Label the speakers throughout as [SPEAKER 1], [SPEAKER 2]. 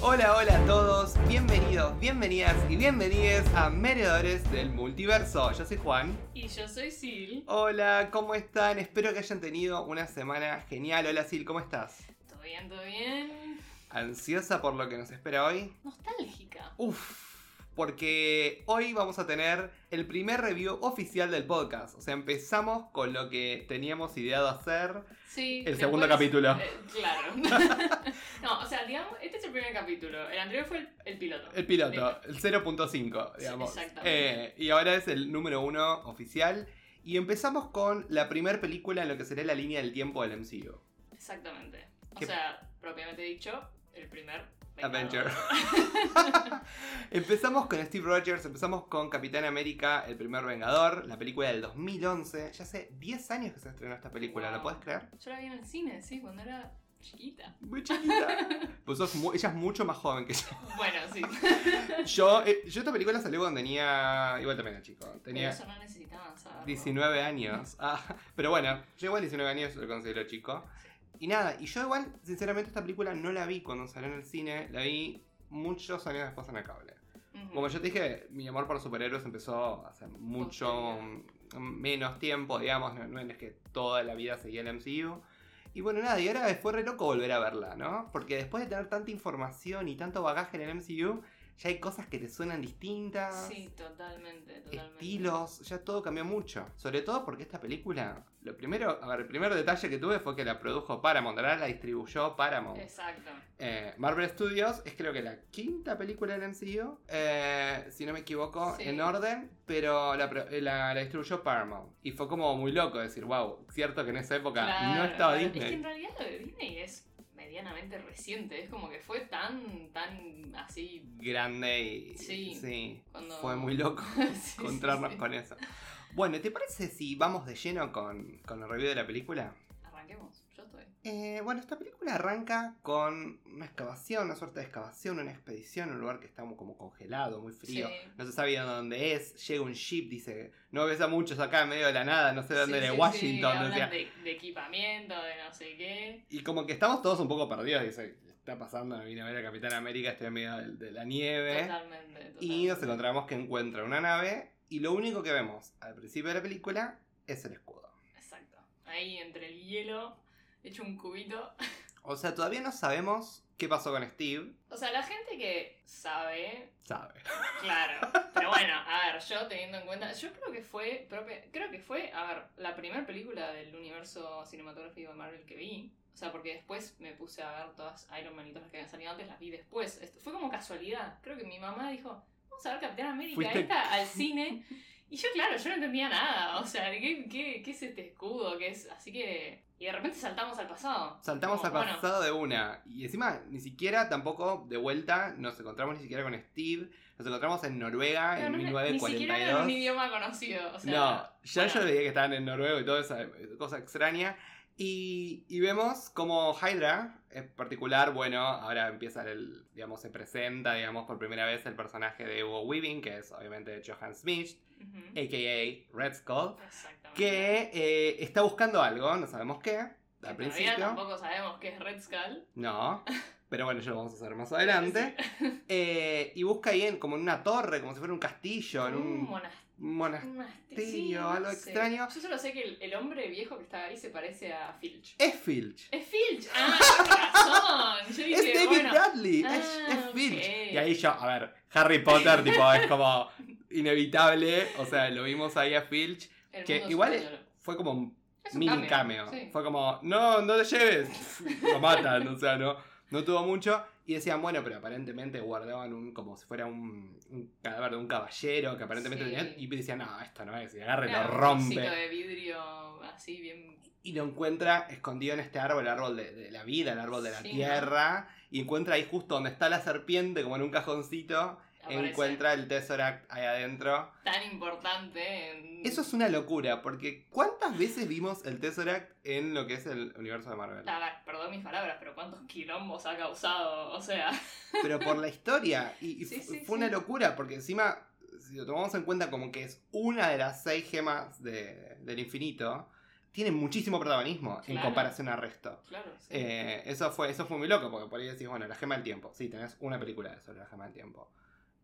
[SPEAKER 1] Hola, hola a todos, bienvenidos, bienvenidas y bienvenides a Meredores del Multiverso. Yo soy Juan.
[SPEAKER 2] Y yo soy Sil.
[SPEAKER 1] Hola, ¿cómo están? Espero que hayan tenido una semana genial. Hola Sil, ¿cómo estás?
[SPEAKER 2] ¿Todo bien, todo bien?
[SPEAKER 1] ¿Ansiosa por lo que nos espera hoy?
[SPEAKER 2] Nostálgica.
[SPEAKER 1] Uf, porque hoy vamos a tener el primer review oficial del podcast. O sea, empezamos con lo que teníamos ideado hacer.
[SPEAKER 2] Sí.
[SPEAKER 1] El segundo capítulo.
[SPEAKER 2] eh, claro. no, o sea, digamos, este es el primer capítulo. El anterior fue el, el piloto.
[SPEAKER 1] El piloto, el 0.5,
[SPEAKER 2] Sí,
[SPEAKER 1] digamos.
[SPEAKER 2] exactamente.
[SPEAKER 1] Eh, y ahora es el número uno oficial. Y empezamos con la primera película en lo que sería la línea del tiempo del MCU.
[SPEAKER 2] Exactamente. O
[SPEAKER 1] ¿Qué-
[SPEAKER 2] sea, propiamente dicho, el primer
[SPEAKER 1] Avenger.
[SPEAKER 2] Vengador.
[SPEAKER 1] empezamos con Steve Rogers, empezamos con Capitán América, el primer Vengador, la película del 2011. Ya hace 10 años que se estrenó esta película, ¿lo
[SPEAKER 2] Wow.
[SPEAKER 1] puedes creer?
[SPEAKER 2] Yo la vi en el cine, sí, cuando era chiquita.
[SPEAKER 1] Muy chiquita. pues sos mu- ella es mucho más joven que yo.
[SPEAKER 2] Bueno, sí.
[SPEAKER 1] Yo, eh, yo esta película salió cuando tenía... Igual también era chico.
[SPEAKER 2] Pero
[SPEAKER 1] Tenía...
[SPEAKER 2] eso no necesitaban saberlo.
[SPEAKER 1] 19 años. Ah, pero bueno, yo igual 19 años lo considero chico. Y nada, y yo igual, sinceramente, esta película no la vi cuando salió en el cine, la vi muchos años después en el cable.
[SPEAKER 2] Ujú.
[SPEAKER 1] Como yo te dije, mi amor por superhéroes empezó hace mucho mm, menos tiempo, digamos, no, no es que toda la vida seguía el MCU. Y bueno, nada, y ahora fue re loco volver a verla, ¿no? Porque después de tener tanta información y tanto bagaje en el MCU, ya hay cosas que te suenan distintas
[SPEAKER 2] Sí, totalmente, totalmente.
[SPEAKER 1] estilos, ya todo cambió mucho. Sobre todo porque esta película, lo primero, a ver, el primer detalle que tuve fue que la produjo Paramount, ahora la distribuyó Paramount.
[SPEAKER 2] Exacto.
[SPEAKER 1] Eh, Marvel Studios es creo que la quinta película del MCU, eh, si no me equivoco,
[SPEAKER 2] Sí.
[SPEAKER 1] en orden, pero la, pro- eh, la- la distribuyó Paramount. Y fue como muy loco decir, wow, cierto que en esa época no
[SPEAKER 2] Claro,
[SPEAKER 1] estaba
[SPEAKER 2] claro. Es que
[SPEAKER 1] Disney.
[SPEAKER 2] en realidad lo de Disney es medianamente reciente. Es como que fue tan, tan así.
[SPEAKER 1] Grande y
[SPEAKER 2] Sí,
[SPEAKER 1] sí,
[SPEAKER 2] cuando-
[SPEAKER 1] fue muy loco.
[SPEAKER 2] sí,
[SPEAKER 1] encontrarnos
[SPEAKER 2] sí, sí.
[SPEAKER 1] con eso. Bueno, ¿te parece si vamos de lleno con, con la review de la película?
[SPEAKER 2] Arranquemos, yo estoy.
[SPEAKER 1] Eh, bueno, esta película arranca con una excavación, una suerte de excavación, una expedición, un lugar que está como congelado, muy frío.
[SPEAKER 2] Sí.
[SPEAKER 1] No se sabe dónde es, llega un ship, dice, no ves a muchos acá en medio de la nada, no sé dónde
[SPEAKER 2] Sí,
[SPEAKER 1] era
[SPEAKER 2] sí,
[SPEAKER 1] Washington,
[SPEAKER 2] sí, hablan
[SPEAKER 1] decía.
[SPEAKER 2] de, de equipamiento, de no sé qué.
[SPEAKER 1] Y como que estamos todos un poco perdidos, dice, ¿qué está pasando? Me vine a ver a Capitán América, estoy en medio de, de la nieve.
[SPEAKER 2] Totalmente,
[SPEAKER 1] Y nos
[SPEAKER 2] totalmente.
[SPEAKER 1] encontramos que encuentra una nave y lo único que vemos al principio de la película es el escudo.
[SPEAKER 2] Exacto. Ahí entre el hielo, hecho un cubito.
[SPEAKER 1] O sea, todavía no sabemos qué pasó con Steve,
[SPEAKER 2] O sea, la gente que sabe,
[SPEAKER 1] sabe.
[SPEAKER 2] claro. Pero bueno, a ver, yo teniendo en cuenta, yo creo que fue, propia- creo que fue, a ver, la primera película del universo cinematográfico de Marvel que vi. O sea, porque después me puse a ver todas Iron Man y todas las que habían salido antes, las vi después. Esto fue como casualidad. Creo que mi mamá dijo, vamos a ver Capitán América
[SPEAKER 1] Fuiste-
[SPEAKER 2] esta al cine. Y yo, claro, yo no entendía nada. O sea, ¿qué, qué, qué es este escudo? ¿Qué es? Así que... Y de repente saltamos al pasado.
[SPEAKER 1] Saltamos
[SPEAKER 2] Como,
[SPEAKER 1] al
[SPEAKER 2] Oh, bueno,
[SPEAKER 1] pasado de una. Y encima, ni siquiera tampoco de vuelta nos encontramos ni siquiera con Steve. Nos encontramos en Noruega
[SPEAKER 2] Claro,
[SPEAKER 1] en
[SPEAKER 2] no, Ni siquiera era
[SPEAKER 1] 1942.
[SPEAKER 2] un idioma conocido. O sea,
[SPEAKER 1] no, ya
[SPEAKER 2] bueno.
[SPEAKER 1] yo veía que estaban en Noruego y toda esa cosa extraña. Y, y vemos como Hydra, en particular, bueno, ahora empieza el, digamos, se presenta, digamos, por primera vez el personaje de Hugo Weaving, que es obviamente Johan Smith,
[SPEAKER 2] Ujú.
[SPEAKER 1] a.k.a. Red Skull,
[SPEAKER 2] Exactamente.
[SPEAKER 1] que eh, está buscando algo, no sabemos qué,
[SPEAKER 2] Que
[SPEAKER 1] al
[SPEAKER 2] todavía
[SPEAKER 1] principio.
[SPEAKER 2] tampoco sabemos qué es Red Skull.
[SPEAKER 1] No. Pero bueno, ya lo vamos a hacer más adelante. Eh, y busca ahí en, como en una torre, como si fuera un castillo, en
[SPEAKER 2] Un
[SPEAKER 1] un
[SPEAKER 2] monasterio.
[SPEAKER 1] monasterio. algo extraño.
[SPEAKER 2] Yo solo sé que el, el hombre viejo que está ahí se parece a Filch.
[SPEAKER 1] Es Filch.
[SPEAKER 2] ¡Es Filch! ¡Ah, con razón! Yo
[SPEAKER 1] Es
[SPEAKER 2] dije,
[SPEAKER 1] David
[SPEAKER 2] bueno,
[SPEAKER 1] Bradley.
[SPEAKER 2] Ah,
[SPEAKER 1] es, es Filch.
[SPEAKER 2] ok.
[SPEAKER 1] Y ahí yo, a ver, Harry Potter, tipo, es como inevitable. O sea, lo vimos ahí a Filch.
[SPEAKER 2] el
[SPEAKER 1] Que
[SPEAKER 2] mundo
[SPEAKER 1] igual
[SPEAKER 2] es un ídolo.
[SPEAKER 1] Fue como un
[SPEAKER 2] Es un
[SPEAKER 1] mini cameo.
[SPEAKER 2] sí.
[SPEAKER 1] Fue como, no, no te lleves. Lo matan, o sea, no, no tuvo mucho. Y decían, bueno, pero aparentemente guardaban un, como si fuera un, un cadáver de un caballero que aparentemente
[SPEAKER 2] Sí.
[SPEAKER 1] tenían. Y decían, no, esto no es. Y agarre,
[SPEAKER 2] Era
[SPEAKER 1] lo
[SPEAKER 2] un
[SPEAKER 1] rompe.
[SPEAKER 2] trocito de vidrio así bien...
[SPEAKER 1] Y lo encuentra escondido en este árbol, el árbol de, de la vida, el árbol de la
[SPEAKER 2] Sí,
[SPEAKER 1] tierra. Y encuentra ahí justo donde está la serpiente, como en un cajoncito. e
[SPEAKER 2] aparece
[SPEAKER 1] Encuentra el Tesseract ahí adentro.
[SPEAKER 2] Tan importante en...
[SPEAKER 1] Eso es una locura, porque ¿cuántas veces vimos el Tesseract en lo que es el universo de Marvel?
[SPEAKER 2] A ver, perdón mis palabras, pero cuántos quilombos ha causado, o sea...
[SPEAKER 1] pero por la historia. Y, y
[SPEAKER 2] Sí,
[SPEAKER 1] fu-
[SPEAKER 2] sí,
[SPEAKER 1] fue una
[SPEAKER 2] sí.
[SPEAKER 1] locura, porque encima, si lo tomamos en cuenta como que es una de las seis gemas de- del infinito, tiene muchísimo protagonismo en
[SPEAKER 2] Claro.
[SPEAKER 1] comparación al resto.
[SPEAKER 2] Claro, sí.
[SPEAKER 1] Eh, eso, fue, eso fue muy loco, porque por ahí decís, bueno, la gema del tiempo. Sí, tenés una película sobre la gema del tiempo.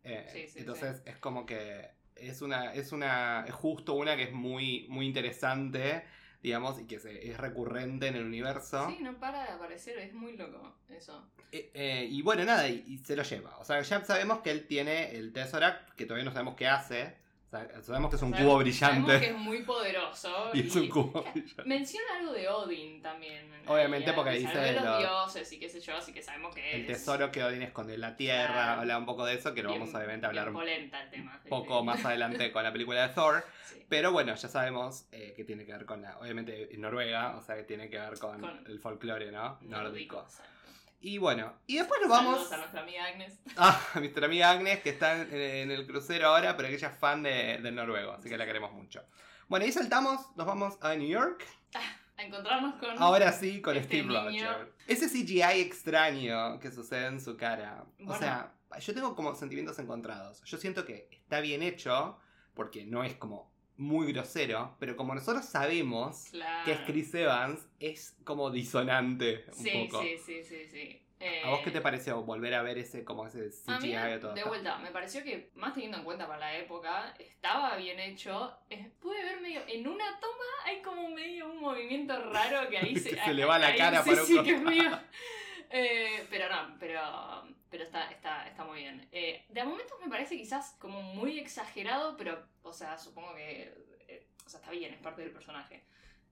[SPEAKER 1] Eh,
[SPEAKER 2] Sí, sí,
[SPEAKER 1] entonces es como que es una, es una, es justo una que es muy, muy interesante, digamos, y que se- es recurrente en el universo.
[SPEAKER 2] Sí, no para de aparecer, es muy loco eso.
[SPEAKER 1] Eh, eh, y bueno, nada, y, y se lo lleva. O sea, ya sabemos que él tiene el Tesseract, que todavía no sabemos qué hace. O sea, sabemos que es un
[SPEAKER 2] Sabe-
[SPEAKER 1] cubo
[SPEAKER 2] Sabemos
[SPEAKER 1] brillante.
[SPEAKER 2] que es muy poderoso.
[SPEAKER 1] Y es un cubo brillante.
[SPEAKER 2] Menciona algo de Odin también. en
[SPEAKER 1] Obviamente,
[SPEAKER 2] realidad,
[SPEAKER 1] porque
[SPEAKER 2] que es
[SPEAKER 1] dice
[SPEAKER 2] algo de
[SPEAKER 1] lo-
[SPEAKER 2] los dioses y qué sé yo, así que sabemos que
[SPEAKER 1] El
[SPEAKER 2] es.
[SPEAKER 1] tesoro que Odin esconde en la tierra.
[SPEAKER 2] Claro.
[SPEAKER 1] Habla un poco de eso, que lo
[SPEAKER 2] bien-
[SPEAKER 1] vamos obviamente a
[SPEAKER 2] bien
[SPEAKER 1] hablar un
[SPEAKER 2] polenta el tema. sí,
[SPEAKER 1] poco
[SPEAKER 2] sí.
[SPEAKER 1] más adelante con la película de Thor.
[SPEAKER 2] Sí.
[SPEAKER 1] Pero bueno, ya sabemos eh, que tiene que ver con la. Obviamente en Noruega, o sea que tiene que ver con,
[SPEAKER 2] Con-
[SPEAKER 1] el folclore, ¿no? Nórdico.
[SPEAKER 2] exacto.
[SPEAKER 1] Y bueno, y después nos vamos
[SPEAKER 2] Saludos a nuestra amiga Agnes.
[SPEAKER 1] a nuestra Ah, amiga Agnes, que está en, en el crucero ahora, pero que ella es fan de, del noruego, así que la queremos mucho. Bueno, y saltamos, nos vamos a New York.
[SPEAKER 2] A encontrarnos con.
[SPEAKER 1] Ahora sí, con
[SPEAKER 2] Este
[SPEAKER 1] Steve
[SPEAKER 2] niño.
[SPEAKER 1] Rogers. Ese CGI extraño que sucede en su cara. O
[SPEAKER 2] Bueno.
[SPEAKER 1] sea, yo tengo como sentimientos encontrados. Yo siento que está bien hecho, porque no es como muy grosero, pero como nosotros sabemos
[SPEAKER 2] Claro.
[SPEAKER 1] que es Chris Evans, es como disonante un
[SPEAKER 2] sí,
[SPEAKER 1] poco.
[SPEAKER 2] sí, sí, sí, sí.
[SPEAKER 1] ¿A vos qué te
[SPEAKER 2] Eh,
[SPEAKER 1] pareció volver a ver ese como ese
[SPEAKER 2] A mí,
[SPEAKER 1] CGI o todo?
[SPEAKER 2] de
[SPEAKER 1] esto?
[SPEAKER 2] vuelta, me pareció que, más teniendo en cuenta para la época, estaba bien hecho. Eh, Pude ver medio, en una toma hay como medio un movimiento raro que ahí se,
[SPEAKER 1] Se le va la
[SPEAKER 2] ahí
[SPEAKER 1] cara
[SPEAKER 2] sí,
[SPEAKER 1] para un
[SPEAKER 2] sí, que es
[SPEAKER 1] costado.
[SPEAKER 2] medio- Eh, pero no, pero, pero está, está, está muy bien. Eh, de a momentos me parece quizás como muy exagerado, pero, o sea, supongo que, eh, o sea, está bien, es parte del personaje.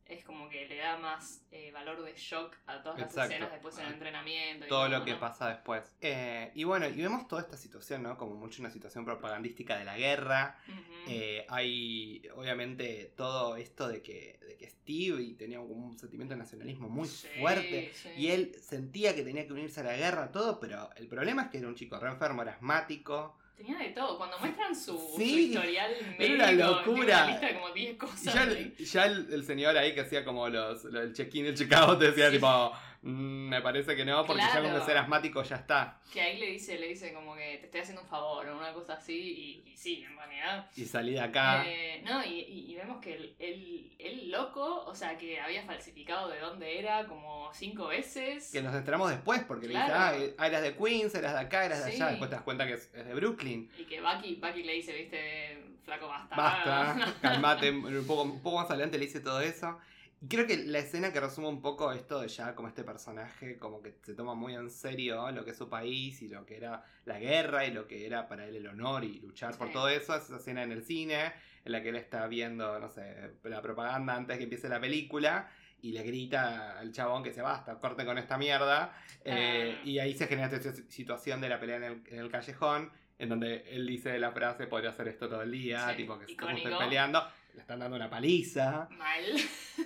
[SPEAKER 2] Es como que le da más eh, valor de shock a todas las
[SPEAKER 1] Exacto.
[SPEAKER 2] escenas después en el entrenamiento. y
[SPEAKER 1] todo lo que
[SPEAKER 2] ¿no?
[SPEAKER 1] pasa después. Eh, y bueno, y vemos toda esta situación, ¿no? Como mucho una situación propagandística de la guerra.
[SPEAKER 2] Ujú.
[SPEAKER 1] Eh, hay, obviamente, todo esto de que, de que Steve y tenía un sentimiento de nacionalismo muy
[SPEAKER 2] Sí,
[SPEAKER 1] fuerte.
[SPEAKER 2] sí.
[SPEAKER 1] Y él sentía que tenía que unirse a la guerra, todo, pero el problema es que era un chico re enfermo, era asmático.
[SPEAKER 2] Tenía de todo. Cuando muestran su, su
[SPEAKER 1] Sí,
[SPEAKER 2] historial
[SPEAKER 1] era
[SPEAKER 2] médico,
[SPEAKER 1] una locura.
[SPEAKER 2] Tiene una lista de como 10
[SPEAKER 1] Y
[SPEAKER 2] cosas.
[SPEAKER 1] ya
[SPEAKER 2] de-
[SPEAKER 1] el, ya el- el señor ahí que hacía como los, lo- el check-in, el check-out, te decía
[SPEAKER 2] Sí.
[SPEAKER 1] tipo, "Mm, me parece que no, porque ya
[SPEAKER 2] Claro.
[SPEAKER 1] con de ser asmático ya está.
[SPEAKER 2] Que ahí le dice, le dice como que te estoy haciendo un favor o una cosa así. Y, y sí, en realidad.
[SPEAKER 1] Y salí de acá.
[SPEAKER 2] Eh, no, y, y- y vemos que el, el- el loco, o sea, que había falsificado de dónde era como 5 veces.
[SPEAKER 1] Que nos enteramos después, porque
[SPEAKER 2] Claro.
[SPEAKER 1] le dice, ah, eras de Queens, eras de acá, eras de
[SPEAKER 2] Sí.
[SPEAKER 1] allá. Después te das cuenta que es, es de Brooklyn.
[SPEAKER 2] Y que Bucky, Bucky le dice, viste, flaco, basta.
[SPEAKER 1] Basta, calmate. Un poco, un poco más adelante le hice todo eso. Y creo que la escena que resume un poco esto de ya como este personaje como que se toma muy en serio lo que es su país y lo que era la guerra y lo que era para él el honor y luchar por
[SPEAKER 2] Sí.
[SPEAKER 1] todo eso, es esa escena en el cine en la que él está viendo, no sé, la propaganda antes que empiece la película y le grita al chabón que se basta, corte con esta mierda. Eh,
[SPEAKER 2] Ah.
[SPEAKER 1] Y ahí se genera esta si- situación de la pelea en el, en el callejón, en donde él dice la frase, podría hacer esto todo el día,
[SPEAKER 2] Sí,
[SPEAKER 1] tipo que
[SPEAKER 2] icónico.
[SPEAKER 1] están peleando, le están dando una paliza.
[SPEAKER 2] Mal.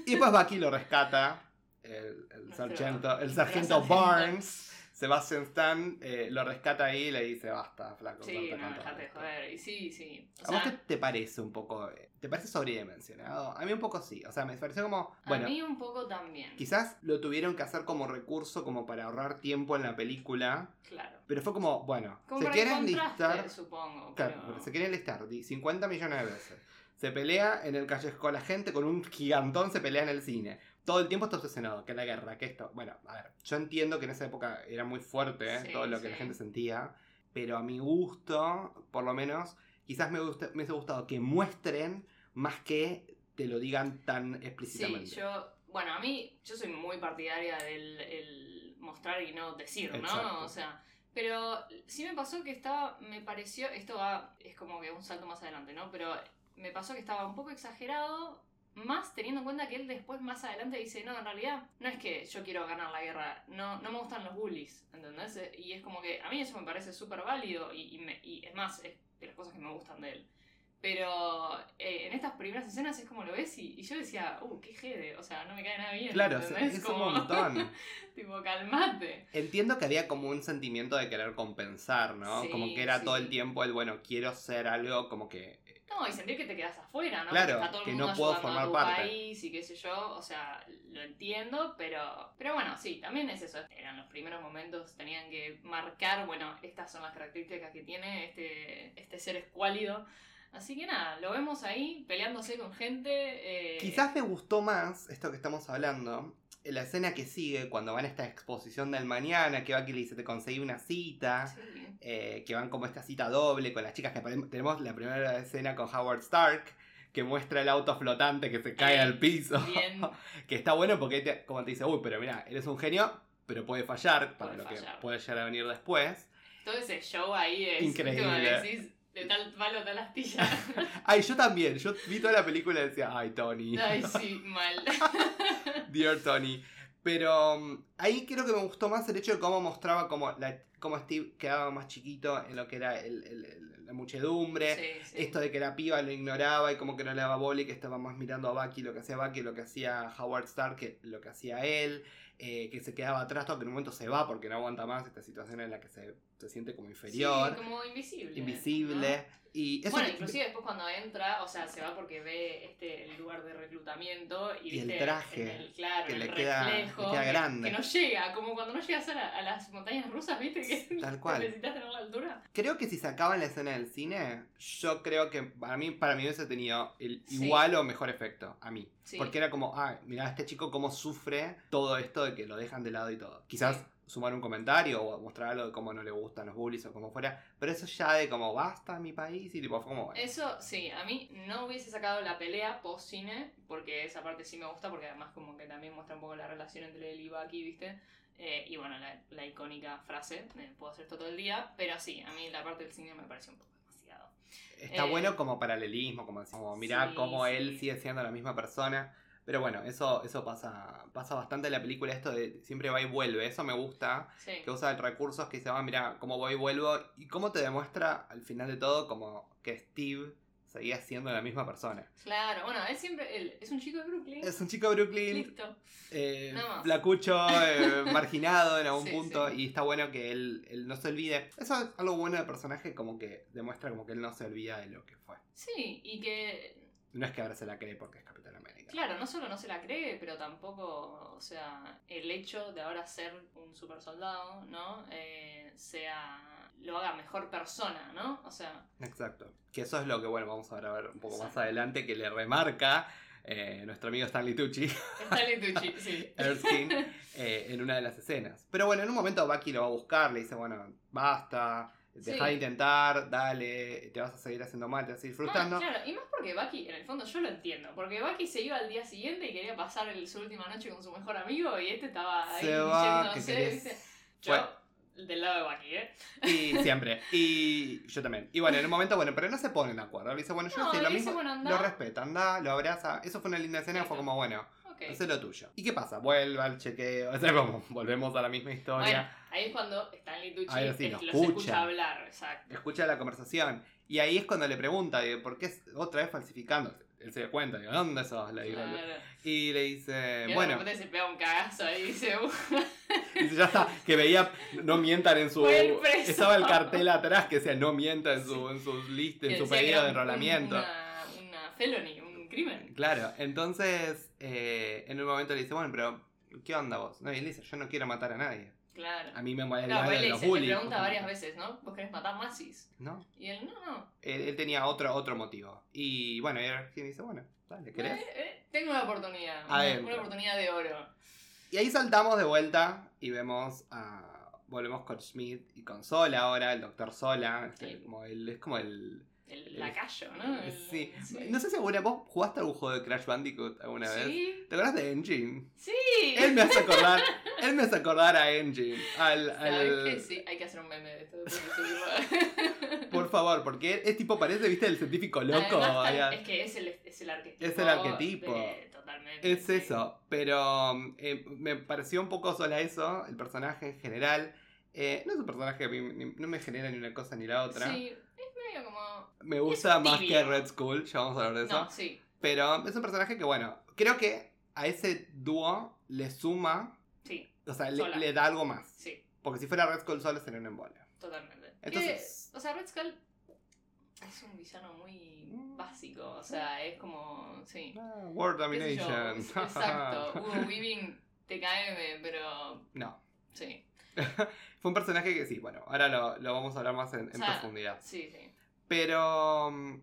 [SPEAKER 1] Y después Bucky lo rescata, el, el
[SPEAKER 2] Nuestro-
[SPEAKER 1] sargento, el
[SPEAKER 2] nuestro
[SPEAKER 1] sargento
[SPEAKER 2] sargento.
[SPEAKER 1] Barnes. Sebastian Stan eh, lo rescata ahí y le dice, basta, flaco.
[SPEAKER 2] Sí,
[SPEAKER 1] corta
[SPEAKER 2] no,
[SPEAKER 1] con todo
[SPEAKER 2] dejate de
[SPEAKER 1] esto".
[SPEAKER 2] joder. Y sí, sí. O
[SPEAKER 1] ¿A vos
[SPEAKER 2] sea,
[SPEAKER 1] qué te parece un poco? eh, ¿Te parece sobredimensionado? A mí un poco sí. O sea, me pareció como. Bueno,
[SPEAKER 2] a mí un poco también.
[SPEAKER 1] quizás lo tuvieron que hacer como recurso, como para ahorrar tiempo en la película.
[SPEAKER 2] Claro.
[SPEAKER 1] Pero fue como, bueno,
[SPEAKER 2] Como
[SPEAKER 1] se
[SPEAKER 2] para el
[SPEAKER 1] quieren
[SPEAKER 2] contraste,
[SPEAKER 1] listar.
[SPEAKER 2] supongo.
[SPEAKER 1] Claro,
[SPEAKER 2] pero-
[SPEAKER 1] se quieren listar di- 50 millones de veces. Se pelea en el callejón con la gente, con un gigantón se pelea en el cine. Todo el tiempo está obsesionado, que la guerra, que esto. Bueno, a ver, yo entiendo que en esa época era muy fuerte ¿eh?
[SPEAKER 2] Sí,
[SPEAKER 1] todo lo que
[SPEAKER 2] sí.
[SPEAKER 1] la gente sentía, pero a mi gusto, por lo menos, quizás me, gusta- me hubiese gustado que muestren más que te lo digan tan explícitamente.
[SPEAKER 2] Sí, yo. Bueno, a mí, yo soy muy partidaria del el mostrar y no decir, ¿no?
[SPEAKER 1] Exacto.
[SPEAKER 2] O sea. Pero sí me pasó que estaba. Me pareció. Esto va. Es como que un salto más adelante, ¿no? Pero me pasó que estaba un poco exagerado. Más teniendo en cuenta que él después, más adelante, dice: No, en realidad, no es que yo quiero ganar la guerra, no, no me gustan los bullies, ¿entendés? Eh, Y es como que a mí eso me parece súper válido y, y me- y es más, es de las cosas que me gustan de él. Pero eh, en estas primeras escenas es como lo ves y, y yo decía: Uh, qué jede, o sea, no me cae nada bien.
[SPEAKER 1] Claro, es,
[SPEAKER 2] ¿entendés?
[SPEAKER 1] es
[SPEAKER 2] Como-
[SPEAKER 1] un montón.
[SPEAKER 2] tipo, calmate.
[SPEAKER 1] Entiendo que había como un sentimiento de querer compensar, ¿no?
[SPEAKER 2] Sí,
[SPEAKER 1] como que era todo
[SPEAKER 2] sí.
[SPEAKER 1] el tiempo el, bueno, quiero ser algo como que...
[SPEAKER 2] No, y sentir que te quedas afuera, ¿no?
[SPEAKER 1] Claro,
[SPEAKER 2] Porque está todo el
[SPEAKER 1] que
[SPEAKER 2] mundo
[SPEAKER 1] no puedo
[SPEAKER 2] ayudando
[SPEAKER 1] formar
[SPEAKER 2] a tu
[SPEAKER 1] parte.
[SPEAKER 2] país y qué sé yo, o sea, lo entiendo, pero pero bueno, sí, también es eso, eran los primeros momentos, tenían que marcar, bueno, estas son las características que tiene este este ser escuálido. Así que nada, lo vemos ahí peleándose con gente. eh,
[SPEAKER 1] Quizás me gustó más esto que estamos hablando. La escena que sigue cuando van a esta exposición del mañana, que va que le dice, te conseguí una cita.
[SPEAKER 2] sí.
[SPEAKER 1] eh, que van como esta cita doble con las chicas que apare- tenemos la primera escena con Howard Stark que muestra el auto flotante que se cae
[SPEAKER 2] Ey,
[SPEAKER 1] al piso
[SPEAKER 2] Eh, Bien,
[SPEAKER 1] que está bueno porque te- como te dice uy pero mira eres un genio pero puede fallar para
[SPEAKER 2] Puede
[SPEAKER 1] lo
[SPEAKER 2] fallar.
[SPEAKER 1] que puede llegar a venir después
[SPEAKER 2] todo ese show ahí es
[SPEAKER 1] Increíble.
[SPEAKER 2] último, decís, de tal palo, tal astilla.
[SPEAKER 1] ay yo también yo vi toda la película y decía ay Tony
[SPEAKER 2] Ay, sí, mal.
[SPEAKER 1] dear Tony pero um, ahí creo que me gustó más el hecho de cómo mostraba cómo, la- cómo Steve quedaba más chiquito en lo que era el- el- el- la muchedumbre
[SPEAKER 2] Sí, sí.
[SPEAKER 1] Esto de que la piba lo ignoraba y como que no le daba bola y que estaba más mirando a Bucky lo que hacía Bucky, lo que hacía Howard Stark, que lo que hacía él, eh, que se quedaba atrás, todo que en un momento se va porque no aguanta más esta situación en la que se, se siente como inferior,
[SPEAKER 2] Sí, como invisible.
[SPEAKER 1] invisible. Y
[SPEAKER 2] ¿no?
[SPEAKER 1] eso
[SPEAKER 2] Bueno,
[SPEAKER 1] que-
[SPEAKER 2] inclusive después cuando entra, o sea, se va porque ve este el lugar de reclutamiento y,
[SPEAKER 1] Y el
[SPEAKER 2] viste,
[SPEAKER 1] traje
[SPEAKER 2] en el, claro,
[SPEAKER 1] que
[SPEAKER 2] el
[SPEAKER 1] le queda- le
[SPEAKER 2] reflejo
[SPEAKER 1] queda
[SPEAKER 2] que-
[SPEAKER 1] grande.
[SPEAKER 2] que no llega, como cuando no llegas a, la- a las montañas rusas, ¿viste? Que
[SPEAKER 1] Tal cual.
[SPEAKER 2] necesitas tener la altura.
[SPEAKER 1] Creo que si sacaban la escena del cine, yo creo que para mí, para mí hubiese tenido el
[SPEAKER 2] Sí.
[SPEAKER 1] igual o mejor efecto, a mí.
[SPEAKER 2] Sí.
[SPEAKER 1] Porque era como, ah, mirá, este chico cómo sufre todo esto de que lo dejan de lado y todo. Quizás sumar un comentario o mostrar algo de cómo no le gustan los bullies o como fuera. Pero eso ya de como, basta mi país y tipo, fue como, bueno.
[SPEAKER 2] Eso sí, a mí no hubiese sacado la pelea post cine, porque esa parte sí me gusta, porque además como que también muestra un poco la relación entre él y Bucky, ¿viste? Eh, y bueno, la, la icónica frase, de, puedo hacer esto todo el día, pero sí, a mí la parte del cine me pareció un poco demasiado.
[SPEAKER 1] está
[SPEAKER 2] eh,
[SPEAKER 1] bueno como paralelismo, como, decir, como mirá
[SPEAKER 2] sí,
[SPEAKER 1] cómo
[SPEAKER 2] sí.
[SPEAKER 1] él sigue siendo la misma persona. Pero bueno, eso, eso pasa, pasa bastante en la película, esto de siempre va y vuelve, eso me gusta.
[SPEAKER 2] Sí.
[SPEAKER 1] que usa recursos que se va, mira, cómo voy y vuelvo, y cómo te demuestra al final de todo como que Steve seguía siendo la misma persona.
[SPEAKER 2] Claro, bueno, él siempre, él es un chico de Brooklyn.
[SPEAKER 1] Es un chico de Brooklyn,
[SPEAKER 2] Listo.
[SPEAKER 1] eh,
[SPEAKER 2] Nada más.
[SPEAKER 1] flacucho, eh, marginado en algún
[SPEAKER 2] Sí,
[SPEAKER 1] punto,
[SPEAKER 2] sí.
[SPEAKER 1] y está bueno que él, él no se olvide. Eso es algo bueno del personaje, como que demuestra como que él no se olvida de lo que fue.
[SPEAKER 2] Sí, y que,
[SPEAKER 1] No es que ahora se la cree porque es Capitán América.
[SPEAKER 2] claro, no solo no se la cree, pero tampoco, o sea, el hecho de ahora ser un super soldado, ¿no? Eh, sea, lo haga mejor persona, ¿no? O sea,
[SPEAKER 1] Exacto. Que eso es lo que, bueno, vamos ahora a ver un poco más
[SPEAKER 2] Exacto.
[SPEAKER 1] adelante, que le remarca eh, nuestro amigo Stanley Tucci.
[SPEAKER 2] Stanley Tucci, sí.
[SPEAKER 1] Erskine eh, en una de las escenas. Pero bueno, en un momento Bucky lo va a buscar, le dice, bueno, basta, deja
[SPEAKER 2] Sí.
[SPEAKER 1] de intentar, dale, te vas a seguir haciendo mal, te vas a seguir frustrando.
[SPEAKER 2] Ah, claro, y más porque Bucky, en el fondo yo lo entiendo, porque Bucky se iba al día siguiente y quería pasar el- su última noche con su mejor amigo y este estaba ahí
[SPEAKER 1] Se va, que
[SPEAKER 2] yéndose, ¿viste?
[SPEAKER 1] querés...
[SPEAKER 2] Yo,
[SPEAKER 1] Bueno.
[SPEAKER 2] del lado de Bucky, ¿eh?
[SPEAKER 1] Y siempre. Y yo también. Y bueno, en un momento, bueno, pero no se ponen de acuerdo. Le dice, bueno, yo
[SPEAKER 2] No,
[SPEAKER 1] sé
[SPEAKER 2] le
[SPEAKER 1] lo
[SPEAKER 2] dice,
[SPEAKER 1] mismo.
[SPEAKER 2] bueno, andá.
[SPEAKER 1] Lo respeta, anda, lo abraza. Eso fue una linda escena,
[SPEAKER 2] Exacto.
[SPEAKER 1] fue como, bueno,
[SPEAKER 2] Ok.
[SPEAKER 1] haz lo tuyo. ¿Y qué pasa? Vuelve al chequeo, o sea, como volvemos a la misma historia.
[SPEAKER 2] Bueno, ahí es cuando Stanley Tucci
[SPEAKER 1] Ahora sí,
[SPEAKER 2] es-
[SPEAKER 1] lo
[SPEAKER 2] los
[SPEAKER 1] escucha.
[SPEAKER 2] escucha hablar, exacto.
[SPEAKER 1] escucha la conversación. Y ahí es cuando le pregunta, digo, ¿por qué es- otra vez falsificando? Él se da cuenta, digo, ¿dónde sos? Le digo.
[SPEAKER 2] Claro.
[SPEAKER 1] Y le dice,
[SPEAKER 2] Y de
[SPEAKER 1] eh, bueno,
[SPEAKER 2] repente se pega un cagazo ahí y dice, "Uf,
[SPEAKER 1] dice, ya está, que veía, no mientan en su...
[SPEAKER 2] Fue el preso.
[SPEAKER 1] Estaba el cartel atrás que decía, no mienta en su, en sus listas, en
[SPEAKER 2] que
[SPEAKER 1] su
[SPEAKER 2] decía que era
[SPEAKER 1] pedido de
[SPEAKER 2] un-
[SPEAKER 1] enrolamiento.
[SPEAKER 2] Una, una felony, un crimen.
[SPEAKER 1] Claro, entonces, eh, en un momento le dice, bueno, pero, ¿qué onda vos? No, y él dice, yo no quiero matar a nadie.
[SPEAKER 2] Claro.
[SPEAKER 1] A mí me molestan
[SPEAKER 2] Claro, pues él le,
[SPEAKER 1] los
[SPEAKER 2] dice- le
[SPEAKER 1] bullies.
[SPEAKER 2] pregunta
[SPEAKER 1] justamente.
[SPEAKER 2] varias veces, ¿no? ¿Vos querés matar Masis?
[SPEAKER 1] No,
[SPEAKER 2] Y él, no, no.
[SPEAKER 1] él, él tenía otro, otro motivo. Y bueno, y él dice, bueno, dale, ¿querés?
[SPEAKER 2] Eh, eh, tengo una oportunidad. una-
[SPEAKER 1] Adentro.
[SPEAKER 2] Una oportunidad de oro.
[SPEAKER 1] Y ahí saltamos de vuelta y vemos a. Volvemos con Schmidt y con Sola ahora, el doctor Sola. este,
[SPEAKER 2] Sí. Mm,
[SPEAKER 1] como el- es como el.
[SPEAKER 2] El lacayo, ¿no? El-
[SPEAKER 1] Eh, sí. No sé si alguna vos jugaste algún juego de Crash Bandicoot alguna vez.
[SPEAKER 2] Sí.
[SPEAKER 1] ¿Te acuerdas de Engine?
[SPEAKER 2] Sí.
[SPEAKER 1] Él me hace acordar. él me hace acordar a Engine. Al,
[SPEAKER 2] ¿Sabes
[SPEAKER 1] al-
[SPEAKER 2] qué? Sí, hay que hacer un meme de esto. después de subirlo.
[SPEAKER 1] Por favor, porque es tipo, parece, viste, el científico loco.
[SPEAKER 2] Además,
[SPEAKER 1] ahí a-
[SPEAKER 2] tal- es que es el, es el arquetipo.
[SPEAKER 1] Es el arquetipo.
[SPEAKER 2] de- totalmente.
[SPEAKER 1] Es
[SPEAKER 2] sí.
[SPEAKER 1] eso, pero um, eh, me pareció un poco sola eso, el personaje en general. Eh, no es un personaje que a mí ni- no me genera ni una cosa ni la otra.
[SPEAKER 2] Sí, es medio como.
[SPEAKER 1] Me gusta
[SPEAKER 2] es
[SPEAKER 1] más
[SPEAKER 2] tibio.
[SPEAKER 1] que Red Skull, ya vamos a hablar de eso.
[SPEAKER 2] No, sí.
[SPEAKER 1] Pero es un personaje que, bueno, creo que a ese dúo le suma,
[SPEAKER 2] Sí,
[SPEAKER 1] o sea, le,
[SPEAKER 2] Sola.
[SPEAKER 1] le da algo más.
[SPEAKER 2] sí,
[SPEAKER 1] Porque si fuera Red Skull solo sería un embole.
[SPEAKER 2] totalmente.
[SPEAKER 1] Entonces-
[SPEAKER 2] Que, o sea, Red Skull es un villano muy
[SPEAKER 1] Mm.
[SPEAKER 2] básico. O sea, es como. Sí.
[SPEAKER 1] Ah, World
[SPEAKER 2] qué sé yo,
[SPEAKER 1] Domination.
[SPEAKER 2] Exacto. Hugo Weaving, TKM, pero.
[SPEAKER 1] no.
[SPEAKER 2] Sí,
[SPEAKER 1] Fue un personaje que sí, bueno, ahora lo, lo vamos a hablar más en, en
[SPEAKER 2] O sea,
[SPEAKER 1] profundidad.
[SPEAKER 2] sí, sí.
[SPEAKER 1] Pero mm,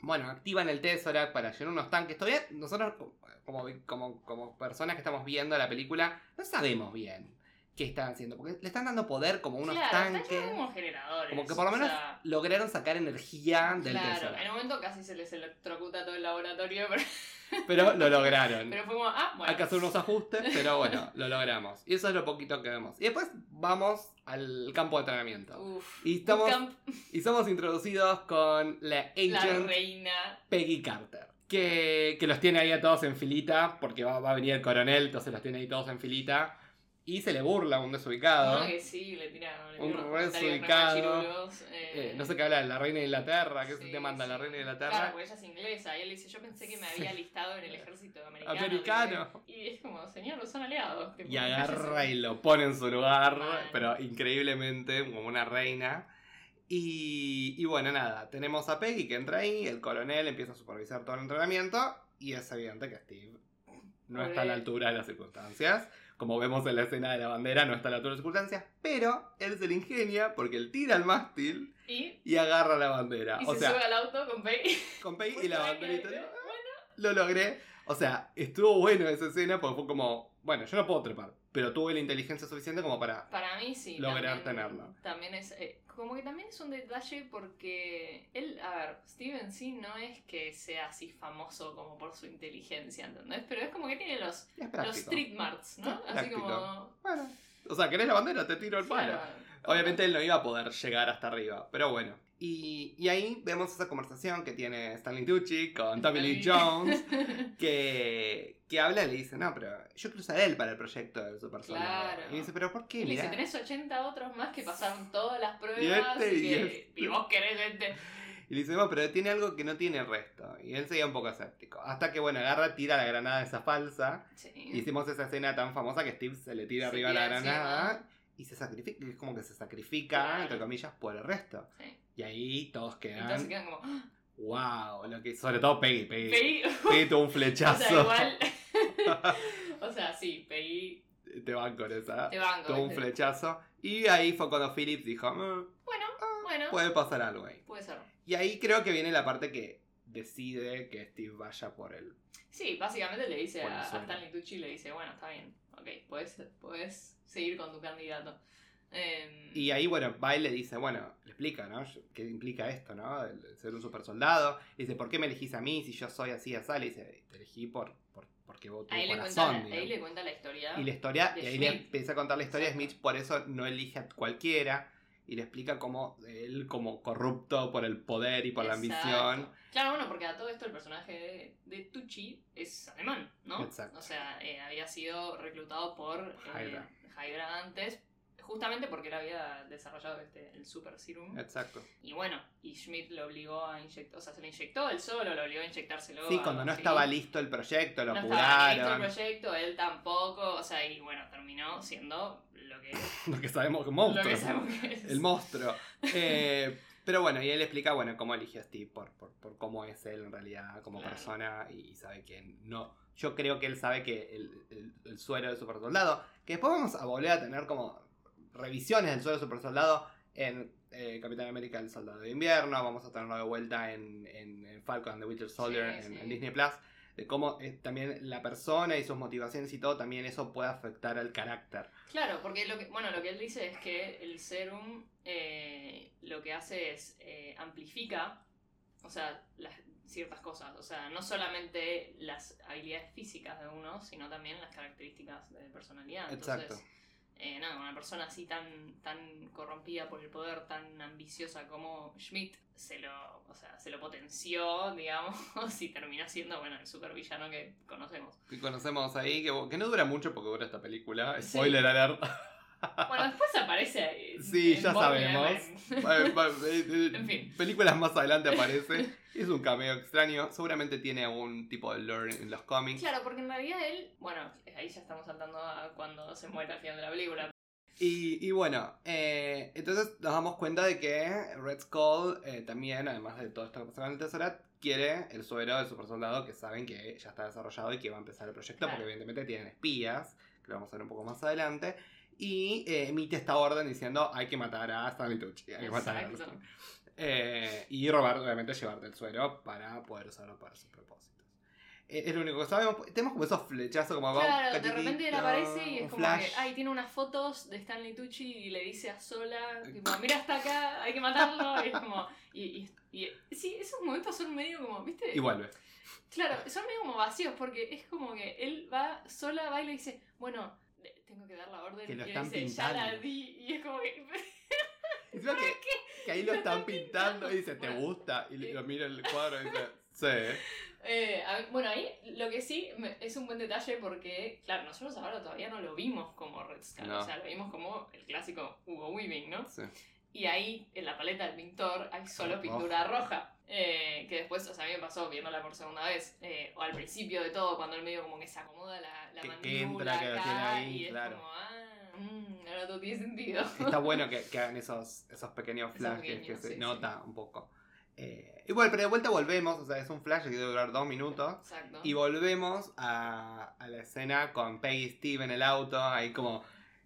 [SPEAKER 1] bueno, activan el Tesseract para llenar unos tanques. Todavía nosotros, como, como, como personas que estamos viendo la película, no sabemos bien qué están haciendo. Porque le están dando poder como a unos
[SPEAKER 2] claro,
[SPEAKER 1] tanques.
[SPEAKER 2] están como generadores.
[SPEAKER 1] Como que por lo menos
[SPEAKER 2] o sea,
[SPEAKER 1] lograron sacar energía del
[SPEAKER 2] claro, en
[SPEAKER 1] Tesseract.
[SPEAKER 2] un momento casi se les electrocuta todo el laboratorio, pero,
[SPEAKER 1] Pero lo lograron.
[SPEAKER 2] pero fue como, ah, bueno.
[SPEAKER 1] Hay que hacer unos ajustes, pero bueno, lo logramos. Y eso es lo poquito que vemos. Y después vamos al campo de entrenamiento.
[SPEAKER 2] Uf,
[SPEAKER 1] Y estamos-
[SPEAKER 2] bootcamp,
[SPEAKER 1] Y somos introducidos con la
[SPEAKER 2] la
[SPEAKER 1] Agent
[SPEAKER 2] reina.
[SPEAKER 1] Peggy Carter. Que, que los tiene ahí a todos en filita, porque va, va a venir el coronel, entonces los tiene ahí todos en filita. Y se le burla un desubicado.
[SPEAKER 2] No, que sí, le tiraron. Le
[SPEAKER 1] Un
[SPEAKER 2] tiraron
[SPEAKER 1] re
[SPEAKER 2] unos comentarios re
[SPEAKER 1] desubicado.
[SPEAKER 2] machirulos, eh,
[SPEAKER 1] Eh, no sé qué habla de la reina de Inglaterra, que es un
[SPEAKER 2] sí,
[SPEAKER 1] tema anda la
[SPEAKER 2] sí.
[SPEAKER 1] reina de Inglaterra.
[SPEAKER 2] Claro, porque ella es inglesa. Y él dice, yo pensé que me había alistado en el ejército americano.
[SPEAKER 1] Americano.
[SPEAKER 2] Y es como, señor, son aliados. tipo,
[SPEAKER 1] Y agarra
[SPEAKER 2] cállese.
[SPEAKER 1] y lo pone en su lugar,
[SPEAKER 2] Mal.
[SPEAKER 1] pero increíblemente como una reina. Y, y bueno, nada, tenemos a Peggy que entra ahí, el coronel empieza a supervisar todo el entrenamiento y es evidente que Steve no está a la
[SPEAKER 2] Pobre.
[SPEAKER 1] altura de las circunstancias. Como vemos en la escena de la bandera, no está a la altura de las circunstancias, pero él se le ingenia porque él tira el mástil
[SPEAKER 2] Y,
[SPEAKER 1] y agarra la bandera.
[SPEAKER 2] y
[SPEAKER 1] o
[SPEAKER 2] se
[SPEAKER 1] sea,
[SPEAKER 2] sube al auto con Peggy.
[SPEAKER 1] con Peggy y la banderita. "Ah".
[SPEAKER 2] Bueno,
[SPEAKER 1] Lo logré. O sea, estuvo bueno esa escena porque fue como, bueno, yo no puedo trepar, pero tuve la inteligencia suficiente como para...
[SPEAKER 2] Para mí sí.
[SPEAKER 1] Lograr
[SPEAKER 2] también-
[SPEAKER 1] tenerlo.
[SPEAKER 2] También es. eh, como que también es un detalle porque él, a ver, Steven sí no es que sea así famoso como por su inteligencia, ¿entendés? Pero es como que tiene los,
[SPEAKER 1] Es
[SPEAKER 2] los
[SPEAKER 1] práctico.
[SPEAKER 2] street marts, ¿no?
[SPEAKER 1] Es
[SPEAKER 2] Así
[SPEAKER 1] práctico.
[SPEAKER 2] como.
[SPEAKER 1] Bueno, o sea, querés la bandera, te tiro el palo.
[SPEAKER 2] claro.
[SPEAKER 1] Obviamente él no iba a poder llegar hasta arriba, pero bueno. Y, y ahí vemos esa conversación que tiene Stanley Tucci con Tommy Lee Jones, que, que habla y le dice, no, pero yo quiero usar él para el proyecto de su persona.
[SPEAKER 2] Claro.
[SPEAKER 1] Y dice, pero ¿por qué?
[SPEAKER 2] Y le dice,
[SPEAKER 1] Mirá".
[SPEAKER 2] tenés 80 otros más que pasaron todas las pruebas.
[SPEAKER 1] Y este,
[SPEAKER 2] y,
[SPEAKER 1] y
[SPEAKER 2] que-
[SPEAKER 1] este.
[SPEAKER 2] y vos querés este.
[SPEAKER 1] Y le dice, bueno, pero tiene algo que no tiene resto. Y él seguía un poco escéptico. Hasta que, bueno, agarra, tira la granada esa falsa.
[SPEAKER 2] Sí.
[SPEAKER 1] Hicimos esa escena tan famosa que Steve se le tira
[SPEAKER 2] Se
[SPEAKER 1] arriba
[SPEAKER 2] tira
[SPEAKER 1] la granada
[SPEAKER 2] encima.
[SPEAKER 1] y se sacrifica, es como que se sacrifica,
[SPEAKER 2] Claro.
[SPEAKER 1] entre comillas, por el resto.
[SPEAKER 2] Sí.
[SPEAKER 1] Y ahí todos
[SPEAKER 2] Y
[SPEAKER 1] quedan,
[SPEAKER 2] Entonces quedan como. ¡Ah!
[SPEAKER 1] wow, lo que, sobre todo Peggy, Peggy.
[SPEAKER 2] Peggy.
[SPEAKER 1] Peggy tuvo un
[SPEAKER 2] o sea,
[SPEAKER 1] flechazo.
[SPEAKER 2] igual. o sea, sí, Peggy.
[SPEAKER 1] Te van con esa.
[SPEAKER 2] Te banco.
[SPEAKER 1] Tuvo un
[SPEAKER 2] ¿viste?
[SPEAKER 1] flechazo. Y ahí fue cuando Phillips dijo, "Mm,
[SPEAKER 2] Bueno, bueno.
[SPEAKER 1] puede pasar algo ahí.
[SPEAKER 2] Puede ser.
[SPEAKER 1] Y ahí creo que viene la parte que decide que Steve vaya por él.
[SPEAKER 2] Sí, básicamente le dice
[SPEAKER 1] Bueno,
[SPEAKER 2] a, a
[SPEAKER 1] suena.
[SPEAKER 2] Stanley Tucci, le dice, bueno, está bien, ok, puedes, puedes seguir con tu candidato. Em,
[SPEAKER 1] Y ahí, bueno, va y le dice, bueno, le explica, ¿no? Yo- ¿Qué implica esto, no? El ser un super soldado. Dice, ¿por qué me elegís a mí si yo soy así, así? Le dice, te elegí por, por, porque vos tu
[SPEAKER 2] ahí, le cuenta,
[SPEAKER 1] corazón.
[SPEAKER 2] la-
[SPEAKER 1] digamos".
[SPEAKER 2] ahí le cuenta la historia.
[SPEAKER 1] Y la historia,
[SPEAKER 2] de
[SPEAKER 1] y ahí le
[SPEAKER 2] Schmidt.
[SPEAKER 1] empieza a contar la historia de
[SPEAKER 2] Exacto.
[SPEAKER 1] Smith, por eso no elige a cualquiera. Y le explica cómo él, como corrupto por el poder y por
[SPEAKER 2] Exacto.
[SPEAKER 1] la ambición.
[SPEAKER 2] Claro, bueno, porque a todo esto el personaje de, de Tucci es alemán, ¿no?
[SPEAKER 1] Exacto.
[SPEAKER 2] O sea, eh, había sido reclutado por eh,
[SPEAKER 1] Hydra.
[SPEAKER 2] Hydra antes, justamente porque él había desarrollado este, el super serum.
[SPEAKER 1] Exacto.
[SPEAKER 2] Y bueno, y Schmidt lo obligó a inyectar, o sea, se lo inyectó él solo, lo obligó a inyectárselo.
[SPEAKER 1] Sí,
[SPEAKER 2] a-
[SPEAKER 1] cuando no
[SPEAKER 2] sí.
[SPEAKER 1] estaba listo el proyecto, lo
[SPEAKER 2] no estaba listo el
[SPEAKER 1] apuraron.
[SPEAKER 2] proyecto, él tampoco, o sea, y bueno, terminó siendo lo que,
[SPEAKER 1] Lo que sabemos que
[SPEAKER 2] lo
[SPEAKER 1] monstruo.
[SPEAKER 2] que sabemos que es.
[SPEAKER 1] El monstruo. Eh, pero bueno, y él explica, bueno, cómo eligió a Steve por, por, por cómo es él en realidad como
[SPEAKER 2] Claro.
[SPEAKER 1] persona y, y sabe que no. Yo creo que él sabe que el, el, el suero del super soldado, que después vamos a volver a tener como revisiones del suero del super soldado en eh, Capitán América, el soldado de invierno, vamos a tenerlo de vuelta en, en, en Falcon and the Winter Soldier,
[SPEAKER 2] Sí,
[SPEAKER 1] en,
[SPEAKER 2] sí.
[SPEAKER 1] en Disney Plus, de cómo eh, también la persona y sus motivaciones y todo, también eso puede afectar al carácter.
[SPEAKER 2] Claro, porque lo que, bueno, lo que él dice es que el serum eh, lo que hace es eh, amplifica, o sea, las, ciertas cosas, o sea, no solamente las habilidades físicas de uno, sino también las características de personalidad. Entonces,
[SPEAKER 1] Exacto.
[SPEAKER 2] eh, nada, una persona así tan, tan corrompida por el poder, tan ambiciosa como Schmidt, se lo, o sea, se lo potenció, digamos, y terminó siendo, bueno, el supervillano que conocemos.
[SPEAKER 1] que conocemos ahí, que, que no dura mucho porque dura esta película.
[SPEAKER 2] Sí.
[SPEAKER 1] Spoiler alert.
[SPEAKER 2] Bueno, después aparece... en-
[SPEAKER 1] Sí,
[SPEAKER 2] en
[SPEAKER 1] ya
[SPEAKER 2] Borderlands.
[SPEAKER 1] Va- va- eh, eh,
[SPEAKER 2] En fin.
[SPEAKER 1] Películas más adelante aparece. Es un cameo extraño. Seguramente tiene algún tipo de lore en los cómics.
[SPEAKER 2] Claro, porque en realidad él, bueno, ahí ya estamos saltando a cuando se muere al final de la película.
[SPEAKER 1] Y, y bueno, eh, entonces nos damos cuenta de que Red Skull eh, también, además de todo esto que pasó en el Tesseract, quiere el suero del super soldado que saben que ya está desarrollado y que va a empezar el proyecto,
[SPEAKER 2] Claro.
[SPEAKER 1] porque evidentemente tienen espías, que lo vamos a ver un poco más adelante. Y eh, emite esta orden diciendo hay que matar a Stanley Tucci, hay que matar a
[SPEAKER 2] Exacto.
[SPEAKER 1] Eh, y Robert, obviamente, llevarte el suero para poder usarlo para sus propósitos. Eh, Es lo único que sabemos. Tenemos como esos flechazos como va un
[SPEAKER 2] Claro, de repente él
[SPEAKER 1] cachetito,
[SPEAKER 2] aparece y
[SPEAKER 1] un
[SPEAKER 2] es como
[SPEAKER 1] flash.
[SPEAKER 2] que, ay, tiene unas fotos de Stanley Tucci y le dice a Sola, tipo, mira hasta acá, hay que matarlo, y es como, y, y- y- sí, esos momentos son medio como, viste,
[SPEAKER 1] Y vuelve.
[SPEAKER 2] claro, son medio como vacíos, porque es como que él va, Sola va y le dice, bueno, le- tengo que dar la orden,
[SPEAKER 1] Que lo
[SPEAKER 2] y le
[SPEAKER 1] están
[SPEAKER 2] dice, ya la
[SPEAKER 1] pintando".
[SPEAKER 2] di, y es como que,
[SPEAKER 1] Encima que, que ahí lo están pintando y dice, ¿te
[SPEAKER 2] Bueno.
[SPEAKER 1] gusta? Y lo mira el cuadro y dice, sí.
[SPEAKER 2] Eh, a- bueno, ahí lo que sí me- es un buen detalle porque, claro, nosotros ahora todavía no lo vimos como Red Scar,
[SPEAKER 1] No.
[SPEAKER 2] o sea, lo vimos como el clásico Hugo Weaving, ¿no?
[SPEAKER 1] sí.
[SPEAKER 2] Y ahí en la paleta del pintor hay solo
[SPEAKER 1] Rojo.
[SPEAKER 2] pintura roja. Eh, que después, o sea, a mí me pasó viéndola por segunda vez, eh, o al principio de todo, cuando el medio como que se acomoda la, la
[SPEAKER 1] Que- que
[SPEAKER 2] mandíbula
[SPEAKER 1] entra, que lo
[SPEAKER 2] acá,
[SPEAKER 1] tiene ahí,
[SPEAKER 2] y es
[SPEAKER 1] claro.
[SPEAKER 2] como, ah, mm, ahora todo tiene sentido.
[SPEAKER 1] Está bueno que, que hagan esos, esos pequeños
[SPEAKER 2] Esos
[SPEAKER 1] flashes que
[SPEAKER 2] guiños,
[SPEAKER 1] se
[SPEAKER 2] sí,
[SPEAKER 1] nota un poco. Eh, y bueno, pero de vuelta volvemos, o sea, es un flash que debe durar dos minutos.
[SPEAKER 2] Exacto.
[SPEAKER 1] Y volvemos a, a la escena con Peggy y Steve en el auto, ahí como,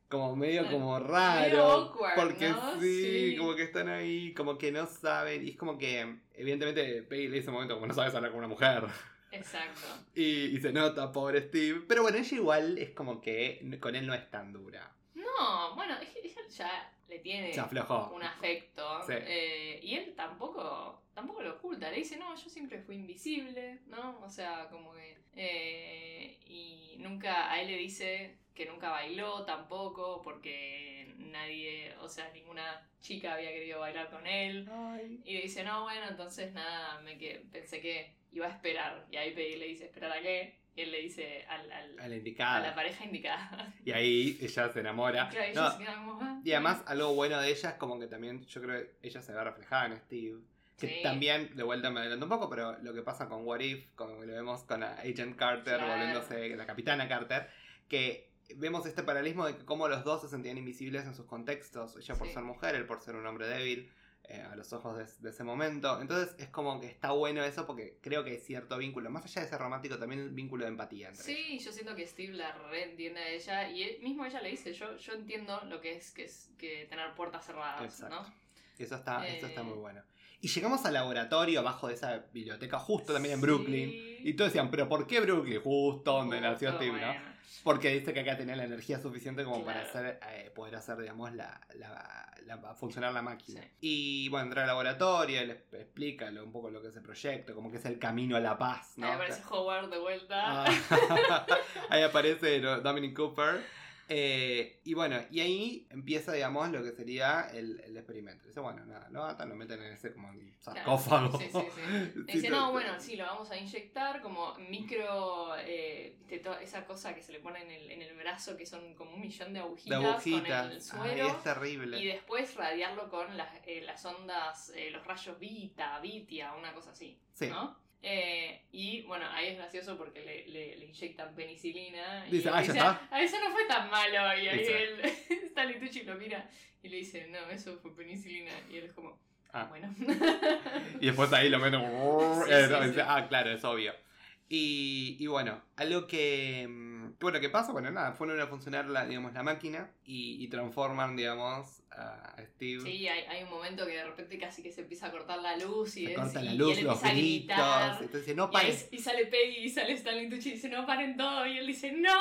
[SPEAKER 1] como medio como raro.
[SPEAKER 2] Medio awkward,
[SPEAKER 1] porque
[SPEAKER 2] ¿no?
[SPEAKER 1] sí,
[SPEAKER 2] Sí.
[SPEAKER 1] como que están ahí, como que no saben. Y es como que, evidentemente, Peggy le dice un momento como no sabes hablar con una mujer.
[SPEAKER 2] Exacto.
[SPEAKER 1] Y, y se nota, pobre Steve. Pero bueno, ella igual es como que con él no es tan dura.
[SPEAKER 2] No, bueno, es que ella ya le tiene.
[SPEAKER 1] Se aflojó.
[SPEAKER 2] un afecto.
[SPEAKER 1] Sí.
[SPEAKER 2] eh, y él tampoco, tampoco lo oculta. Le dice, no, yo siempre fui invisible, ¿no? O sea, como que. eh, y nunca, a él le dice que nunca bailó tampoco, porque nadie, o sea, ninguna chica había querido bailar con él.
[SPEAKER 1] Ay.
[SPEAKER 2] Y dice, no, bueno, entonces nada, me que pensé que iba a esperar. Y ahí Peggy le dice, ¿esperar a qué? Y él le dice, al, al-
[SPEAKER 1] A la
[SPEAKER 2] a
[SPEAKER 1] indicada.
[SPEAKER 2] la pareja indicada.
[SPEAKER 1] Y ahí ella se enamora.
[SPEAKER 2] Claro, y
[SPEAKER 1] No,
[SPEAKER 2] ella se queda como, "Ah,
[SPEAKER 1] Y además, algo bueno de ella es como que también yo creo que ella se ve reflejada en Steve. Que
[SPEAKER 2] Sí.
[SPEAKER 1] también, de vuelta me adelanto un poco, pero lo que pasa con What If, como lo vemos con la Agent Carter,
[SPEAKER 2] Claro.
[SPEAKER 1] volviéndose la capitana Carter, que vemos este paralelismo de que cómo los dos se sentían invisibles en sus contextos. Ella por
[SPEAKER 2] Sí.
[SPEAKER 1] ser mujer, él por ser un hombre débil, eh, a los ojos de, de ese momento. Entonces es como que está bueno eso porque creo que hay cierto vínculo, más allá de ser romántico, también el vínculo de empatía. Entre
[SPEAKER 2] Sí, yo siento que Steve la reentiende a ella y él- mismo ella le dice, yo, yo entiendo lo que es que, es- que tener puertas cerradas,
[SPEAKER 1] Exacto.
[SPEAKER 2] ¿no?
[SPEAKER 1] Eso está, eso está
[SPEAKER 2] Eh.
[SPEAKER 1] muy bueno. Y llegamos al laboratorio abajo de esa biblioteca, justo también en Brooklyn.
[SPEAKER 2] Sí.
[SPEAKER 1] Y todos decían, ¿pero por qué Brooklyn? Justo donde nació
[SPEAKER 2] Justo,
[SPEAKER 1] Steve, ¿no?
[SPEAKER 2] bueno.
[SPEAKER 1] Porque dice que acá tenía la energía suficiente como para
[SPEAKER 2] Claro.
[SPEAKER 1] hacer, eh, poder hacer, digamos, la, la- la- funcionar la máquina.
[SPEAKER 2] Sí.
[SPEAKER 1] Y bueno, entra al laboratorio, le explica lo- un poco lo que es el proyecto, como que es el camino a la paz, ¿no?
[SPEAKER 2] Ahí aparece Howard de vuelta.
[SPEAKER 1] Ah, ahí aparece ¿no? Dominic Cooper. Eh, y bueno, y ahí empieza, digamos, lo que sería el, el experimento. Dice, bueno, nada, lo atan, lo meten en ese como en sarcófago.
[SPEAKER 2] Sí, sí, sí.
[SPEAKER 1] Sí,
[SPEAKER 2] Le dice,
[SPEAKER 1] todo-
[SPEAKER 2] no,
[SPEAKER 1] todo-
[SPEAKER 2] bueno, sí, lo vamos a inyectar como micro, eh, viste, toda esa cosa que se le pone en el, en el brazo, que son como un millón
[SPEAKER 1] De
[SPEAKER 2] de agujitas,
[SPEAKER 1] agujitas.
[SPEAKER 2] con el
[SPEAKER 1] Ay,
[SPEAKER 2] suero.
[SPEAKER 1] es terrible.
[SPEAKER 2] y después radiarlo con las, eh, las ondas, eh, los rayos beta, bitia, una cosa así.
[SPEAKER 1] Sí.
[SPEAKER 2] ¿no? Eh, y bueno, ahí es gracioso porque le, le- le inyectan penicilina. y
[SPEAKER 1] Dice,
[SPEAKER 2] le
[SPEAKER 1] "Ah, ya está".
[SPEAKER 2] "Ah, eso no fue tan malo. Y ahí
[SPEAKER 1] Dice.
[SPEAKER 2] él, Stanley Tucci lo mira y le dice, no, eso fue penicilina. Y él es como,
[SPEAKER 1] Ah.
[SPEAKER 2] bueno.
[SPEAKER 1] Y después ahí lo meten.
[SPEAKER 2] Sí,
[SPEAKER 1] eh,
[SPEAKER 2] sí,
[SPEAKER 1] dice,
[SPEAKER 2] sí.
[SPEAKER 1] Ah, claro, es obvio. Y, y bueno, algo que. mm, Bueno, ¿qué pasa? Bueno, nada, ponen a funcionar la, digamos, la máquina y, y transforman, digamos, a a Steve.
[SPEAKER 2] sí, hay, hay un momento que de repente casi que se empieza a cortar la luz y,
[SPEAKER 1] Se
[SPEAKER 2] es-
[SPEAKER 1] corta la
[SPEAKER 2] y- y
[SPEAKER 1] luz,
[SPEAKER 2] él
[SPEAKER 1] los
[SPEAKER 2] empieza a
[SPEAKER 1] gritos.
[SPEAKER 2] gritar.
[SPEAKER 1] Entonces dice, no
[SPEAKER 2] Y, ahí-
[SPEAKER 1] pares.
[SPEAKER 2] y sale Peggy y sale Stanley Tucci y dice, no paren todo. Y él dice, no,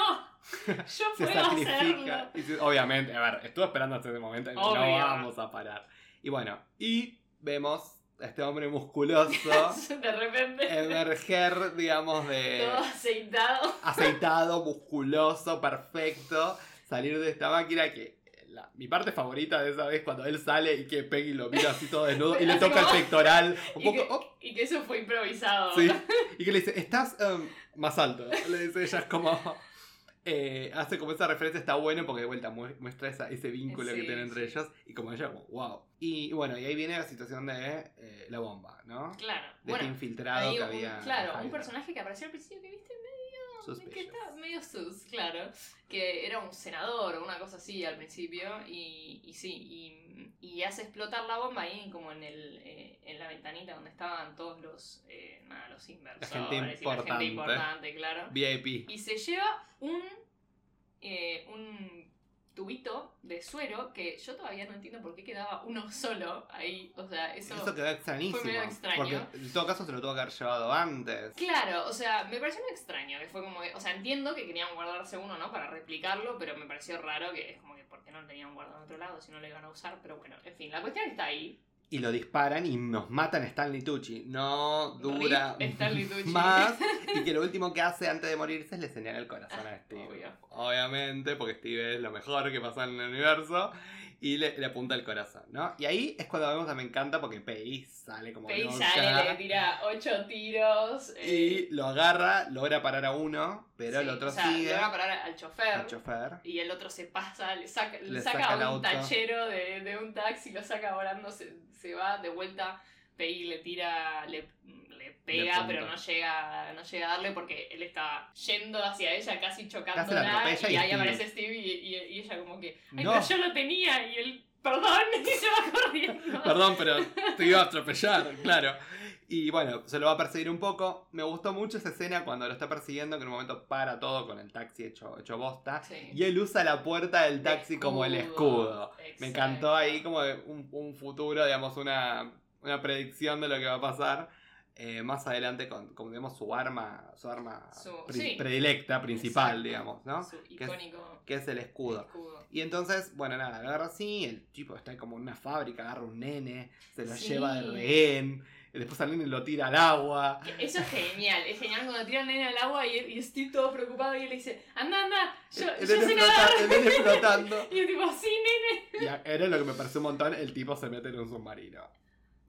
[SPEAKER 2] yo
[SPEAKER 1] Se
[SPEAKER 2] puedo
[SPEAKER 1] sacrifica.
[SPEAKER 2] hacerlo.
[SPEAKER 1] Y dice, obviamente, a ver, estuve esperando hasta ese momento. No
[SPEAKER 2] Obvio.
[SPEAKER 1] vamos a parar. Y bueno, y vemos a este hombre musculoso
[SPEAKER 2] De repente,
[SPEAKER 1] emerger, digamos, de.
[SPEAKER 2] todo aceitado.
[SPEAKER 1] aceitado, musculoso, perfecto, salir de esta máquina que la- mi parte favorita de esa vez cuando él sale y que Peggy lo mira así todo desnudo y le
[SPEAKER 2] Así
[SPEAKER 1] toca el
[SPEAKER 2] como-
[SPEAKER 1] pectoral un
[SPEAKER 2] Y
[SPEAKER 1] poco
[SPEAKER 2] que-
[SPEAKER 1] oh,
[SPEAKER 2] Y que eso fue improvisado.
[SPEAKER 1] sí, y que le dice estás em, más alto le dice ella es como eh, hace como esa referencia está bueno porque de vuelta mu- muestra esa- ese vínculo que
[SPEAKER 2] Sí,
[SPEAKER 1] tienen entre
[SPEAKER 2] sí.
[SPEAKER 1] ellos y como ella como wow y, y bueno y ahí viene la situación de eh, la bomba no
[SPEAKER 2] Claro.
[SPEAKER 1] de
[SPEAKER 2] bueno,
[SPEAKER 1] este infiltrado
[SPEAKER 2] ahí
[SPEAKER 1] que
[SPEAKER 2] un-
[SPEAKER 1] había
[SPEAKER 2] claro,
[SPEAKER 1] había-
[SPEAKER 2] un personaje que apareció al principio que viste medio. que
[SPEAKER 1] Suspicious.
[SPEAKER 2] está medio sus, claro. Que era un senador o una cosa así al principio. Y, y sí, y, y hace explotar la bomba ahí como en el eh, en la ventanita donde estaban todos los, eh, nada, los inversores y la
[SPEAKER 1] importante.
[SPEAKER 2] gente importante, claro.
[SPEAKER 1] VIP
[SPEAKER 2] Y se lleva un, eh, un tubito de suero que yo todavía no entiendo por qué quedaba uno solo ahí. O sea, eso.
[SPEAKER 1] Eso quedó extrañísimo.
[SPEAKER 2] fue medio extraño.
[SPEAKER 1] Porque en todo caso se lo tuvo que haber llevado antes.
[SPEAKER 2] Claro, o sea, me pareció muy extraño. Que fue como que- o sea, entiendo que querían guardarse uno, ¿no? Para replicarlo, pero me pareció raro que es como que por qué no lo tenían guardado en otro lado si no lo iban a usar. Pero bueno, en fin, la cuestión está ahí.
[SPEAKER 1] Y lo disparan y nos matan a Stanley Tucci. No dura
[SPEAKER 2] Rip Stanley Tucci.
[SPEAKER 1] más. Y que lo último que hace antes de morirse es le señala el corazón a Steve.
[SPEAKER 2] Ah, obvio.
[SPEAKER 1] Obviamente, porque Steve es lo mejor que pasa en el universo. Y le, le apunta el corazón, ¿no? Y ahí es cuando vemos a Me Encanta porque Pei sale como
[SPEAKER 2] Pei
[SPEAKER 1] loca.
[SPEAKER 2] sale, le tira ocho tiros. eh,
[SPEAKER 1] Y lo agarra, logra parar a uno, pero el
[SPEAKER 2] sí,
[SPEAKER 1] otro
[SPEAKER 2] o sea,
[SPEAKER 1] sigue.
[SPEAKER 2] Le van a parar al chofer.
[SPEAKER 1] al chofer.
[SPEAKER 2] Y el otro se pasa, le saca, le
[SPEAKER 1] Le
[SPEAKER 2] saca
[SPEAKER 1] saca el
[SPEAKER 2] un
[SPEAKER 1] auto.
[SPEAKER 2] tachero de, de un taxi, lo saca volando, se, se va de vuelta. Pei le tira, le, le pega,
[SPEAKER 1] apunta.
[SPEAKER 2] pero no llega, no llega a darle porque él está yendo hacia ella,
[SPEAKER 1] Casi
[SPEAKER 2] casi
[SPEAKER 1] la
[SPEAKER 2] chocándola.
[SPEAKER 1] atropella
[SPEAKER 2] Y,
[SPEAKER 1] y
[SPEAKER 2] ahí
[SPEAKER 1] Steve.
[SPEAKER 2] aparece Steve y, y- y ella, como que, ay,
[SPEAKER 1] No.
[SPEAKER 2] pero yo lo tenía. Y él, perdón, y se va corriendo.
[SPEAKER 1] Perdón, pero te iba a atropellar, claro. Y bueno, se lo va a perseguir un poco. Me gustó mucho esa escena cuando lo está persiguiendo, que en un momento para todo con el taxi hecho, hecho bosta.
[SPEAKER 2] Sí.
[SPEAKER 1] Y él usa la puerta del taxi como el escudo. Me encantó ahí
[SPEAKER 2] Exacto.
[SPEAKER 1] como de un, un futuro, digamos, una, una predicción de lo que va a pasar. eh, más adelante con, como digamos, su arma, su arma
[SPEAKER 2] Su-
[SPEAKER 1] pri-
[SPEAKER 2] sí.
[SPEAKER 1] predilecta, principal,
[SPEAKER 2] Exacto.
[SPEAKER 1] digamos, ¿no?
[SPEAKER 2] Su
[SPEAKER 1] Que es-
[SPEAKER 2] icónico
[SPEAKER 1] Que es el escudo.
[SPEAKER 2] escudo.
[SPEAKER 1] Y entonces, bueno, nada, lo agarra así, el tipo está como en una fábrica, agarra un nene, se lo
[SPEAKER 2] Sí.
[SPEAKER 1] lleva de rehén, y después al nene lo tira al agua.
[SPEAKER 2] Que Eso es genial, es genial cuando tira al nene al agua y, y Steve todo preocupado y él le dice, anda, anda, yo, yo
[SPEAKER 1] el,
[SPEAKER 2] sé
[SPEAKER 1] nene
[SPEAKER 2] nadar.
[SPEAKER 1] flota- el nene flotando.
[SPEAKER 2] Y yo tipo, sí, nene.
[SPEAKER 1] Y a- era lo que me pareció un montón, el tipo se mete en un submarino.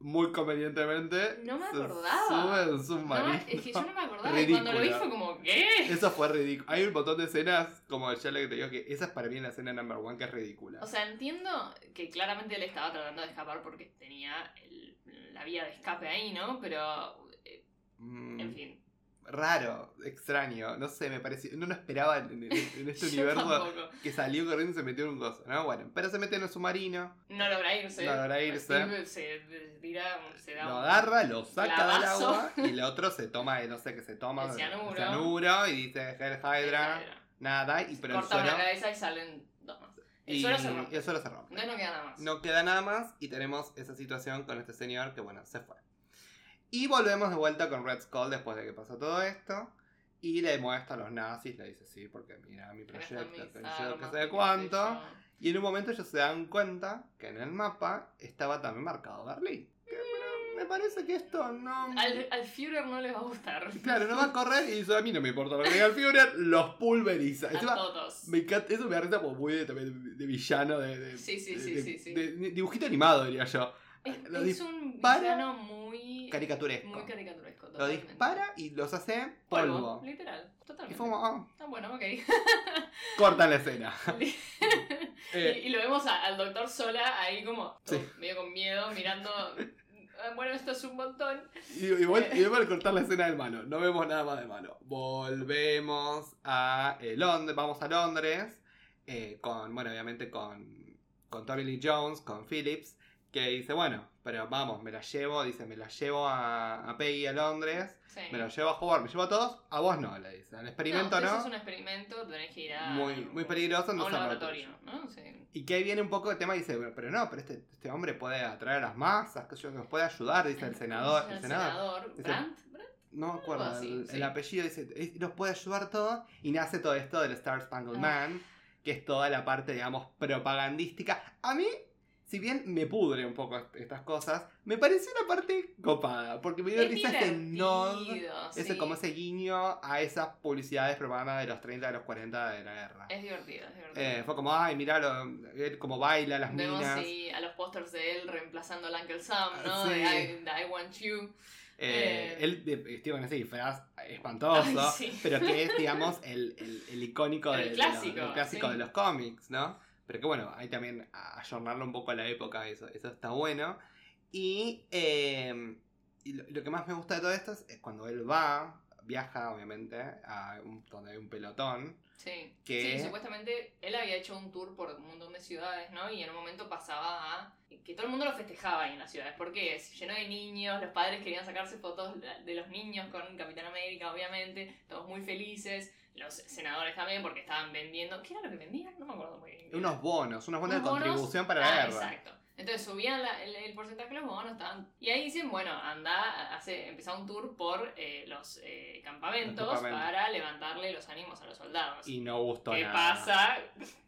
[SPEAKER 1] Muy convenientemente.
[SPEAKER 2] No me
[SPEAKER 1] se
[SPEAKER 2] acordaba.
[SPEAKER 1] Sube en un
[SPEAKER 2] No,
[SPEAKER 1] submarino.
[SPEAKER 2] es que yo no me acordaba y
[SPEAKER 1] Ridícula.
[SPEAKER 2] cuando lo vi fue como, ¿qué?
[SPEAKER 1] Eso fue ridículo. Hay un montón de escenas, como ya lo que te digo, que esa es para mí la escena number one que es ridícula.
[SPEAKER 2] O sea, entiendo que claramente él estaba tratando de escapar porque tenía el- la vía de escape ahí, ¿no? Pero, eh,
[SPEAKER 1] Mm,
[SPEAKER 2] en fin.
[SPEAKER 1] Raro, extraño, no sé, me pareció. No lo esperaba en, en- en este
[SPEAKER 2] yo
[SPEAKER 1] universo.
[SPEAKER 2] tampoco.
[SPEAKER 1] que salió corriendo y se metió en un coso, ¿no? Bueno, pero se mete en el submarino,
[SPEAKER 2] No logra irse.
[SPEAKER 1] No logra irse.
[SPEAKER 2] Steve se tira, se da
[SPEAKER 1] lo
[SPEAKER 2] un-
[SPEAKER 1] agarra, lo saca del
[SPEAKER 2] Lavazo.
[SPEAKER 1] agua y el otro se toma, eh, no sé qué se toma,
[SPEAKER 2] El cianuro.
[SPEAKER 1] cianuro, y dice Hell Hydra,
[SPEAKER 2] Corta
[SPEAKER 1] nada, y pero el
[SPEAKER 2] una
[SPEAKER 1] suelo,
[SPEAKER 2] cabeza y salen dos más. El
[SPEAKER 1] y,
[SPEAKER 2] suelo se rompe.
[SPEAKER 1] y el suelo se rompe.
[SPEAKER 2] Entonces no queda nada más.
[SPEAKER 1] No queda nada más y tenemos esa situación con este señor que, bueno, se fue. Y volvemos de vuelta con Red Skull después de que pasó todo esto. Y le muestra a los nazis, le dice, sí, porque mira mi
[SPEAKER 2] Acá están
[SPEAKER 1] proyecto,
[SPEAKER 2] mis
[SPEAKER 1] que yo
[SPEAKER 2] armas,
[SPEAKER 1] que sé
[SPEAKER 2] qué
[SPEAKER 1] cuánto.
[SPEAKER 2] sé yo.
[SPEAKER 1] Y en un momento ellos se dan cuenta que en el mapa estaba también marcado Berlín. Que, bueno, me parece que esto no...
[SPEAKER 2] Al, al Führer no les va a gustar.
[SPEAKER 1] Claro, no va a correr y dice, a mí no me importa lo que diga el Führer, los pulveriza.
[SPEAKER 2] A
[SPEAKER 1] Encima,
[SPEAKER 2] todos.
[SPEAKER 1] me encanta, eso me da risa como muy de, también de- de villano, de, de-
[SPEAKER 2] Sí, sí, sí,
[SPEAKER 1] de-
[SPEAKER 2] sí, sí.
[SPEAKER 1] de- de dibujito animado, diría yo,
[SPEAKER 2] Es,
[SPEAKER 1] lo
[SPEAKER 2] es un
[SPEAKER 1] dispara-
[SPEAKER 2] villano muy,
[SPEAKER 1] caricaturesco.
[SPEAKER 2] muy caricaturesco.
[SPEAKER 1] lo
[SPEAKER 2] totalmente.
[SPEAKER 1] dispara y los hace
[SPEAKER 2] Polvo,
[SPEAKER 1] polvo.
[SPEAKER 2] Literal.
[SPEAKER 1] Y
[SPEAKER 2] Totalmente.
[SPEAKER 1] fue como, ah,
[SPEAKER 2] Ah, bueno, ok.
[SPEAKER 1] cortan la escena.
[SPEAKER 2] y,
[SPEAKER 1] Eh,
[SPEAKER 2] y lo vemos a- al doctor Sola ahí como
[SPEAKER 1] Sí.
[SPEAKER 2] uh, medio con miedo, mirando. "Ah, Bueno, esto es un montón.
[SPEAKER 1] Y
[SPEAKER 2] Eh.
[SPEAKER 1] igual, y igual cortar la escena del malo. No vemos nada más de malo. Volvemos a eh, Londres. Vamos a Londres. eh, con, bueno, obviamente con, con Tommy Lee Jones, con Phillips. Que dice, bueno, pero vamos, me la llevo. Dice, me la llevo a, a Peggy a Londres.
[SPEAKER 2] Sí.
[SPEAKER 1] Me la llevo a jugar. Me llevo a todos. A vos no, le dice. Al experimento no.
[SPEAKER 2] Eso es un experimento, tenés que ir a,
[SPEAKER 1] Muy, muy peligroso.
[SPEAKER 2] pues, a un
[SPEAKER 1] entonces,
[SPEAKER 2] laboratorio, ¿no? Sí.
[SPEAKER 1] y que ahí viene un poco el tema y dice, bueno, pero no, pero este, este hombre puede atraer a las masas, que yo que nos puede ayudar, dice el senador.
[SPEAKER 2] El
[SPEAKER 1] El senador.
[SPEAKER 2] senador.
[SPEAKER 1] Dice-
[SPEAKER 2] Brandt. Brandt.
[SPEAKER 1] No me acuerdo,
[SPEAKER 2] así,
[SPEAKER 1] el,
[SPEAKER 2] sí.
[SPEAKER 1] el apellido dice, "Es- nos puede ayudar todo, y nace todo esto del Star Spangled
[SPEAKER 2] Ah.
[SPEAKER 1] Man, que es toda la parte, digamos, propagandística. A mí, si bien me pudre un poco est- estas cosas, me pareció una parte copada, porque me dio
[SPEAKER 2] Es
[SPEAKER 1] risa ese nod,
[SPEAKER 2] divertido,
[SPEAKER 1] ese,
[SPEAKER 2] sí.
[SPEAKER 1] como ese guiño a esas publicidades propagandas de los 30, de los 40 de la guerra.
[SPEAKER 2] Es divertido, es divertido.
[SPEAKER 1] Eh, fue como, ay, mirá cómo baila las
[SPEAKER 2] Vemos
[SPEAKER 1] minas. Ah,
[SPEAKER 2] sí, a los pósters de él reemplazando al Uncle Sam,
[SPEAKER 1] Sí.
[SPEAKER 2] ¿no? De I, de I Want You.
[SPEAKER 1] Eh,
[SPEAKER 2] Eh,
[SPEAKER 1] él de- vestido con ese disfraz espantoso,
[SPEAKER 2] Ay, sí.
[SPEAKER 1] pero que es, digamos, el, el- el icónico
[SPEAKER 2] El
[SPEAKER 1] de- de, los-
[SPEAKER 2] clásico,
[SPEAKER 1] el clásico
[SPEAKER 2] sí.
[SPEAKER 1] de los cómics, ¿no? Pero que bueno, hay también a- ayornarlo un poco a la época, eso, eso está bueno. Y, eh, y lo, lo que más me gusta de todo esto es, es cuando él va, viaja, obviamente, a un- donde hay un pelotón.
[SPEAKER 2] Sí.
[SPEAKER 1] Que-
[SPEAKER 2] Sí, supuestamente él había hecho un tour por un montón de ciudades, ¿no? Y en un momento pasaba a. que todo el mundo lo festejaba ahí en las ciudades. Porque se llenó de niños, los padres querían sacarse fotos de los niños con Capitán América, obviamente. Todos muy felices. los senadores también, porque estaban vendiendo. ¿Qué era lo que vendían? No me acuerdo muy bien.
[SPEAKER 1] Unos bonos, unos bonos
[SPEAKER 2] Unos
[SPEAKER 1] de
[SPEAKER 2] bonos-
[SPEAKER 1] contribución para la
[SPEAKER 2] Ah,
[SPEAKER 1] guerra.
[SPEAKER 2] Exacto. Entonces subían la- el, el porcentaje de los bonos, estaban. Y ahí dicen, bueno, anda, hace, empezá un tour por eh, los eh, campamentos
[SPEAKER 1] Los campamentos.
[SPEAKER 2] para levantarle los ánimos a los soldados.
[SPEAKER 1] Y no gustó
[SPEAKER 2] ¿Qué
[SPEAKER 1] nada.
[SPEAKER 2] pasa?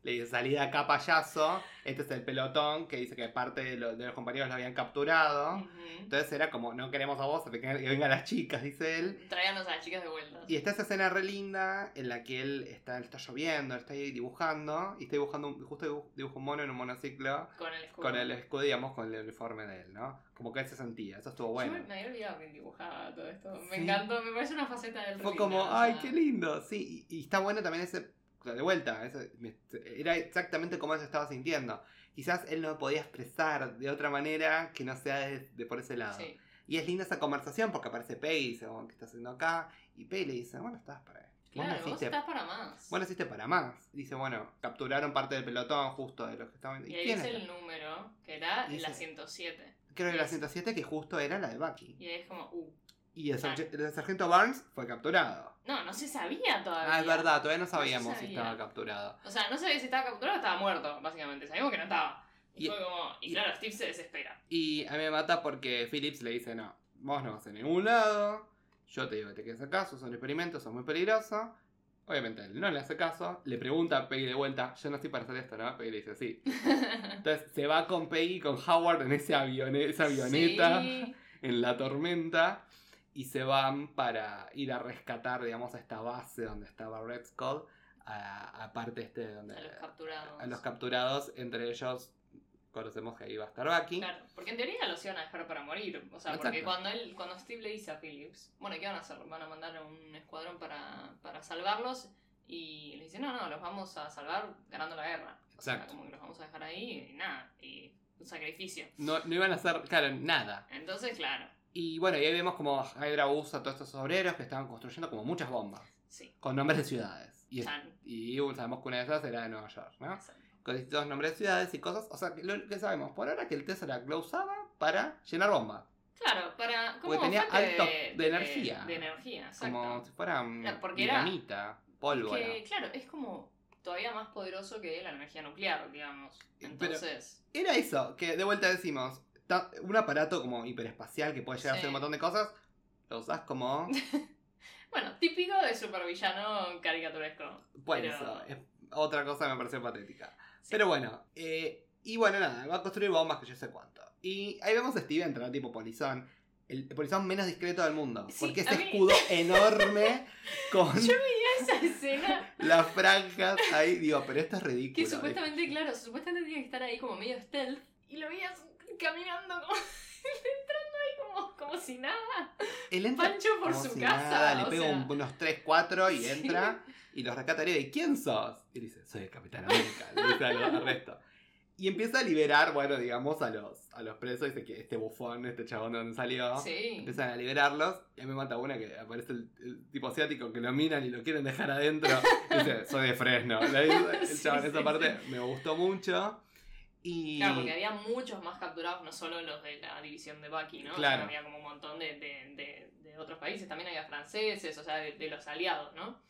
[SPEAKER 1] Le dice, salí de acá payaso. Este es el pelotón que dice que parte de, lo- de los compañeros lo habían capturado.
[SPEAKER 2] Ujú.
[SPEAKER 1] Entonces era como, no queremos a vos, que vengan- que vengan las chicas, dice él.
[SPEAKER 2] Tráiganos a las chicas de vuelta.
[SPEAKER 1] Y está esa escena re linda en la que él está, está lloviendo, está ahí dibujando, y está dibujando, un- justo dibuj- dibuja un mono en un monociclo
[SPEAKER 2] Con el escudo.
[SPEAKER 1] con el escudo, digamos, con el uniforme de él, ¿no? Como que él se sentía, eso estuvo
[SPEAKER 2] Yo me-
[SPEAKER 1] bueno.
[SPEAKER 2] me había olvidado que él dibujaba todo esto. Me
[SPEAKER 1] Sí.
[SPEAKER 2] encantó, me parece una faceta del
[SPEAKER 1] Fue
[SPEAKER 2] Rubin,
[SPEAKER 1] como,
[SPEAKER 2] ¿no? O
[SPEAKER 1] ay,
[SPEAKER 2] sea,
[SPEAKER 1] qué lindo, sí, y, y está bueno también ese, de vuelta, ese- me- era exactamente como él se estaba sintiendo. Quizás él no podía expresar de otra manera que no sea de, de por ese lado.
[SPEAKER 2] Sí,
[SPEAKER 1] Y es linda esa conversación porque aparece Pei y dice, bueno, ¿qué estás haciendo acá? Y Pei le dice, bueno, estás para... vos
[SPEAKER 2] claro, vos
[SPEAKER 1] naciste
[SPEAKER 2] estás para más.
[SPEAKER 1] Bueno, hiciste para más. Dice, bueno, capturaron parte del pelotón justo de los que estaban.
[SPEAKER 2] y
[SPEAKER 1] ¿Y
[SPEAKER 2] ahí
[SPEAKER 1] quién
[SPEAKER 2] dice
[SPEAKER 1] era?
[SPEAKER 2] el número, que era
[SPEAKER 1] Dice-
[SPEAKER 2] la 107.
[SPEAKER 1] Creo que la
[SPEAKER 2] es-
[SPEAKER 1] 107, que justo era la de Bucky.
[SPEAKER 2] Y ahí es como, uh.
[SPEAKER 1] Y el,
[SPEAKER 2] Claro.
[SPEAKER 1] sarge- el sargento Barnes fue capturado.
[SPEAKER 2] No, no se sabía todavía.
[SPEAKER 1] Ah, es verdad, todavía no sabíamos si
[SPEAKER 2] sabía.
[SPEAKER 1] estaba capturado.
[SPEAKER 2] O sea, no sabía si estaba capturado o estaba muerto, básicamente. Sabíamos que no estaba. Y,
[SPEAKER 1] Y-
[SPEAKER 2] fue como, y,
[SPEAKER 1] y-
[SPEAKER 2] claro, Steve se desespera.
[SPEAKER 1] Y a mí me mata porque Phillips le dice, no, vos no vas a ningún lado. Yo te digo que te quedes acá, sos un experimento, sos muy peligroso. Obviamente él no le hace caso, le pregunta a Peggy de vuelta, yo no estoy para hacer esto, ¿no? Peggy le dice, sí. Entonces se va con Peggy, con Howard en ese avión, esa avioneta.
[SPEAKER 2] Sí.
[SPEAKER 1] en la tormenta y se van para ir a rescatar, digamos, a esta base donde estaba Red Skull, a, a parte este donde...
[SPEAKER 2] A los capturados.
[SPEAKER 1] a los capturados, entre ellos conocemos que ahí va a estar Bucky.
[SPEAKER 2] Claro, porque en teoría los iban a dejar para morir. O sea, porque
[SPEAKER 1] Exacto.
[SPEAKER 2] cuando él, cuando Steve le dice a Phillips, bueno, ¿qué van a hacer? Van a mandar a un escuadrón para, para salvarlos. Y le dice, no, no, los vamos a salvar ganando la guerra. O sea,
[SPEAKER 1] Exacto.
[SPEAKER 2] como que los vamos a dejar ahí y nada. Y un sacrificio.
[SPEAKER 1] No, no iban a hacer, claro, nada.
[SPEAKER 2] Entonces, claro,
[SPEAKER 1] Y bueno, y ahí vemos como Hydra usa a todos estos obreros que estaban construyendo como muchas bombas,
[SPEAKER 2] sí.
[SPEAKER 1] con nombres de ciudades. Y, es-
[SPEAKER 2] Chan.
[SPEAKER 1] y sabemos que una de esas era de Nueva York, ¿no? Con distintos nombres de ciudades y cosas. O sea, que lo que sabemos por ahora que el Tesseract lo usaba para llenar bombas.
[SPEAKER 2] Claro, para. Como
[SPEAKER 1] Porque tenía
[SPEAKER 2] fuente
[SPEAKER 1] alto de energía.
[SPEAKER 2] De energía, exacto.
[SPEAKER 1] Como si fuera un
[SPEAKER 2] Claro, porque era-
[SPEAKER 1] dinamita, pólvora.
[SPEAKER 2] que, claro, es como todavía más poderoso que la energía nuclear, digamos.
[SPEAKER 1] Pero-
[SPEAKER 2] Entonces.
[SPEAKER 1] Era eso, que de vuelta decimos, ta- un aparato como hiperespacial que puede llegar a hacer
[SPEAKER 2] Sí.
[SPEAKER 1] un montón de cosas, lo usás como...
[SPEAKER 2] Bueno, típico de supervillano caricaturesco.
[SPEAKER 1] Bueno,
[SPEAKER 2] Pero-
[SPEAKER 1] eso es otra cosa que me pareció patética.
[SPEAKER 2] Sí.
[SPEAKER 1] Pero bueno, eh, y bueno, nada, va a construir bombas que yo sé cuánto. Y ahí vemos a Steve entrar tipo polizón. El polizón menos discreto del mundo.
[SPEAKER 2] Sí,
[SPEAKER 1] porque
[SPEAKER 2] a
[SPEAKER 1] ese
[SPEAKER 2] mí-
[SPEAKER 1] escudo enorme con
[SPEAKER 2] Yo veía esa escena
[SPEAKER 1] las franjas ahí. Digo, pero esto es
[SPEAKER 2] que
[SPEAKER 1] ridículo.
[SPEAKER 2] supuestamente, claro, supuestamente tenía que estar ahí como medio stealth. Y lo veías caminando como. entrando ahí como, como si nada.
[SPEAKER 1] Él entra
[SPEAKER 2] Pancho por
[SPEAKER 1] Como
[SPEAKER 2] su
[SPEAKER 1] si
[SPEAKER 2] casa.
[SPEAKER 1] nada, le
[SPEAKER 2] o
[SPEAKER 1] pega
[SPEAKER 2] sea,
[SPEAKER 1] un- unos 3, 4 y
[SPEAKER 2] Sí.
[SPEAKER 1] entra y los rescata y le dice, ¿quién sos? Y le dice, soy el Capitán América, le dice al al resto. Y empieza a liberar, bueno, digamos, a los, a los presos, dice que este bufón, este chabón de donde salió,
[SPEAKER 2] Sí.
[SPEAKER 1] empiezan a liberarlos, y a mí me mata una que aparece el, el tipo asiático que lo miran y lo quieren dejar adentro, y dice, soy de Fresno, Le dice el
[SPEAKER 2] Sí,
[SPEAKER 1] chabón,
[SPEAKER 2] sí,
[SPEAKER 1] esa parte me gustó mucho, y...
[SPEAKER 2] Claro, porque había muchos más capturados, no solo los de la división de Bucky, ¿no? O sea,
[SPEAKER 1] Claro.
[SPEAKER 2] había como un montón de, de- de- de otros países, también había franceses, o sea, de, de los aliados, ¿no?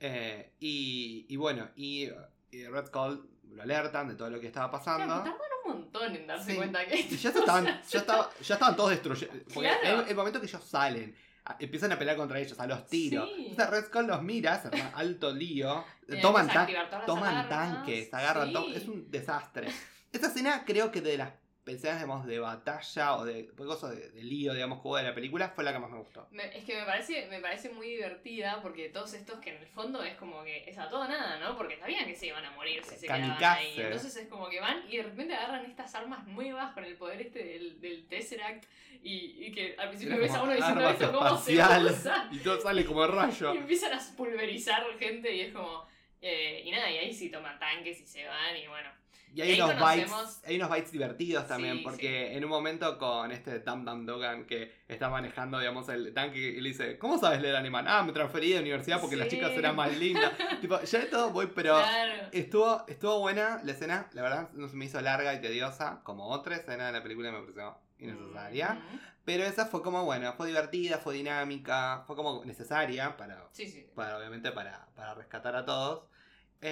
[SPEAKER 1] Eh, y, y bueno, y, y Red Skull lo alertan de todo lo que estaba pasando.
[SPEAKER 2] Claro, que tardaron un montón en darse
[SPEAKER 1] Sí.
[SPEAKER 2] cuenta que
[SPEAKER 1] Y ya, se estaban,
[SPEAKER 2] o sea,
[SPEAKER 1] ya, estaba- ya estaban todos destruyendo. Porque
[SPEAKER 2] Claro.
[SPEAKER 1] el, el momento que ellos salen, a- empiezan a pelear contra ellos, a los tiros.
[SPEAKER 2] Sí. Eh,
[SPEAKER 1] Entonces Red Skull los mira, se arma alto lío.
[SPEAKER 2] tenían que
[SPEAKER 1] toman tan-
[SPEAKER 2] desactivar todas las
[SPEAKER 1] toman
[SPEAKER 2] alarmas.
[SPEAKER 1] tanques, agarran
[SPEAKER 2] Sí.
[SPEAKER 1] to- Es un desastre. Esta escena creo que de las escenas digamos, de batalla o de cosas de, de lío, digamos, que hubo de la película, fue la que más me gustó.
[SPEAKER 2] Me- es que me parece, me parece muy divertida porque todos estos que en el fondo es como que es a todo o nada, ¿no? Porque sabían que se iban a morir si se quedaban
[SPEAKER 1] Kamikaze.
[SPEAKER 2] ahí. Entonces es como que van y de repente agarran estas armas nuevas con el poder este del, del Tesseract y, y que al principio
[SPEAKER 1] Era
[SPEAKER 2] ves a
[SPEAKER 1] como
[SPEAKER 2] uno diciendo
[SPEAKER 1] armas
[SPEAKER 2] esto cómo se
[SPEAKER 1] espaciales.
[SPEAKER 2] usa
[SPEAKER 1] Y todo sale como rayo.
[SPEAKER 2] y empiezan a pulverizar gente y es como... eh, y nada, y ahí sí toman tanques y se van y bueno.
[SPEAKER 1] Y hay
[SPEAKER 2] Ahí
[SPEAKER 1] unos,
[SPEAKER 2] conocemos-
[SPEAKER 1] bytes, hay unos bytes divertidos también,
[SPEAKER 2] Sí,
[SPEAKER 1] porque en un momento con este Dum Dum Dogan que está manejando, digamos, el tanque y le dice, ¿cómo sabes leer alemán? Ah, me transferí de universidad porque las
[SPEAKER 2] Sí.
[SPEAKER 1] chicas eran más lindas. tipo, ya de todo voy, pero
[SPEAKER 2] Claro.
[SPEAKER 1] estuvo, estuvo buena la escena, la verdad no se me hizo larga y tediosa, como otra escena de la película que me pareció innecesaria.
[SPEAKER 2] Ujú.
[SPEAKER 1] Pero esa fue como, bueno, fue divertida, fue dinámica, fue como necesaria para
[SPEAKER 2] Sí, sí.
[SPEAKER 1] para, obviamente para, para rescatar a todos.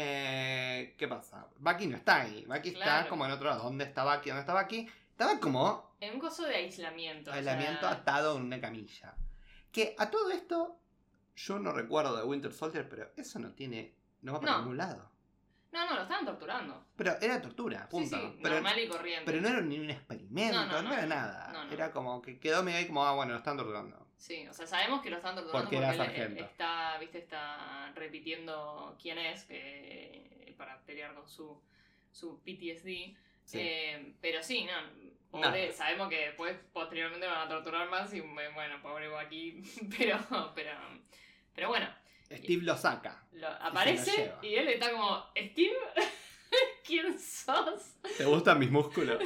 [SPEAKER 1] Eh, ¿Qué pasa? Bucky no está ahí. Bucky está
[SPEAKER 2] Claro.
[SPEAKER 1] como en otro lado. ¿Dónde está Bucky? ¿Dónde está Bucky? Estaba como
[SPEAKER 2] En un coso de aislamiento. o
[SPEAKER 1] aislamiento
[SPEAKER 2] sea,
[SPEAKER 1] atado en una camilla. Que a todo esto, yo no recuerdo de Winter Soldier, pero eso no tiene. No va para
[SPEAKER 2] No.
[SPEAKER 1] ningún lado.
[SPEAKER 2] No, no, lo estaban torturando.
[SPEAKER 1] Pero era tortura, punto.
[SPEAKER 2] Sí, sí,
[SPEAKER 1] pero,
[SPEAKER 2] normal y corriente.
[SPEAKER 1] pero no era ni un experimento,
[SPEAKER 2] No,
[SPEAKER 1] no,
[SPEAKER 2] no, no.
[SPEAKER 1] era nada.
[SPEAKER 2] No, no.
[SPEAKER 1] Era como que quedó medio ahí como, ah, bueno, lo están torturando.
[SPEAKER 2] Sí, o sea, sabemos que lo están torturando
[SPEAKER 1] Porque
[SPEAKER 2] porque,
[SPEAKER 1] era
[SPEAKER 2] él- él
[SPEAKER 1] sargento.
[SPEAKER 2] está, viste, está repitiendo quién es que- para pelear con su, su PTSD.
[SPEAKER 1] Sí.
[SPEAKER 2] Eh, pero sí, no, pobre,
[SPEAKER 1] No.
[SPEAKER 2] sabemos que después posteriormente van a torturar más y bueno, pobre aquí, pero, pero, pero bueno,
[SPEAKER 1] Steve lo saca.
[SPEAKER 2] lo-
[SPEAKER 1] lo
[SPEAKER 2] aparece
[SPEAKER 1] lleva.
[SPEAKER 2] y, él está como, Steve, ¿quién sos?
[SPEAKER 1] ¿Te gustan mis músculos?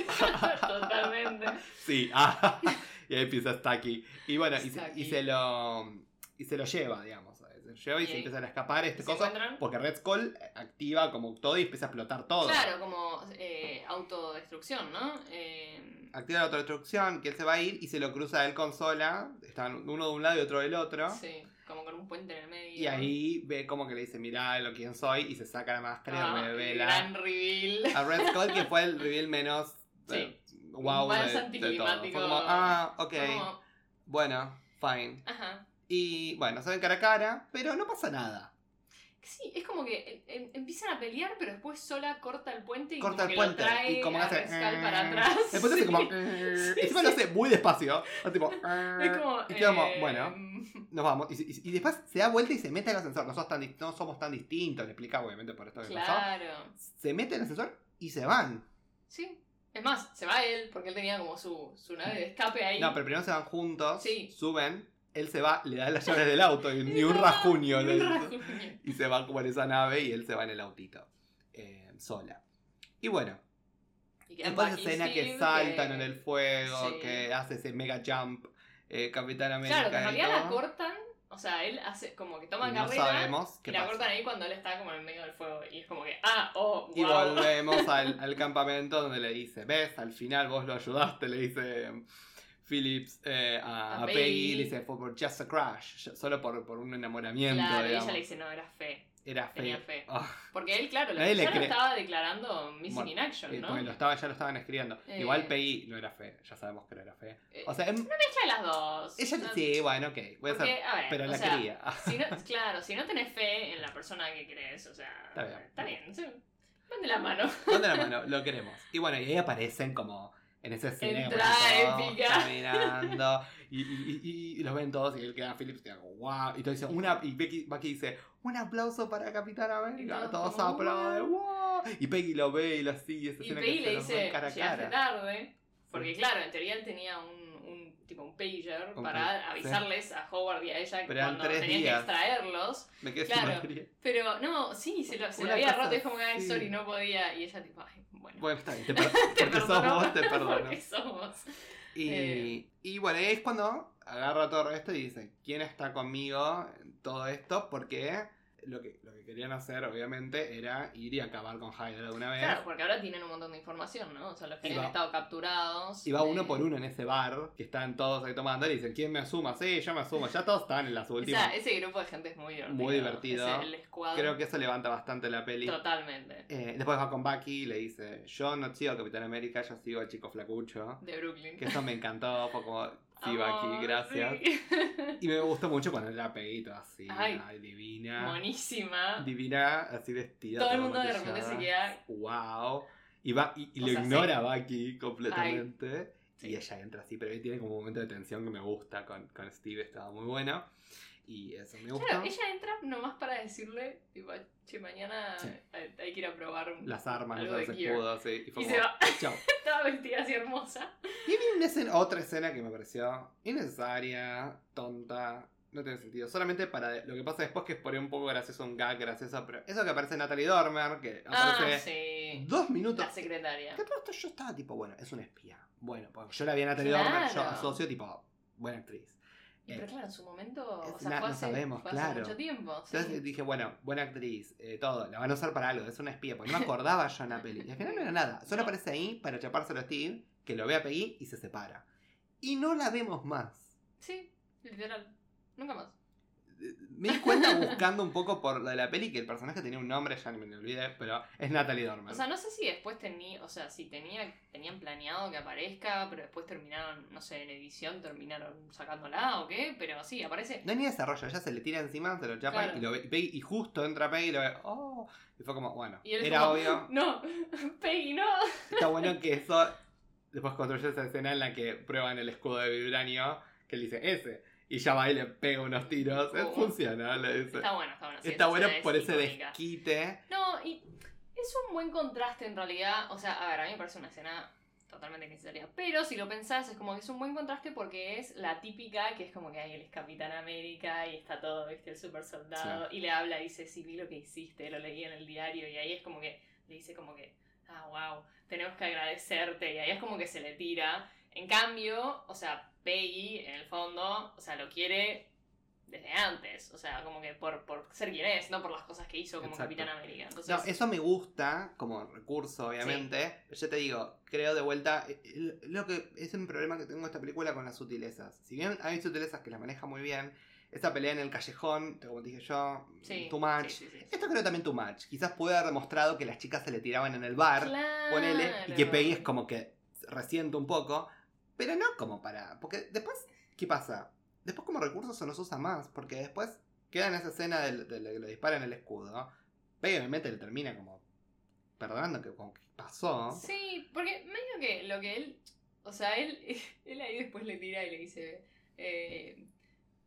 [SPEAKER 2] Totalmente.
[SPEAKER 1] Sí, ah, y ahí empieza Stucky. Y bueno, y se,
[SPEAKER 2] Stucky.
[SPEAKER 1] y se lo y se lo lleva, digamos. Se lo lleva y,
[SPEAKER 2] Y
[SPEAKER 1] se
[SPEAKER 2] ahí-
[SPEAKER 1] empiezan a escapar este
[SPEAKER 2] ¿Se
[SPEAKER 1] cosa.
[SPEAKER 2] encuentran?
[SPEAKER 1] Porque Red Skull activa como todo y empieza a explotar todo.
[SPEAKER 2] Claro, como eh, autodestrucción, ¿no? Eh,
[SPEAKER 1] Activa la autodestrucción, que él se va a ir y se lo cruza a él con Sola. Están uno de un lado y otro del otro.
[SPEAKER 2] Sí, como con un puente en el medio.
[SPEAKER 1] Y ahí ve como que le dice, mirá lo quién soy, y se saca la máscara,
[SPEAKER 2] Ah,
[SPEAKER 1] revela
[SPEAKER 2] Gran reveal.
[SPEAKER 1] a Red Skull, que fue el reveal menos
[SPEAKER 2] Sí.
[SPEAKER 1] eh, wow
[SPEAKER 2] Más
[SPEAKER 1] de, de todo. Fue
[SPEAKER 2] anticlimático.
[SPEAKER 1] como, ah, ok,
[SPEAKER 2] Como,
[SPEAKER 1] bueno, fine.
[SPEAKER 2] ajá.
[SPEAKER 1] Y bueno, se ven cara a cara, pero no pasa nada.
[SPEAKER 2] Sí, es como que em- em- empiezan a pelear, pero después sola corta el puente y
[SPEAKER 1] Corta el
[SPEAKER 2] como que
[SPEAKER 1] puente
[SPEAKER 2] lo trae
[SPEAKER 1] y como que
[SPEAKER 2] a
[SPEAKER 1] hace.
[SPEAKER 2] Rescal para
[SPEAKER 1] "Eh".
[SPEAKER 2] atrás.
[SPEAKER 1] Después hace como.
[SPEAKER 2] Sí.
[SPEAKER 1] "Eh".
[SPEAKER 2] Sí,
[SPEAKER 1] Encima
[SPEAKER 2] sí.
[SPEAKER 1] lo hace muy despacio. Hace tipo.
[SPEAKER 2] Es como,
[SPEAKER 1] "Eh". y quedamos,
[SPEAKER 2] eh,
[SPEAKER 1] bueno, nos vamos. Y, y- y después se da vuelta y se mete al ascensor. Nosotros tan, di- no somos tan distintos, le explica obviamente por esto que pasó.
[SPEAKER 2] Claro.
[SPEAKER 1] Se mete al ascensor y se van.
[SPEAKER 2] Sí. Es más, se va él, porque él tenía como su, su nave de escape ahí.
[SPEAKER 1] No, pero primero se van juntos,
[SPEAKER 2] Sí.
[SPEAKER 1] suben, él se va, le da las llaves del auto y ni un rajuño.
[SPEAKER 2] Ni
[SPEAKER 1] le
[SPEAKER 2] un
[SPEAKER 1] dice.
[SPEAKER 2] rajuño.
[SPEAKER 1] Y se va como en esa nave y él se va en el autito. eh, sola. Y bueno,
[SPEAKER 2] Y quedan
[SPEAKER 1] Después
[SPEAKER 2] Bucky y
[SPEAKER 1] escena
[SPEAKER 2] Steve,
[SPEAKER 1] que saltan en el fuego,
[SPEAKER 2] sí.
[SPEAKER 1] que hace ese mega jump, eh, Capitán América.
[SPEAKER 2] Claro, que en
[SPEAKER 1] y
[SPEAKER 2] realidad la
[SPEAKER 1] todo.
[SPEAKER 2] cortan, o sea, él hace como que toma
[SPEAKER 1] Y no
[SPEAKER 2] carrera
[SPEAKER 1] sabemos
[SPEAKER 2] y
[SPEAKER 1] qué
[SPEAKER 2] la
[SPEAKER 1] pasa.
[SPEAKER 2] cortan ahí cuando él está como en el medio del fuego. Y es como que, ah, oh, wow.
[SPEAKER 1] Y volvemos al, al campamento donde le dice, ves, al final vos lo ayudaste, le dice um, Phillips eh, a,
[SPEAKER 2] A
[SPEAKER 1] a Peggy,
[SPEAKER 2] Peggy.
[SPEAKER 1] le dice, fue por just a crush, yo- solo por, por un enamoramiento,
[SPEAKER 2] Claro, y
[SPEAKER 1] digamos.
[SPEAKER 2] ella le dice, no, era fe.
[SPEAKER 1] Era fe.
[SPEAKER 2] tenía fe.
[SPEAKER 1] Ah,
[SPEAKER 2] Porque él, claro,
[SPEAKER 1] Nadie le
[SPEAKER 2] le, ya lo
[SPEAKER 1] cree.
[SPEAKER 2] estaba declarando missing
[SPEAKER 1] Bueno,
[SPEAKER 2] in action,
[SPEAKER 1] eh,
[SPEAKER 2] ¿no?
[SPEAKER 1] porque lo estaba, ya lo estaban escribiendo.
[SPEAKER 2] Eh.
[SPEAKER 1] Igual Peggy no era fe, ya sabemos que no era fe.
[SPEAKER 2] Eh,
[SPEAKER 1] O sea, em-
[SPEAKER 2] Mezcla de las dos.
[SPEAKER 1] ella
[SPEAKER 2] No-
[SPEAKER 1] sí, bueno, ok, voy a
[SPEAKER 2] porque,
[SPEAKER 1] hacer,
[SPEAKER 2] a ver,
[SPEAKER 1] pero
[SPEAKER 2] o
[SPEAKER 1] la
[SPEAKER 2] sea,
[SPEAKER 1] quería. Ah,
[SPEAKER 2] si no- claro, si no tenés fe en la persona que crees, o sea,
[SPEAKER 1] Está bien.
[SPEAKER 2] no sé, van de la mano.
[SPEAKER 1] Ponte la mano, lo queremos. Y bueno, y ahí aparecen como en ese escena
[SPEAKER 2] Entrada
[SPEAKER 1] aparecen todos
[SPEAKER 2] épica.
[SPEAKER 1] caminando y, y- y- y los ven todos y él queda Phillips queda como wow y todo dice una y Becky, Bucky dice un aplauso para Capitán América todos
[SPEAKER 2] Y todos como,
[SPEAKER 1] aplauden wow y Peggy lo ve y lo sigue esa
[SPEAKER 2] Y
[SPEAKER 1] escena
[SPEAKER 2] Peggy
[SPEAKER 1] que
[SPEAKER 2] le
[SPEAKER 1] se los ven
[SPEAKER 2] dice,
[SPEAKER 1] cara a cara
[SPEAKER 2] llegaste tarde. Porque claro, en teoría él tenía un, un tipo un pager
[SPEAKER 1] Un
[SPEAKER 2] para
[SPEAKER 1] pager, sí.
[SPEAKER 2] avisarles a Howard y a ella
[SPEAKER 1] Pero eran
[SPEAKER 2] cuando
[SPEAKER 1] tres
[SPEAKER 2] tenían
[SPEAKER 1] días.
[SPEAKER 2] que extraerlos.
[SPEAKER 1] me quedé
[SPEAKER 2] claro.
[SPEAKER 1] sin batería
[SPEAKER 2] Pero no, sí, se lo, se lo
[SPEAKER 1] Una
[SPEAKER 2] había
[SPEAKER 1] cosa
[SPEAKER 2] roto, es como que ay,
[SPEAKER 1] así.
[SPEAKER 2] sorry, no podía. Y ella tipo, ay, bueno.
[SPEAKER 1] bueno está bien te, per- porque sos
[SPEAKER 2] perdono,
[SPEAKER 1] vos te perdono
[SPEAKER 2] Porque sos vos.
[SPEAKER 1] y,
[SPEAKER 2] Eh.
[SPEAKER 1] y bueno ahí es cuando agarra todo esto y dice quién está conmigo en todo esto porque lo que, lo que querían hacer obviamente era ir y acabar con Hydra de una vez
[SPEAKER 2] Claro, porque ahora tienen un montón de información, ¿no? O sea, los que
[SPEAKER 1] Y
[SPEAKER 2] habían
[SPEAKER 1] va-
[SPEAKER 2] estado capturados.
[SPEAKER 1] Y va
[SPEAKER 2] eh,
[SPEAKER 1] uno por uno en ese bar que están todos ahí tomando y dicen, ¿quién me asuma? Sí, yo me asumo. Ya todos están en las
[SPEAKER 2] o
[SPEAKER 1] últimas.
[SPEAKER 2] sea, ese grupo de gente es muy divertido.
[SPEAKER 1] Muy divertido.
[SPEAKER 2] Ese- el squad.
[SPEAKER 1] Creo que eso levanta bastante la peli.
[SPEAKER 2] Totalmente.
[SPEAKER 1] Eh, después va con Bucky y le dice, yo no sigo a Capitán América, yo sigo al chico flacucho.
[SPEAKER 2] De Brooklyn.
[SPEAKER 1] Que eso me encantó, fue como, sí,
[SPEAKER 2] Amor,
[SPEAKER 1] Bucky, gracias.
[SPEAKER 2] sí.
[SPEAKER 1] Y me gustó mucho cuando era peguito así,
[SPEAKER 2] Ay.
[SPEAKER 1] ay, divina.
[SPEAKER 2] Buenísima.
[SPEAKER 1] Divina, así vestida.
[SPEAKER 2] Todo el
[SPEAKER 1] toda
[SPEAKER 2] mundo de repente
[SPEAKER 1] maquillada.
[SPEAKER 2] se queda.
[SPEAKER 1] Wow. Y, va, y, y
[SPEAKER 2] O
[SPEAKER 1] lo
[SPEAKER 2] sea, sí.
[SPEAKER 1] ignora Bucky completamente. Y
[SPEAKER 2] Sí.
[SPEAKER 1] ella entra así, pero ahí tiene como un momento de tensión que me gusta con, con Steve, estaba muy bueno. Y eso me gusta.
[SPEAKER 2] Claro, ella entra nomás para decirle, tipo, che, mañana
[SPEAKER 1] Sí.
[SPEAKER 2] hay, hay que ir a probar un...
[SPEAKER 1] Las armas,
[SPEAKER 2] Algo
[SPEAKER 1] los
[SPEAKER 2] de
[SPEAKER 1] otros
[SPEAKER 2] gear.
[SPEAKER 1] escudos, sí. Y fue
[SPEAKER 2] Y
[SPEAKER 1] como,
[SPEAKER 2] se va.
[SPEAKER 1] chao.
[SPEAKER 2] Estaba vestida así hermosa.
[SPEAKER 1] Y vi una escena- otra escena que me pareció innecesaria, tonta, No tiene sentido. Solamente para lo que pasa después que es por ahí un poco gracioso, un gag gracioso. Pero eso que aparece Natalie Dormer, que
[SPEAKER 2] Ah,
[SPEAKER 1] aparece
[SPEAKER 2] sí.
[SPEAKER 1] dos minutos.
[SPEAKER 2] La secretaria.
[SPEAKER 1] Que todo esto yo estaba tipo, bueno, es una espía. Bueno, porque yo la vi a Natalie Dormer, yo
[SPEAKER 2] Claro.
[SPEAKER 1] asocio tipo, buena actriz.
[SPEAKER 2] Y pero claro, en su momento, o
[SPEAKER 1] es-
[SPEAKER 2] sea,
[SPEAKER 1] na-
[SPEAKER 2] fue
[SPEAKER 1] no
[SPEAKER 2] hace,
[SPEAKER 1] sabemos,
[SPEAKER 2] fue hace
[SPEAKER 1] claro.
[SPEAKER 2] mucho tiempo. sí.
[SPEAKER 1] Entonces dije, bueno, buena actriz, eh, todo, la van a usar para algo, es una espía, porque no me acordaba yo en la peli. Y al final no era nada, solo
[SPEAKER 2] No.
[SPEAKER 1] aparece ahí para chapárselo a Steve, que lo ve a Peggy y se separa. Y no la vemos más.
[SPEAKER 2] Sí, literal. Nunca más.
[SPEAKER 1] Eh, Me di cuenta buscando un poco por lo de la peli que el personaje tenía un nombre, ya me lo olvidé, pero es Natalie Dormer.
[SPEAKER 2] O sea, no sé si después tenía, o sea, si tenía, tenían planeado que aparezca, pero después terminaron, no sé, en edición terminaron sacándola o qué, pero sí, aparece.
[SPEAKER 1] No hay ni desarrollo, ya se le tira encima, se lo chapan
[SPEAKER 2] Claro.
[SPEAKER 1] y lo ve. Y, Peggy- y justo entra Peggy y lo ve. ¡Oh! Y fue como, bueno,
[SPEAKER 2] Y él
[SPEAKER 1] era
[SPEAKER 2] como,
[SPEAKER 1] obvio.
[SPEAKER 2] No, Peggy, no.
[SPEAKER 1] Está bueno que eso. Después construye esa escena en la que prueban el escudo de vibranio, que le dice ese. Y ya va y le pega unos tiros. Eh,
[SPEAKER 2] Oh.
[SPEAKER 1] Funciona, le dice.
[SPEAKER 2] Está bueno, está bueno. sí,
[SPEAKER 1] Está
[SPEAKER 2] esa
[SPEAKER 1] bueno
[SPEAKER 2] escena es
[SPEAKER 1] por ese
[SPEAKER 2] icónica.
[SPEAKER 1] desquite.
[SPEAKER 2] No, y es un buen contraste en realidad. O sea, a ver, a mí me parece una escena totalmente necesaria. Pero si lo pensás, es como que es un buen contraste porque es la típica que es como que ahí él es Capitán América y está todo, viste, el super soldado. Y le habla, dice, sí, vi lo que hiciste, lo leí en el diario. Y ahí es como que le dice como que, ah, wow, tenemos que agradecerte. Y ahí es como que se le tira. En cambio, o sea, Peggy, en el fondo, o sea, lo quiere desde antes. O sea, como que por, por ser quien es, no por las cosas que hizo como
[SPEAKER 1] Exacto.
[SPEAKER 2] Capitán América. Entonces,
[SPEAKER 1] No, eso me gusta como recurso, obviamente. Pero Yo te digo, creo de vuelta. eh, eh, Lo que es un problema que tengo esta película con las sutilezas. Si bien hay sutilezas que las maneja muy bien, esa pelea en el callejón, como dije yo,
[SPEAKER 2] sí,
[SPEAKER 1] too much.
[SPEAKER 2] sí, sí, sí.
[SPEAKER 1] Esto creo también too much. Quizás puede haber demostrado que las chicas se le tiraban en el bar. ponele, y que
[SPEAKER 2] Claro.
[SPEAKER 1] Peggy es como que resiente un poco, pero no como para, porque después, ¿qué pasa? Después como recurso se los usa más, porque después queda en esa escena del- del- de, que lo disparan el escudo, Peggy obviamente le termina como perdonando que, como que pasó,
[SPEAKER 2] Sí, porque medio que lo que él. O sea, él, él ahí después le tira y le dice. eh,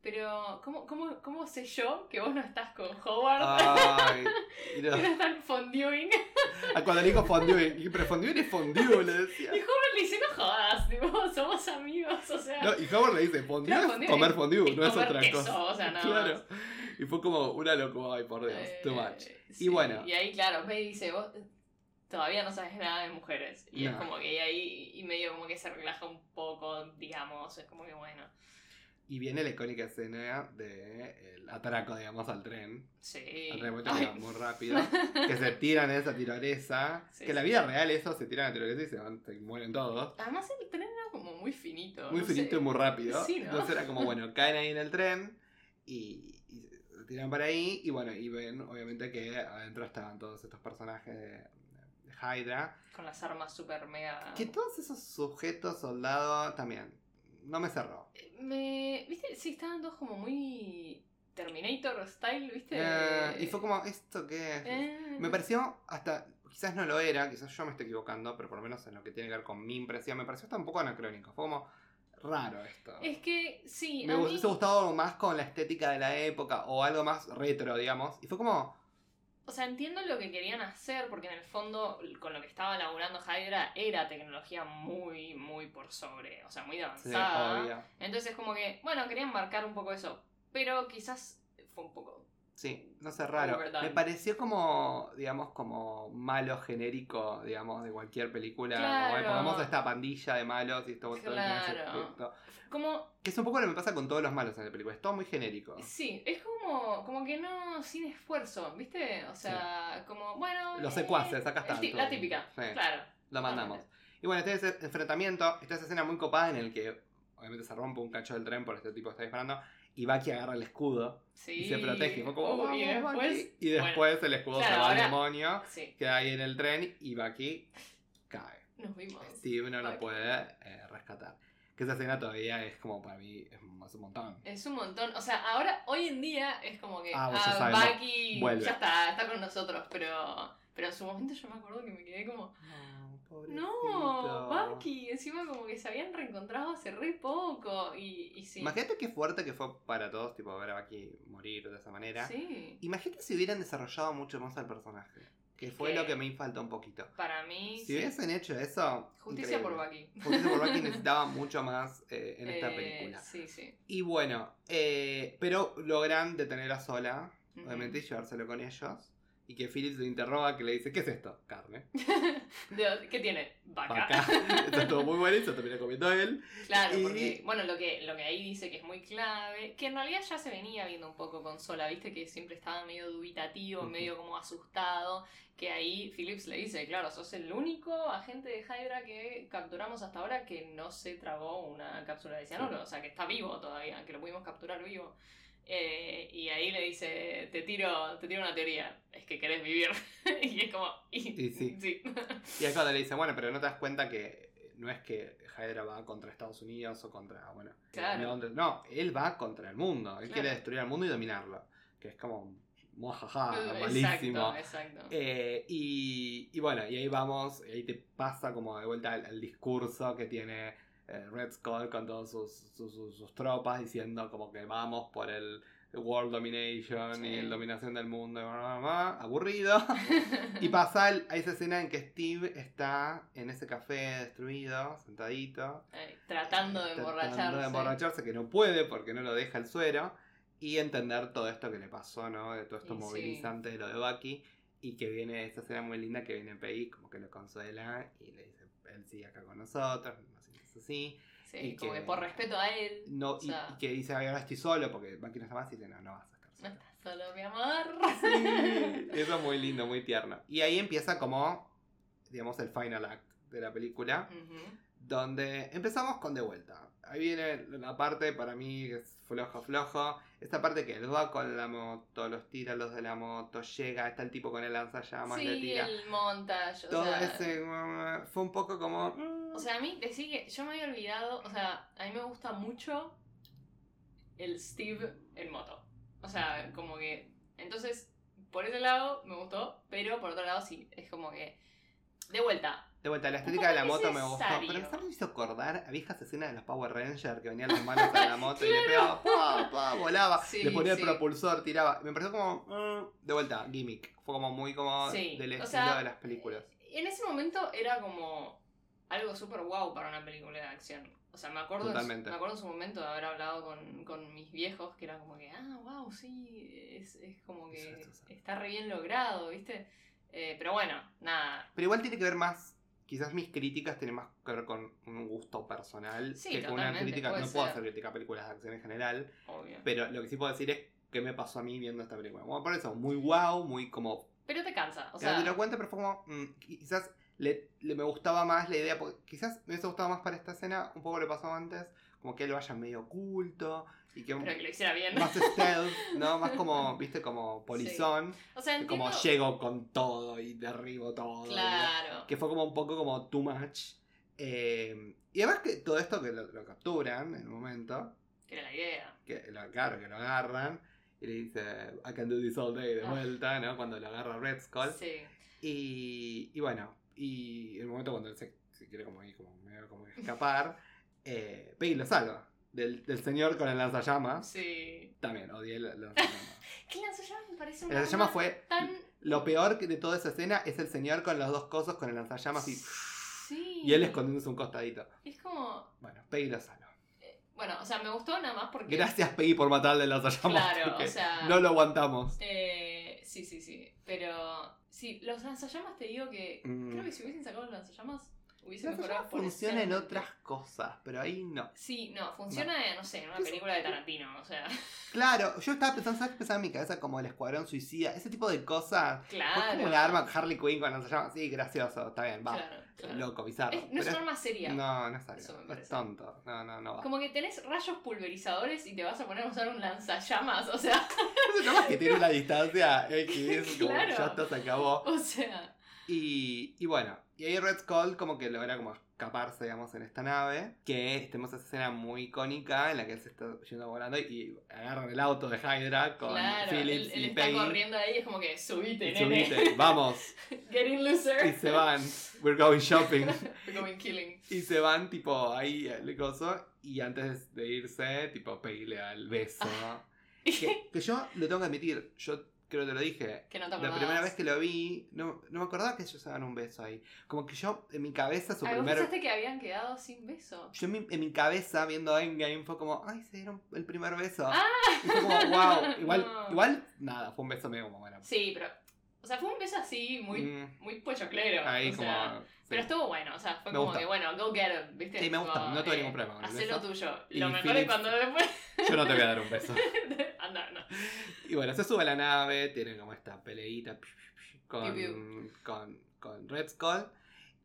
[SPEAKER 2] pero, ¿cómo, cómo, ¿cómo sé yo que vos no estás con Howard?
[SPEAKER 1] Ah, Ay, y
[SPEAKER 2] Que
[SPEAKER 1] lo-
[SPEAKER 2] no están fonduing. Y
[SPEAKER 1] a cuando le dijo fondue, y- pero fondue es fondue, le decía.
[SPEAKER 2] Howard le dice, no jodas, tipo, somos amigos, o sea.
[SPEAKER 1] No, y Howard le dice, fondue
[SPEAKER 2] Claro,
[SPEAKER 1] es
[SPEAKER 2] fondue
[SPEAKER 1] comer
[SPEAKER 2] es-
[SPEAKER 1] fondue,
[SPEAKER 2] es
[SPEAKER 1] no es
[SPEAKER 2] comer
[SPEAKER 1] otra
[SPEAKER 2] queso,
[SPEAKER 1] cosa.
[SPEAKER 2] o sea, nada
[SPEAKER 1] claro.
[SPEAKER 2] más.
[SPEAKER 1] Y fue como una locura, ay por Dios, too
[SPEAKER 2] Eh,
[SPEAKER 1] much.
[SPEAKER 2] sí,
[SPEAKER 1] Y bueno.
[SPEAKER 2] Y ahí, claro, Peggy dice, vos todavía no sabes nada de mujeres. Y es
[SPEAKER 1] No.
[SPEAKER 2] como que ahí, y medio como que se relaja un poco, digamos. Es como que bueno.
[SPEAKER 1] Y viene la icónica escena de el atraco, digamos, al tren.
[SPEAKER 2] Sí.
[SPEAKER 1] Al tren porque
[SPEAKER 2] Ay.
[SPEAKER 1] va muy rápido. Que se tiran a esa tirolesa.
[SPEAKER 2] Sí,
[SPEAKER 1] que en la
[SPEAKER 2] sí,
[SPEAKER 1] vida
[SPEAKER 2] sí.
[SPEAKER 1] real eso, se tiran a la tirolesa y se, van, se mueren todos.
[SPEAKER 2] Además el tren era como muy finito.
[SPEAKER 1] Muy
[SPEAKER 2] no
[SPEAKER 1] finito
[SPEAKER 2] sé.
[SPEAKER 1] y muy rápido.
[SPEAKER 2] Sí, ¿no?
[SPEAKER 1] Entonces era como, bueno, caen ahí en el tren y, y se tiran para ahí. Y bueno, y ven obviamente que adentro estaban todos estos personajes de, de Hydra.
[SPEAKER 2] Con las armas super mega.
[SPEAKER 1] Que todos esos sujetos, soldados, también. No me cerró.
[SPEAKER 2] Eh, Me. ¿Viste? Sí, estaban todos como muy. Terminator style, ¿viste?
[SPEAKER 1] Eh, y fue como, ¿esto qué es?
[SPEAKER 2] Eh,
[SPEAKER 1] Me pareció hasta, quizás no lo era, quizás yo me estoy equivocando, pero por lo menos en lo que tiene que ver con mi impresión, me pareció hasta un poco anacrónico. Fue como raro esto.
[SPEAKER 2] Es que sí,
[SPEAKER 1] me
[SPEAKER 2] a mí-
[SPEAKER 1] hubiese gustado más con la estética de la época o algo más retro, digamos. Y fue como,
[SPEAKER 2] O sea, entiendo lo que querían hacer, porque en el fondo con lo que estaba laburando Hydra era tecnología muy, muy por sobre, o sea, muy
[SPEAKER 1] sí,
[SPEAKER 2] avanzada.
[SPEAKER 1] obvio.
[SPEAKER 2] Entonces como que, bueno, querían marcar un poco eso, pero quizás fue un poco...
[SPEAKER 1] Sí, no sé, raro.
[SPEAKER 2] Overdone.
[SPEAKER 1] Me pareció como, digamos, como malo genérico, digamos, de cualquier película. Como, "Ay,
[SPEAKER 2] Claro.
[SPEAKER 1] pongamos a esta pandilla de malos y esto, esto, esto,
[SPEAKER 2] Claro.
[SPEAKER 1] esto".
[SPEAKER 2] Como
[SPEAKER 1] Que es un poco lo que me pasa con todos los malos en la película. Es todo muy genérico.
[SPEAKER 2] Sí, es como, como que no, sin esfuerzo, ¿viste? O sea, como, bueno...
[SPEAKER 1] Los
[SPEAKER 2] eh,
[SPEAKER 1] secuaces, sacás
[SPEAKER 2] el ti-
[SPEAKER 1] tanto.
[SPEAKER 2] La típica,
[SPEAKER 1] Sí.
[SPEAKER 2] claro.
[SPEAKER 1] Lo mandamos.
[SPEAKER 2] Totalmente.
[SPEAKER 1] Y bueno, este es el enfrentamiento, esta es escena muy copada en el que obviamente se rompe un cacho del tren por este tipo que está disparando. Y Bucky agarra el escudo
[SPEAKER 2] Sí.
[SPEAKER 1] y se protege. Y fue como,
[SPEAKER 2] Uy, y
[SPEAKER 1] "Vamos, Bucky".
[SPEAKER 2] después...
[SPEAKER 1] Y
[SPEAKER 2] bueno,
[SPEAKER 1] después el escudo se
[SPEAKER 2] claro,
[SPEAKER 1] va al
[SPEAKER 2] ahora-
[SPEAKER 1] demonio,
[SPEAKER 2] sí,
[SPEAKER 1] queda ahí en el tren y Bucky cae.
[SPEAKER 2] nos vimos.
[SPEAKER 1] Steve no lo
[SPEAKER 2] Bucky.
[SPEAKER 1] puede eh, rescatar. Que esa escena todavía es como para mí, es un es un montón.
[SPEAKER 2] Es un montón, o sea, ahora, hoy en día, es como que,
[SPEAKER 1] Ah,
[SPEAKER 2] ah,
[SPEAKER 1] vos ya sabemos.
[SPEAKER 2] Bucky
[SPEAKER 1] Vuelve.
[SPEAKER 2] ya está, está con nosotros, pero... Pero en su momento yo me acuerdo que me quedé como, no, Bucky, encima como que se habían reencontrado hace re poco, y, y sí.
[SPEAKER 1] Imagínate qué fuerte que fue para todos, tipo, ver a Bucky morir de esa manera.
[SPEAKER 2] Sí.
[SPEAKER 1] Imagínate si hubieran desarrollado mucho más al personaje. Que
[SPEAKER 2] Es
[SPEAKER 1] fue
[SPEAKER 2] que-
[SPEAKER 1] lo que me falta un poquito.
[SPEAKER 2] Para mí,
[SPEAKER 1] Si
[SPEAKER 2] sí.
[SPEAKER 1] hubiesen hecho eso.
[SPEAKER 2] justicia por
[SPEAKER 1] increíble.
[SPEAKER 2] Bucky.
[SPEAKER 1] Justicia por Bucky necesitaba mucho más eh, en esta
[SPEAKER 2] Eh,
[SPEAKER 1] película.
[SPEAKER 2] Sí, sí.
[SPEAKER 1] Y bueno, eh, pero logran detener a Sola,
[SPEAKER 2] Ujú.
[SPEAKER 1] obviamente, y llevárselo con ellos. Y que Phillips le interroga, que le dice, ¿qué es esto? Carne.
[SPEAKER 2] De- ¿Qué tiene? Vaca.
[SPEAKER 1] Acá. Esto estuvo muy bueno y se lo termina comiendo él.
[SPEAKER 2] Claro,
[SPEAKER 1] Y-
[SPEAKER 2] porque, bueno, lo que, lo que ahí dice que es muy clave, que en realidad ya se venía viendo un poco con Sola, viste que siempre estaba medio dubitativo,
[SPEAKER 1] Ujú.
[SPEAKER 2] medio como asustado, que ahí Phillips le dice, claro, sos el único agente de Hydra que capturamos hasta ahora que no se tragó una cápsula de cianuro, o sea, que está vivo todavía, que lo pudimos capturar vivo. Eh, y ahí le dice, te tiro, te tiro una teoría, es que querés vivir. y es como, y,
[SPEAKER 1] Y sí.
[SPEAKER 2] sí.
[SPEAKER 1] Y es cuando le dice, bueno, pero no te das cuenta que eh, no es que Hydra va contra Estados Unidos o contra, bueno,
[SPEAKER 2] Claro.
[SPEAKER 1] Londres. No, él va contra el mundo. Él
[SPEAKER 2] Claro.
[SPEAKER 1] quiere destruir al mundo y dominarlo. Que es como, mojaja, malísimo.
[SPEAKER 2] exacto, eh. exacto.
[SPEAKER 1] Eh, y, y bueno, y ahí vamos, y ahí te pasa como de vuelta al, al discurso que tiene eh, Red Skull con todas sus, sus- sus- sus tropas diciendo como que vamos por el World Domination
[SPEAKER 2] Sí.
[SPEAKER 1] y la dominación del mundo, y bla, bla, bla, aburrido. Eh, Y pasa el- a esa escena en que Steve está en ese café destruido, sentadito,
[SPEAKER 2] Eh, tratando
[SPEAKER 1] Tratando
[SPEAKER 2] de
[SPEAKER 1] de
[SPEAKER 2] emborracharse.
[SPEAKER 1] emborracharse, que no puede porque no lo deja el suero. Y entender todo esto que le pasó, ¿no? De todo esto
[SPEAKER 2] Y sí.
[SPEAKER 1] movilizante de lo de Bucky. Y que viene esta escena muy linda que viene Peggy, como que lo consuela y le dice, él sigue acá con nosotros, no sé, es así.
[SPEAKER 2] Sí,
[SPEAKER 1] y
[SPEAKER 2] como
[SPEAKER 1] que-
[SPEAKER 2] que por respeto a él.
[SPEAKER 1] No,
[SPEAKER 2] o
[SPEAKER 1] y,
[SPEAKER 2] sea,
[SPEAKER 1] y que dice, "Ay, ahora estoy solo porque Bucky no está más y dice, no, no vas a estar
[SPEAKER 2] No
[SPEAKER 1] solo.
[SPEAKER 2] estás solo, mi amor.
[SPEAKER 1] Sí, Eso es muy lindo, muy tierno. Y ahí empieza como, digamos, el final act de la película.
[SPEAKER 2] Ujú.
[SPEAKER 1] donde empezamos con de vuelta. Ahí viene la parte para mí que es flojo, flojo. Esta parte que él va con la moto, los tira los de la moto, llega, está el tipo con el lanzallamas, le
[SPEAKER 2] Sí,
[SPEAKER 1] tira.
[SPEAKER 2] el montage. O
[SPEAKER 1] Todo
[SPEAKER 2] sea,
[SPEAKER 1] ese. mm, Fue un poco como. mm,
[SPEAKER 2] o sea, a mí, decí que yo me había olvidado. O sea, a mí me gusta mucho el Steve en moto. O sea, como que. Entonces, por ese lado me gustó, pero por otro lado sí, es como que. De vuelta.
[SPEAKER 1] de vuelta, la estética de la moto me gustó.
[SPEAKER 2] necesario.
[SPEAKER 1] Pero también me hizo acordar a viejas escenas de los Power Rangers que venían las manos a la moto y le pegaba, pa, pa, volaba,
[SPEAKER 2] Sí,
[SPEAKER 1] le ponía
[SPEAKER 2] sí.
[SPEAKER 1] el propulsor, tiraba. Me pareció como. mm, de vuelta, gimmick. Fue como muy como
[SPEAKER 2] Sí,
[SPEAKER 1] del
[SPEAKER 2] o
[SPEAKER 1] estilo
[SPEAKER 2] sea,
[SPEAKER 1] de las películas.
[SPEAKER 2] Eh, En ese momento era como algo súper wow para una película de acción. O sea, me acuerdo, en su,
[SPEAKER 1] Totalmente.
[SPEAKER 2] me acuerdo en su momento de haber hablado con, con mis viejos que era como que, ah, wow, sí, es, es como que
[SPEAKER 1] Eso, eso, eso.
[SPEAKER 2] está re bien logrado, ¿viste? Eh, pero bueno, nada.
[SPEAKER 1] Pero igual tiene que ver más. Quizás mis críticas tienen más que ver con un gusto personal
[SPEAKER 2] Sí,
[SPEAKER 1] que con una
[SPEAKER 2] totalmente,
[SPEAKER 1] crítica.
[SPEAKER 2] puede
[SPEAKER 1] No puedo
[SPEAKER 2] ser.
[SPEAKER 1] hacer crítica a películas de acción en general,
[SPEAKER 2] Obvio.
[SPEAKER 1] pero lo que sí puedo decir es que me pasó a mí viendo esta película. Bueno, por eso, muy wow, muy como.
[SPEAKER 2] Pero te cansa, o
[SPEAKER 1] Era
[SPEAKER 2] sea,
[SPEAKER 1] grandilocuente, pero fue como. mm, quizás le, le- me gustaba más la idea, porque quizás me hubiese gustado más para esta escena, un poco lo pasó antes, como que lo hayan medio oculto y que.
[SPEAKER 2] pero que lo hiciera bien.
[SPEAKER 1] Más stealth, ¿no? Más como, viste, como polizón.
[SPEAKER 2] O sea, entiendo...
[SPEAKER 1] Como llego con todo y derribo todo. y
[SPEAKER 2] Claro.
[SPEAKER 1] que fue como un poco como too much. Eh, y además que todo esto que lo, lo capturan en un momento,
[SPEAKER 2] Que era la idea.
[SPEAKER 1] que lo, claro, que lo agarran, y le dice, I can do this all day de
[SPEAKER 2] Ah.
[SPEAKER 1] vuelta, ¿no? Cuando lo agarra Red Skull.
[SPEAKER 2] Sí.
[SPEAKER 1] Y, y bueno, y el momento cuando él se, se quiere como ir, como, medio como escapar, eh, Peggy lo salva. Del, del señor con el lanzallamas.
[SPEAKER 2] Sí.
[SPEAKER 1] También, odié el lanzallamas.
[SPEAKER 2] Que el lanzallamas me parece un
[SPEAKER 1] El lanzallamas
[SPEAKER 2] arma
[SPEAKER 1] fue...
[SPEAKER 2] tan...
[SPEAKER 1] Lo peor que de toda esa escena es el señor con los dos cosos con el lanzallamas y,
[SPEAKER 2] Sí.
[SPEAKER 1] y él escondiéndose un costadito.
[SPEAKER 2] Es como...
[SPEAKER 1] Bueno, Peggy lo salva.
[SPEAKER 2] Bueno, o sea, me gustó nada más porque...
[SPEAKER 1] Gracias, Peggy, por matarle las lanzallamas.
[SPEAKER 2] Claro,
[SPEAKER 1] porque
[SPEAKER 2] o sea-
[SPEAKER 1] No lo aguantamos.
[SPEAKER 2] Eh, sí, sí, sí. Pero sí, los lanzallamas te digo que.
[SPEAKER 1] Mm.
[SPEAKER 2] Creo que si hubiesen sacado los lanzallamas, hubiese
[SPEAKER 1] Las
[SPEAKER 2] mejorado.
[SPEAKER 1] lanzallamas funciona en
[SPEAKER 2] potencialmente.
[SPEAKER 1] otras cosas, pero ahí no.
[SPEAKER 2] Sí, no, funciona, eh, no, sé, en una
[SPEAKER 1] Es-
[SPEAKER 2] película de Tarantino, o sea.
[SPEAKER 1] Claro, yo estaba pensando, ¿sabes qué pensaba en mi cabeza? Como el escuadrón suicida, ese tipo de cosas. Fue
[SPEAKER 2] Claro.
[SPEAKER 1] como una arma Harley Quinn con lanzallamas. Sí, gracioso, está bien, va.
[SPEAKER 2] Claro, claro.
[SPEAKER 1] Loco, bizarro.
[SPEAKER 2] Es- no es
[SPEAKER 1] pero
[SPEAKER 2] un arma seria.
[SPEAKER 1] No, no es algo,
[SPEAKER 2] Eso me
[SPEAKER 1] es
[SPEAKER 2] parece.
[SPEAKER 1] tonto. No, no, no va.
[SPEAKER 2] Como que tenés rayos pulverizadores y te vas a poner a usar un lanzallamas, o sea.
[SPEAKER 1] Nada más que tiene una distancia X, como
[SPEAKER 2] Claro.
[SPEAKER 1] ya está, se acabó.
[SPEAKER 2] O sea.
[SPEAKER 1] Y, y bueno, y ahí Red Skull como que logra como escaparse, digamos, en esta nave. Que este, tenemos esa escena muy icónica en la que él se está yendo volando y agarran el auto de Hydra con
[SPEAKER 2] claro,
[SPEAKER 1] Phillips
[SPEAKER 2] él, él
[SPEAKER 1] y
[SPEAKER 2] está
[SPEAKER 1] Peggy.
[SPEAKER 2] corriendo ahí y es como que subite,
[SPEAKER 1] Y
[SPEAKER 2] nene.
[SPEAKER 1] subite, vamos.
[SPEAKER 2] Get in, loser.
[SPEAKER 1] Y se van. We're going shopping.
[SPEAKER 2] We're going killing.
[SPEAKER 1] Y se van, tipo, ahí el coso. Y antes
[SPEAKER 2] Ah.
[SPEAKER 1] de irse, tipo, Peggy le da el beso. Que, que yo lo tengo que admitir. Yo creo que te lo dije.
[SPEAKER 2] Que no te
[SPEAKER 1] La
[SPEAKER 2] acordabas.
[SPEAKER 1] primera vez que lo vi, no, no me acordaba que ellos se daban un beso ahí. Como que yo, en mi cabeza, su
[SPEAKER 2] Ay, vos
[SPEAKER 1] primer.
[SPEAKER 2] pensaste que habían quedado sin beso.
[SPEAKER 1] Yo en mi, en mi cabeza, viendo Endgame, fue como, ay, se dieron el primer beso.
[SPEAKER 2] Ah.
[SPEAKER 1] Y fue como, wow. Igual,
[SPEAKER 2] No.
[SPEAKER 1] igual, nada, fue un beso medio como, bueno.
[SPEAKER 2] Sí, pero. O sea, fue un beso así, muy,
[SPEAKER 1] mm,
[SPEAKER 2] muy pochoclero.
[SPEAKER 1] ahí
[SPEAKER 2] o
[SPEAKER 1] como.
[SPEAKER 2] sea,
[SPEAKER 1] sí.
[SPEAKER 2] Pero estuvo bueno, o sea, fue
[SPEAKER 1] Me
[SPEAKER 2] como
[SPEAKER 1] gusta.
[SPEAKER 2] que bueno, go get it, ¿viste?
[SPEAKER 1] Sí, me gusta,
[SPEAKER 2] Como,
[SPEAKER 1] no tuve
[SPEAKER 2] eh,
[SPEAKER 1] ningún problema con
[SPEAKER 2] Haz lo
[SPEAKER 1] eso.
[SPEAKER 2] tuyo.
[SPEAKER 1] Y
[SPEAKER 2] Lo mejor es
[SPEAKER 1] Phoenix-
[SPEAKER 2] cuando después.
[SPEAKER 1] Yo no te voy a dar un beso.
[SPEAKER 2] Anda, no.
[SPEAKER 1] Y bueno, se sube a la nave, tiene como esta peleita piu, piu, piu, con,
[SPEAKER 2] Piu,
[SPEAKER 1] con- con Red Skull.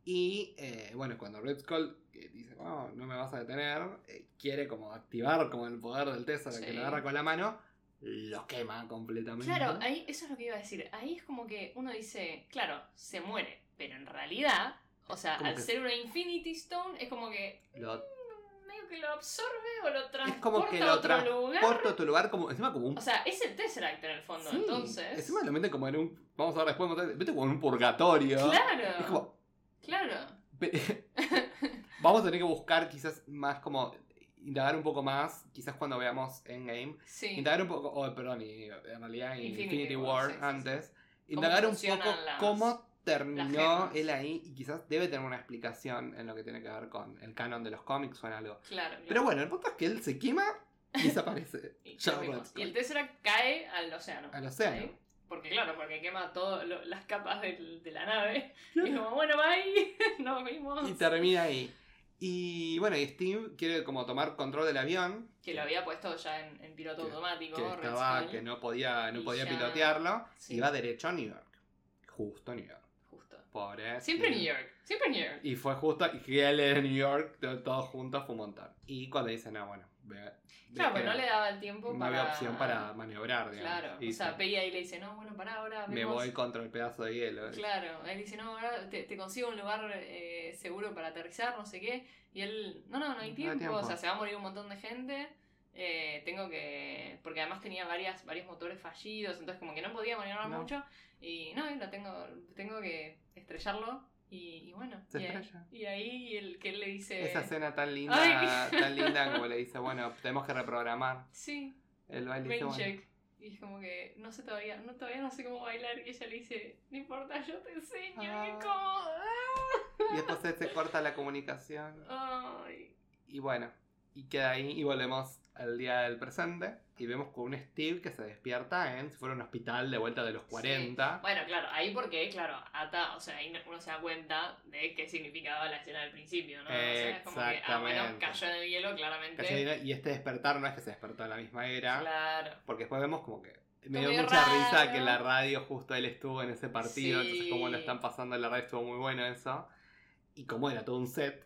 [SPEAKER 1] Y eh, bueno, cuando Red Skull eh, dice, no, no me vas a detener, eh, quiere como activar como el poder del Tesoro
[SPEAKER 2] Sí.
[SPEAKER 1] que lo agarra con la mano, lo quema completamente.
[SPEAKER 2] Claro, ahí, eso es lo que iba a decir. Ahí es como que uno dice, claro, se muere, pero en realidad, o sea,
[SPEAKER 1] Como
[SPEAKER 2] al
[SPEAKER 1] que-
[SPEAKER 2] ser una Infinity Stone, es como que
[SPEAKER 1] Lo
[SPEAKER 2] mm, medio que lo absorbe o lo transporta
[SPEAKER 1] como que
[SPEAKER 2] a
[SPEAKER 1] lo
[SPEAKER 2] otro lugar.
[SPEAKER 1] porto a tu lugar como, encima como un...
[SPEAKER 2] O sea, es el Tesseract en el fondo,
[SPEAKER 1] Sí,
[SPEAKER 2] entonces.
[SPEAKER 1] Encima lo meten como en un... Vamos a ver después, lo meten como en un purgatorio.
[SPEAKER 2] Claro.
[SPEAKER 1] Es como,
[SPEAKER 2] Claro.
[SPEAKER 1] Pe- Vamos a tener que buscar quizás más como indagar un poco más, quizás cuando veamos Endgame.
[SPEAKER 2] Sí.
[SPEAKER 1] Indagar un poco, oh, perdón, y- en realidad en
[SPEAKER 2] Infinity
[SPEAKER 1] Infinity,
[SPEAKER 2] War,
[SPEAKER 1] War
[SPEAKER 2] sí, sí,
[SPEAKER 1] antes.
[SPEAKER 2] ¿Cómo
[SPEAKER 1] Indagar un
[SPEAKER 2] funcionan
[SPEAKER 1] poco
[SPEAKER 2] las-
[SPEAKER 1] cómo
[SPEAKER 2] las
[SPEAKER 1] terminó
[SPEAKER 2] gemas?
[SPEAKER 1] él ahí y quizás debe tener una explicación en lo que tiene que ver con el canon de los cómics o en algo.
[SPEAKER 2] Claro. claro.
[SPEAKER 1] Pero bueno, el punto es que él se quema y desaparece
[SPEAKER 2] Y,
[SPEAKER 1] ya
[SPEAKER 2] lo vimos.
[SPEAKER 1] Red Skull.
[SPEAKER 2] Y el Tesseract cae al océano.
[SPEAKER 1] al océano.
[SPEAKER 2] ¿Sí? Porque claro, porque quema todas las capas del- de, la nave.
[SPEAKER 1] Claro.
[SPEAKER 2] Y como, bueno, bye, nos vimos.
[SPEAKER 1] Y termina ahí. Y bueno, y Steve quiere como tomar control del avión.
[SPEAKER 2] Que lo había puesto ya en, en piloto
[SPEAKER 1] Que-
[SPEAKER 2] automático.
[SPEAKER 1] que
[SPEAKER 2] Red
[SPEAKER 1] estaba,
[SPEAKER 2] Skull.
[SPEAKER 1] que no podía, no
[SPEAKER 2] Y
[SPEAKER 1] podía
[SPEAKER 2] ya.
[SPEAKER 1] pilotearlo,
[SPEAKER 2] Sí.
[SPEAKER 1] iba derecho a New York. Justo a New York.
[SPEAKER 2] Justo.
[SPEAKER 1] Pobre.
[SPEAKER 2] Siempre
[SPEAKER 1] Steve.
[SPEAKER 2] New York, siempre New York.
[SPEAKER 1] Y fue justo, y que él de New York, to- todos juntos, fue un montón. Y cuando dice, no, bueno, ve- ve
[SPEAKER 2] Claro,
[SPEAKER 1] que
[SPEAKER 2] pues no le daba el tiempo
[SPEAKER 1] no
[SPEAKER 2] para.
[SPEAKER 1] había opción para maniobrar, digamos.
[SPEAKER 2] Claro,
[SPEAKER 1] Y
[SPEAKER 2] o sea,
[SPEAKER 1] dice,
[SPEAKER 2] Peggy ahí le dice, no, bueno, pará, ahora
[SPEAKER 1] me
[SPEAKER 2] vemos".
[SPEAKER 1] voy contra el pedazo de hielo.
[SPEAKER 2] Claro, él dice, no, ahora te, te consigo un lugar eh, seguro para aterrizar, no sé qué. Y él, no, no, no hay
[SPEAKER 1] No hay
[SPEAKER 2] tiempo,
[SPEAKER 1] tiempo.
[SPEAKER 2] o sea, se va a morir un montón de gente. eh, tengo que. Porque además tenía varias, varios motores fallidos, entonces como que no podía maniobrar
[SPEAKER 1] No.
[SPEAKER 2] mucho. Y no, y lo tengo, tengo que estrellarlo. Y, y bueno,
[SPEAKER 1] Se
[SPEAKER 2] y ahí,
[SPEAKER 1] estrella.
[SPEAKER 2] y ahí el que él le dice.
[SPEAKER 1] Esa escena tan linda,
[SPEAKER 2] Eh. Ay.
[SPEAKER 1] tan linda como le dice, bueno, tenemos que reprogramar
[SPEAKER 2] Sí,
[SPEAKER 1] el baile. Dice,
[SPEAKER 2] rain
[SPEAKER 1] bueno,
[SPEAKER 2] check. Y es como que no sé todavía, no, todavía no sé cómo bailar. Y ella le dice, no importa, yo te enseño. Y es
[SPEAKER 1] Ah.
[SPEAKER 2] como, "Ah".
[SPEAKER 1] y después se- se corta la comunicación.
[SPEAKER 2] Ay.
[SPEAKER 1] Y bueno, y queda ahí y volvemos al día del presente. Y vemos con un Steve que se despierta en, si fuera un hospital de vuelta de los 40.
[SPEAKER 2] Bueno, claro, ahí porque, claro, ata, o sea, ahí uno se da cuenta de qué significaba la escena del principio, ¿no? O sea, es como que, ah, bueno,
[SPEAKER 1] Exactamente.
[SPEAKER 2] cayó en el hielo, claramente.
[SPEAKER 1] Cayó dinero, Y este despertar no es que se despertó en la misma era.
[SPEAKER 2] Claro.
[SPEAKER 1] Porque después vemos como que me dio
[SPEAKER 2] medio
[SPEAKER 1] mucha
[SPEAKER 2] raro.
[SPEAKER 1] risa que en la radio justo él estuvo en ese partido.
[SPEAKER 2] Sí.
[SPEAKER 1] Entonces, como lo están pasando en la radio, estuvo muy bueno eso. Y como era todo un set.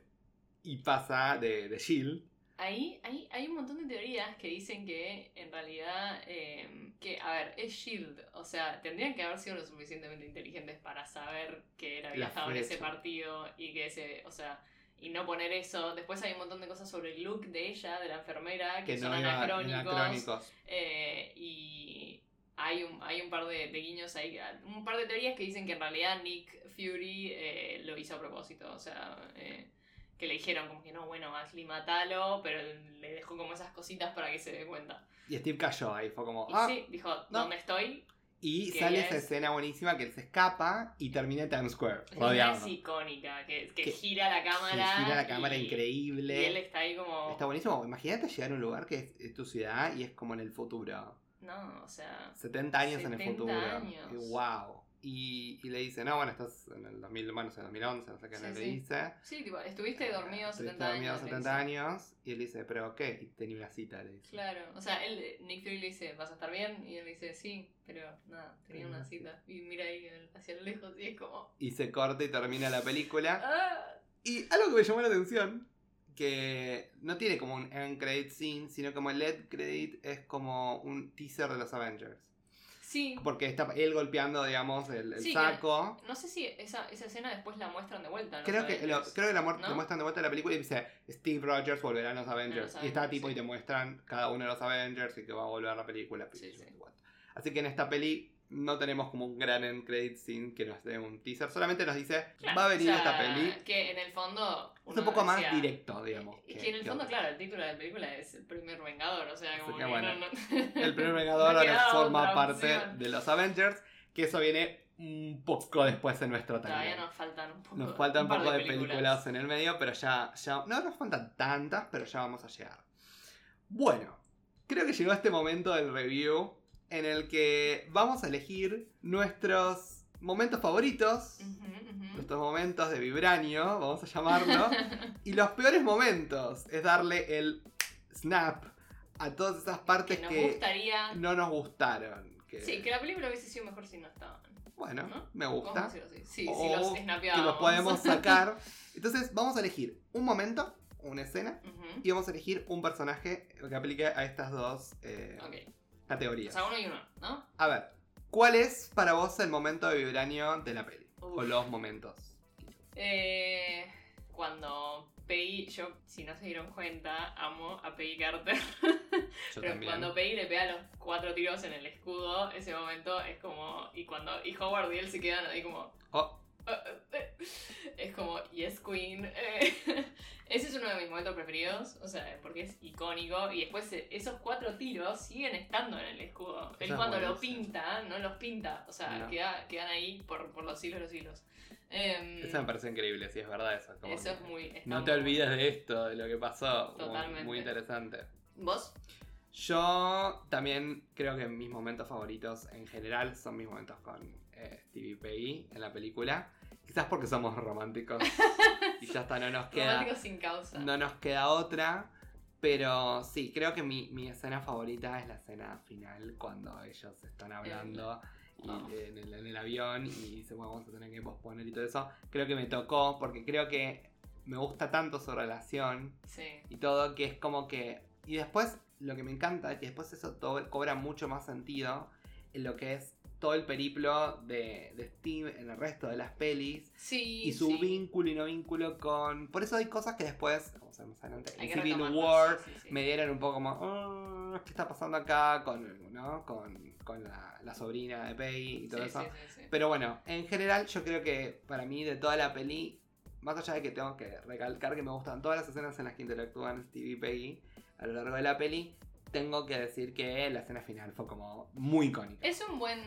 [SPEAKER 1] Y pasa de, de Jill.
[SPEAKER 2] Ahí, ahí hay un montón de teorías que dicen que, en realidad, eh, que, a ver, es Shield. O sea, tendrían que haber sido lo suficientemente inteligentes para saber que él había
[SPEAKER 1] La
[SPEAKER 2] estado en ese
[SPEAKER 1] fecha.
[SPEAKER 2] partido y que ese, o sea. Y no poner eso. Después hay un montón de cosas sobre el look de ella, de la enfermera, que,
[SPEAKER 1] Que
[SPEAKER 2] son
[SPEAKER 1] no iba
[SPEAKER 2] anacrónicos.
[SPEAKER 1] anacrónicos.
[SPEAKER 2] Eh, y hay un, hay un par de, de guiños ahí, un par de teorías que dicen que en realidad Nick Fury eh, lo hizo a propósito, o sea, eh, que le dijeron como que no, bueno, Ashley matalo, pero él le dejó como esas cositas para que se dé cuenta.
[SPEAKER 1] Y Steve cayó ahí. Fue como.
[SPEAKER 2] Y
[SPEAKER 1] "Ah,
[SPEAKER 2] sí, dijo,
[SPEAKER 1] no.
[SPEAKER 2] ¿dónde estoy?
[SPEAKER 1] Y
[SPEAKER 2] Que
[SPEAKER 1] sale
[SPEAKER 2] es-
[SPEAKER 1] esa escena buenísima que él se escapa y termina en Times Square,
[SPEAKER 2] Una
[SPEAKER 1] rodeado.
[SPEAKER 2] es icónica, que, que
[SPEAKER 1] Que-
[SPEAKER 2] gira la cámara.
[SPEAKER 1] Se gira la cámara
[SPEAKER 2] y- Y
[SPEAKER 1] increíble.
[SPEAKER 2] él está ahí como...
[SPEAKER 1] Está buenísimo. Imagínate llegar a un lugar que es, es tu ciudad y es como en el futuro.
[SPEAKER 2] No, o sea...
[SPEAKER 1] 70 años en el
[SPEAKER 2] 70
[SPEAKER 1] futuro.
[SPEAKER 2] años.
[SPEAKER 1] Y wow. Y, y le dice, no, bueno, estás en el 2000, bueno, en el 2011, no sé qué
[SPEAKER 2] Sí,
[SPEAKER 1] le
[SPEAKER 2] sí.
[SPEAKER 1] dice.
[SPEAKER 2] Sí, tipo, estuviste dormido
[SPEAKER 1] Estuviste
[SPEAKER 2] 70 años.
[SPEAKER 1] dormido
[SPEAKER 2] le
[SPEAKER 1] 70
[SPEAKER 2] dice.
[SPEAKER 1] años. Y él dice, pero ¿qué? Y tenía una cita, le dice.
[SPEAKER 2] Claro, o sea, él, eh, Nick Fury le dice, ¿vas a estar bien? Y él dice, sí, pero nada, tenía
[SPEAKER 1] Mm.
[SPEAKER 2] una cita. Y mira ahí al- hacia lo lejos y es como,
[SPEAKER 1] Y se corta y termina la película.
[SPEAKER 2] ¡ah!
[SPEAKER 1] Y algo que me llamó la atención, que no tiene como un end credit scene, sino como el end credit es como un teaser de los Avengers.
[SPEAKER 2] Sí,
[SPEAKER 1] Porque está él golpeando, digamos, el, el
[SPEAKER 2] Sí, que-
[SPEAKER 1] saco.
[SPEAKER 2] no sé si esa, esa escena después la muestran de vuelta. ¿no?
[SPEAKER 1] Creo que, lo-
[SPEAKER 2] eh, Avengers.
[SPEAKER 1] creo que la muerte,
[SPEAKER 2] ¿no?
[SPEAKER 1] lo muestran de vuelta en la película y dice Steve Rogers volverá a los Avengers.
[SPEAKER 2] Avengers,
[SPEAKER 1] y está tipo
[SPEAKER 2] sí.
[SPEAKER 1] y te muestran cada uno de los Avengers y que va a volver a la película.
[SPEAKER 2] Sí, sí.
[SPEAKER 1] Así que en esta peli No tenemos como un gran end credit scene que nos dé un teaser. Solamente nos dice,
[SPEAKER 2] Claro,
[SPEAKER 1] va a venir
[SPEAKER 2] o sea,
[SPEAKER 1] esta peli.
[SPEAKER 2] Que en el fondo.
[SPEAKER 1] Es un
[SPEAKER 2] uno
[SPEAKER 1] poco más
[SPEAKER 2] decía-
[SPEAKER 1] directo, digamos.
[SPEAKER 2] Es que en el fondo, claro, el título de la película es El primer vengador, o sea, como
[SPEAKER 1] Así que
[SPEAKER 2] que
[SPEAKER 1] bueno,
[SPEAKER 2] no, no-
[SPEAKER 1] El primer
[SPEAKER 2] no
[SPEAKER 1] Vengador ahora
[SPEAKER 2] quedaba
[SPEAKER 1] forma
[SPEAKER 2] otra
[SPEAKER 1] parte
[SPEAKER 2] opción.
[SPEAKER 1] de los Avengers, que eso viene un poco después en nuestro
[SPEAKER 2] Todavía
[SPEAKER 1] timeline.
[SPEAKER 2] nos faltan un poco.
[SPEAKER 1] Nos faltan un
[SPEAKER 2] par
[SPEAKER 1] poco de películas en el medio, pero ya, ya. No nos faltan tantas, pero ya vamos a llegar. Bueno, creo que llegó este momento del review en el que vamos a elegir nuestros momentos favoritos,
[SPEAKER 2] Ujú, ujú.
[SPEAKER 1] nuestros momentos de vibranio, vamos a llamarlo, y los peores momentos es darle el snap a todas esas partes
[SPEAKER 2] que
[SPEAKER 1] que, eh,
[SPEAKER 2] nos gustaría.
[SPEAKER 1] no nos gustaron. que-
[SPEAKER 2] Sí, que la película hubiese sido mejor si no estaban.
[SPEAKER 1] Bueno,
[SPEAKER 2] ¿no?
[SPEAKER 1] me
[SPEAKER 2] ¿Cómo
[SPEAKER 1] gusta.
[SPEAKER 2] se dice? Sí, si
[SPEAKER 1] O
[SPEAKER 2] los
[SPEAKER 1] que
[SPEAKER 2] snapeábamos.
[SPEAKER 1] los podemos sacar. Entonces vamos a elegir un momento, una escena,
[SPEAKER 2] Ujú.
[SPEAKER 1] y vamos a elegir un personaje que aplique a estas dos eh,
[SPEAKER 2] Ok. O
[SPEAKER 1] categorías.
[SPEAKER 2] sea, uno y uno, ¿no?
[SPEAKER 1] A ver, ¿cuál es para vos el momento de vibranio de la peli? O
[SPEAKER 2] Uf.
[SPEAKER 1] los momentos.
[SPEAKER 2] Eh, cuando Peggy, yo, si no se dieron cuenta, amo a Peggy Carter.
[SPEAKER 1] Yo
[SPEAKER 2] Pero
[SPEAKER 1] también.
[SPEAKER 2] cuando Peggy le pega los cuatro tiros en el escudo, ese momento es como. Y cuando. Y Howard y él se quedan ahí como. "Eh,
[SPEAKER 1] Oh,
[SPEAKER 2] Es como, yes, Queen. Eh, Ese es uno de mis momentos preferidos, o sea, porque es icónico. Y después eh, esos cuatro tiros siguen estando en el escudo. Él
[SPEAKER 1] es
[SPEAKER 2] cuando
[SPEAKER 1] bueno,
[SPEAKER 2] lo
[SPEAKER 1] sí.
[SPEAKER 2] pinta, no los pinta, o sea,
[SPEAKER 1] No.
[SPEAKER 2] queda- quedan ahí por, por los siglos de los siglos. Em,
[SPEAKER 1] eso me parece increíble, sí, es verdad eso. como
[SPEAKER 2] eso es
[SPEAKER 1] que-
[SPEAKER 2] muy. está
[SPEAKER 1] No
[SPEAKER 2] muy
[SPEAKER 1] te
[SPEAKER 2] bueno.
[SPEAKER 1] olvides de esto, de lo que pasó. como
[SPEAKER 2] Totalmente.
[SPEAKER 1] Muy interesante.
[SPEAKER 2] ¿Vos?
[SPEAKER 1] Yo también creo que mis momentos favoritos en general son mis momentos con eh, Stevie Peggy en la película. Quizás porque somos románticos y ya hasta no nos queda,
[SPEAKER 2] Romántico sin causa.
[SPEAKER 1] no nos queda otra. Pero sí, creo que mi, mi escena favorita es la escena final cuando ellos están hablando y
[SPEAKER 2] Oh.
[SPEAKER 1] en, el, en el avión y dicen, bueno, vamos a tener que posponer y todo eso. Creo que me tocó porque creo que me gusta tanto su relación
[SPEAKER 2] Sí.
[SPEAKER 1] y todo, que es como que... Y después, lo que me encanta es que después eso todo cobra mucho más sentido en lo que es todo el periplo de, de Steve en el resto de las pelis.
[SPEAKER 2] Sí.
[SPEAKER 1] Y su
[SPEAKER 2] sí.
[SPEAKER 1] vínculo y no vínculo con... Por eso hay cosas que después, vamos a ver más adelante,
[SPEAKER 2] Hay
[SPEAKER 1] en
[SPEAKER 2] que
[SPEAKER 1] Civil
[SPEAKER 2] retomarlas,
[SPEAKER 1] War
[SPEAKER 2] sí, sí.
[SPEAKER 1] me dieron un poco como... "Ah, ¿Qué está pasando acá con, ¿no? con, con la, la sobrina de Peggy y todo
[SPEAKER 2] Sí,
[SPEAKER 1] eso?
[SPEAKER 2] sí, sí, sí.
[SPEAKER 1] Pero bueno, en general yo creo que para mí de toda la peli, más allá de que tengo que recalcar que me gustan todas las escenas en las que interactúan Stevie y Peggy a lo largo de la peli, tengo que decir que la escena final fue como muy icónica.
[SPEAKER 2] Es un buen,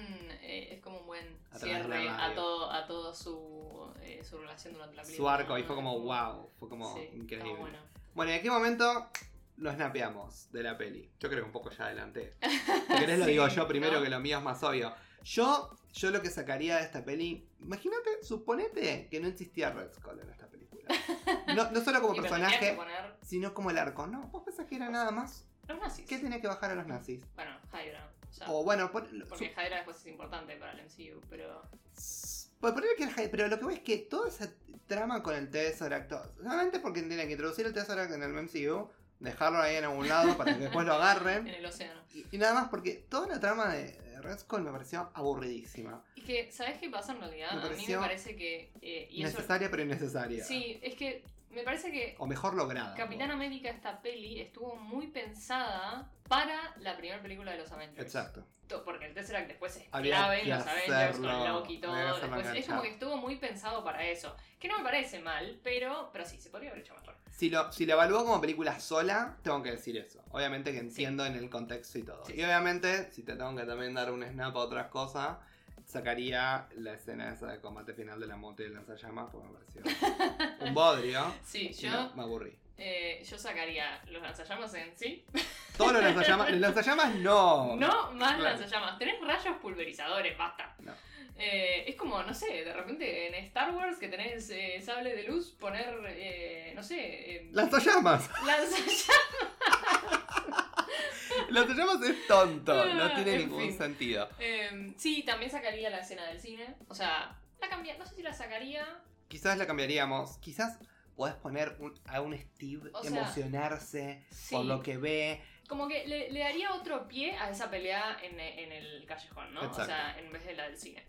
[SPEAKER 2] eh, es como un buen
[SPEAKER 1] A través de la
[SPEAKER 2] cierre
[SPEAKER 1] radio.
[SPEAKER 2] a todo, a todo su, eh, su relación durante la
[SPEAKER 1] Su
[SPEAKER 2] película.
[SPEAKER 1] arco y
[SPEAKER 2] ¿no?
[SPEAKER 1] fue como
[SPEAKER 2] Es
[SPEAKER 1] wow, fue como
[SPEAKER 2] sí,
[SPEAKER 1] increíble.
[SPEAKER 2] estaba
[SPEAKER 1] Bueno.
[SPEAKER 2] bueno.
[SPEAKER 1] ¿y en qué momento lo snapeamos de la peli? Yo creo que un poco ya adelante. Si querés lo
[SPEAKER 2] Sí,
[SPEAKER 1] digo yo primero,
[SPEAKER 2] ¿no?
[SPEAKER 1] que lo mío es más obvio. Yo, yo lo que sacaría de esta peli, imagínate, suponete que no existía Red Skull en esta película. No, no solo como
[SPEAKER 2] Y me tenías que
[SPEAKER 1] personaje,
[SPEAKER 2] poner
[SPEAKER 1] sino como el arco. No, vos pensás que era nada más.
[SPEAKER 2] los nazis.
[SPEAKER 1] ¿Qué Oh, tenía que bajar a los nazis?
[SPEAKER 2] Bueno, Hydra. ya.
[SPEAKER 1] O bueno, por,
[SPEAKER 2] Porque Hydra después es importante para el MCU, pero
[SPEAKER 1] su- pues, por ponerle que era Hyde, pero lo que voy es que toda esa trama con el Tesseract, todo- solamente porque tienen que introducir el Tesseract en el MCU, dejarlo ahí en algún lado para que después lo agarren.
[SPEAKER 2] en el océano.
[SPEAKER 1] Y, y nada más porque toda la trama de, de Red Skull me pareció aburridísima.
[SPEAKER 2] Y que, ¿sabes qué pasa en realidad?
[SPEAKER 1] Me
[SPEAKER 2] a mí
[SPEAKER 1] pareció
[SPEAKER 2] me parece que. eh, y eso,
[SPEAKER 1] necesaria pero innecesaria.
[SPEAKER 2] sí, es que me parece que
[SPEAKER 1] O mejor lograda.
[SPEAKER 2] Capitán América, esta peli, estuvo muy pensada para la primera película de los Avengers.
[SPEAKER 1] Exacto.
[SPEAKER 2] to- porque el Tesseract después es
[SPEAKER 1] Había
[SPEAKER 2] clave
[SPEAKER 1] que
[SPEAKER 2] en los Avengers con
[SPEAKER 1] hacerlo,
[SPEAKER 2] el Loki y todo.
[SPEAKER 1] había que hacerlo
[SPEAKER 2] Después, es
[SPEAKER 1] enganchar.
[SPEAKER 2] como que estuvo muy pensado para eso. Que no me parece mal, pero, pero sí, se podría haber hecho mejor.
[SPEAKER 1] Si lo, si lo evalúo como película sola, tengo que decir eso. Obviamente que entiendo en el contexto y todo.
[SPEAKER 2] Sí.
[SPEAKER 1] Y obviamente, si te tengo que también dar un snap a otras cosas, sacaría la escena esa de combate final de la moto y el lanzallamas, porque me pareció un bodrio.
[SPEAKER 2] Sí,
[SPEAKER 1] Y
[SPEAKER 2] yo,
[SPEAKER 1] no, me aburrí.
[SPEAKER 2] eh, yo sacaría los lanzallamas en sí.
[SPEAKER 1] Todos los lanzallamas. los lanzallamas no.
[SPEAKER 2] no más
[SPEAKER 1] claro.
[SPEAKER 2] lanzallamas. Tenés rayos pulverizadores, basta.
[SPEAKER 1] No.
[SPEAKER 2] Eh, es como, no sé, de repente en Star Wars que tenés eh, sable de luz, poner, eh, no sé, eh,
[SPEAKER 1] Lanzallamas.
[SPEAKER 2] lanzallamas.
[SPEAKER 1] Lanzallamas es tonto. No tiene
[SPEAKER 2] En
[SPEAKER 1] ningún
[SPEAKER 2] fin.
[SPEAKER 1] sentido.
[SPEAKER 2] Eh, sí, también sacaría la escena del cine. O sea, la cambiaría, no sé si la sacaría.
[SPEAKER 1] Quizás la cambiaríamos. Quizás podés poner un- a un Steve
[SPEAKER 2] O sea,
[SPEAKER 1] emocionarse
[SPEAKER 2] Sí.
[SPEAKER 1] por lo que ve.
[SPEAKER 2] Como que le, le daría otro pie a esa pelea en, en el callejón, ¿no? O
[SPEAKER 1] Exacto.
[SPEAKER 2] sea, en vez de la del cine.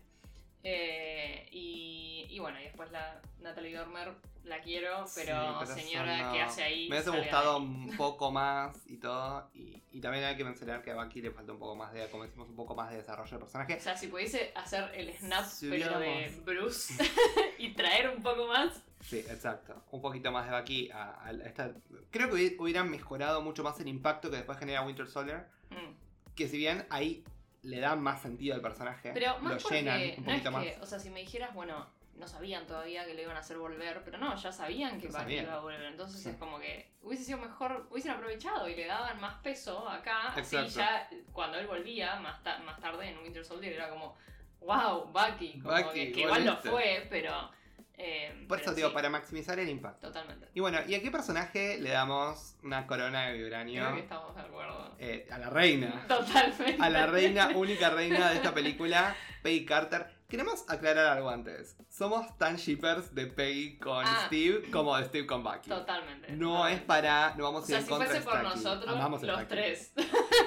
[SPEAKER 2] Eh, y, y bueno, y después la Natalie Dormer la quiero,
[SPEAKER 1] Sí,
[SPEAKER 2] pero,
[SPEAKER 1] pero eso
[SPEAKER 2] señora,
[SPEAKER 1] no.
[SPEAKER 2] ¿qué hace ahí?
[SPEAKER 1] Me hubiese
[SPEAKER 2] Salga de
[SPEAKER 1] gustado
[SPEAKER 2] ahí.
[SPEAKER 1] un poco más y todo. Y, y también hay que mencionar que a Bucky le falta un poco más de, como decimos, un poco más de desarrollo de personaje.
[SPEAKER 2] O sea, si pudiese hacer el snap,
[SPEAKER 1] Si
[SPEAKER 2] pero de
[SPEAKER 1] hubiéramos-
[SPEAKER 2] Bruce y traer un poco más.
[SPEAKER 1] Sí, exacto. Un poquito más de Bucky a, a esta. Creo que hubi- hubieran mejorado mucho más el impacto que después genera Winter Soldier.
[SPEAKER 2] Mm.
[SPEAKER 1] Que si bien ahí le dan más sentido al personaje,
[SPEAKER 2] Pero más
[SPEAKER 1] lo llenan
[SPEAKER 2] porque
[SPEAKER 1] un
[SPEAKER 2] no es
[SPEAKER 1] poquito más.
[SPEAKER 2] que, o sea, si me dijeras, bueno, no sabían todavía que le iban a hacer volver, pero no, ya sabían que
[SPEAKER 1] Ya
[SPEAKER 2] Bucky
[SPEAKER 1] sabían.
[SPEAKER 2] iba a volver. Entonces
[SPEAKER 1] Sí.
[SPEAKER 2] es como que hubiese sido mejor, hubiesen aprovechado y le daban más peso acá.
[SPEAKER 1] Exacto.
[SPEAKER 2] Así ya cuando él volvía, más, ta- más tarde en Winter Soldier, era como, wow, Bucky. Como
[SPEAKER 1] Bucky,
[SPEAKER 2] que, que igual lo
[SPEAKER 1] volviste.
[SPEAKER 2] fue, pero. eh,
[SPEAKER 1] Por
[SPEAKER 2] pero
[SPEAKER 1] eso digo,
[SPEAKER 2] sí,
[SPEAKER 1] para maximizar el impacto.
[SPEAKER 2] Totalmente.
[SPEAKER 1] Y bueno, ¿y a qué personaje le damos una corona de
[SPEAKER 2] Creo que
[SPEAKER 1] vibranio?
[SPEAKER 2] estamos de acuerdo.
[SPEAKER 1] Eh, a la reina.
[SPEAKER 2] Totalmente.
[SPEAKER 1] A la reina, única reina de esta película, Peggy Carter. Queremos aclarar algo antes. Somos tan shippers de Peggy con
[SPEAKER 2] Ah.
[SPEAKER 1] Steve como de Steve con Bucky.
[SPEAKER 2] Totalmente.
[SPEAKER 1] No es para. No vamos a ir
[SPEAKER 2] O sea,
[SPEAKER 1] en
[SPEAKER 2] si
[SPEAKER 1] contra
[SPEAKER 2] fuese
[SPEAKER 1] de
[SPEAKER 2] por
[SPEAKER 1] Starkey. Amamos a Starkey.
[SPEAKER 2] nosotros, los tres.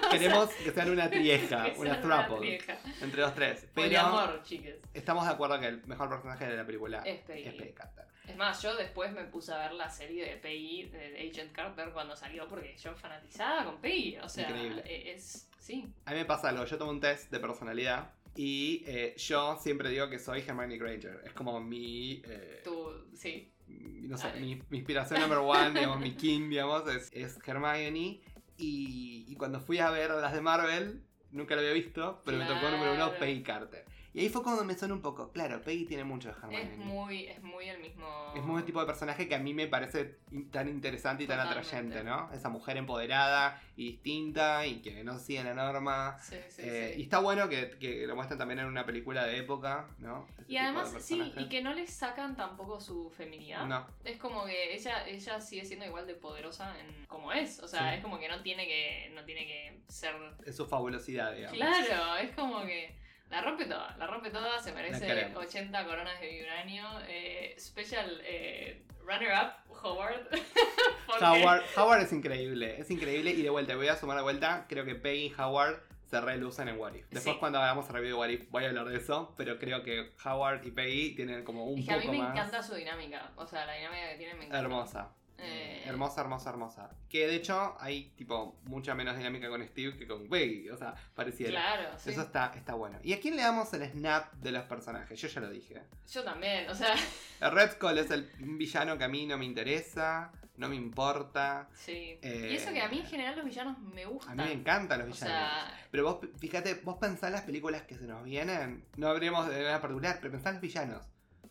[SPEAKER 1] Queremos que sean una trieja,
[SPEAKER 2] que
[SPEAKER 1] una
[SPEAKER 2] sean una
[SPEAKER 1] throuple
[SPEAKER 2] trieja.
[SPEAKER 1] entre los tres. Pero
[SPEAKER 2] Poliamor, chiques.
[SPEAKER 1] estamos de acuerdo que el mejor personaje de la película
[SPEAKER 2] Es Peggy.
[SPEAKER 1] es Peggy Carter.
[SPEAKER 2] Es más, yo después me puse a ver la serie de Peggy, de Agent Carter, cuando salió, porque yo fanatizada con Peggy. O sea,
[SPEAKER 1] Increíble.
[SPEAKER 2] e- es. Sí.
[SPEAKER 1] A mí me pasa algo. Yo tomo un test de personalidad y eh, yo siempre digo que soy Hermione Granger. Es como mi. eh,
[SPEAKER 2] Tú, sí.
[SPEAKER 1] mi- no sé,
[SPEAKER 2] Dale.
[SPEAKER 1] mi, mi inspiración number one, digamos, mi king, digamos, es, es Hermione. Y, y cuando fui a ver las de Marvel, nunca lo había visto, pero me tocó número uno
[SPEAKER 2] Claro.
[SPEAKER 1] Peggy Carter. Y ahí fue cuando me sonó un poco. Claro, Peggy tiene mucho de Hermione.
[SPEAKER 2] Es muy, es muy el mismo.
[SPEAKER 1] Es muy el tipo de personaje que a mí me parece in- tan interesante y tan
[SPEAKER 2] Totalmente.
[SPEAKER 1] atrayente, ¿no? Esa mujer empoderada y distinta y que no sigue la norma.
[SPEAKER 2] Sí, sí,
[SPEAKER 1] Eh,
[SPEAKER 2] sí.
[SPEAKER 1] Y está bueno que, que lo muestren también en una película de época, ¿no? Ese
[SPEAKER 2] Y
[SPEAKER 1] tipo de
[SPEAKER 2] además, sí, y
[SPEAKER 1] personajes.
[SPEAKER 2] que no le sacan tampoco su feminidad.
[SPEAKER 1] No,
[SPEAKER 2] Es como que ella, ella sigue siendo igual de poderosa en, como es. O sea,
[SPEAKER 1] Sí.
[SPEAKER 2] es como que no tiene que, no tiene que ser.
[SPEAKER 1] es su fabulosidad, digamos.
[SPEAKER 2] Claro, es como que. La rompe toda, la rompe toda, se merece
[SPEAKER 1] queremos.
[SPEAKER 2] 80 coronas de vibranio. eh, special eh, runner-up, Howard. porque-
[SPEAKER 1] Howard, Howard es increíble, es increíble. Y de vuelta, voy a sumar de vuelta, creo que Peggy y Howard se relucen en What If. Después
[SPEAKER 2] Sí.
[SPEAKER 1] cuando hagamos el review de What If voy a hablar de eso, pero creo que Howard y Peggy tienen como un
[SPEAKER 2] Es que a
[SPEAKER 1] poco
[SPEAKER 2] mí me
[SPEAKER 1] más...
[SPEAKER 2] encanta su dinámica. O sea, la dinámica que tienen me encanta.
[SPEAKER 1] Hermosa.
[SPEAKER 2] Eh.
[SPEAKER 1] Hermosa, hermosa, hermosa. Que de hecho hay tipo mucha menos dinámica con Steve que con Peggy. O sea, pareciera.
[SPEAKER 2] Claro, sí.
[SPEAKER 1] Eso está, está bueno. ¿Y a quién le damos el snap de los personajes? Yo ya lo dije.
[SPEAKER 2] Yo también, o sea,
[SPEAKER 1] El Red Skull es el villano que a mí no me interesa, no me importa.
[SPEAKER 2] sí.
[SPEAKER 1] Eh.
[SPEAKER 2] y eso que a mí en general los villanos me
[SPEAKER 1] A
[SPEAKER 2] gustan.
[SPEAKER 1] mí me encantan los
[SPEAKER 2] O
[SPEAKER 1] villanos.
[SPEAKER 2] sea,
[SPEAKER 1] Pero vos, fíjate, vos pensás las películas que se nos vienen. No hablemos de nada particular, pero pensás los villanos.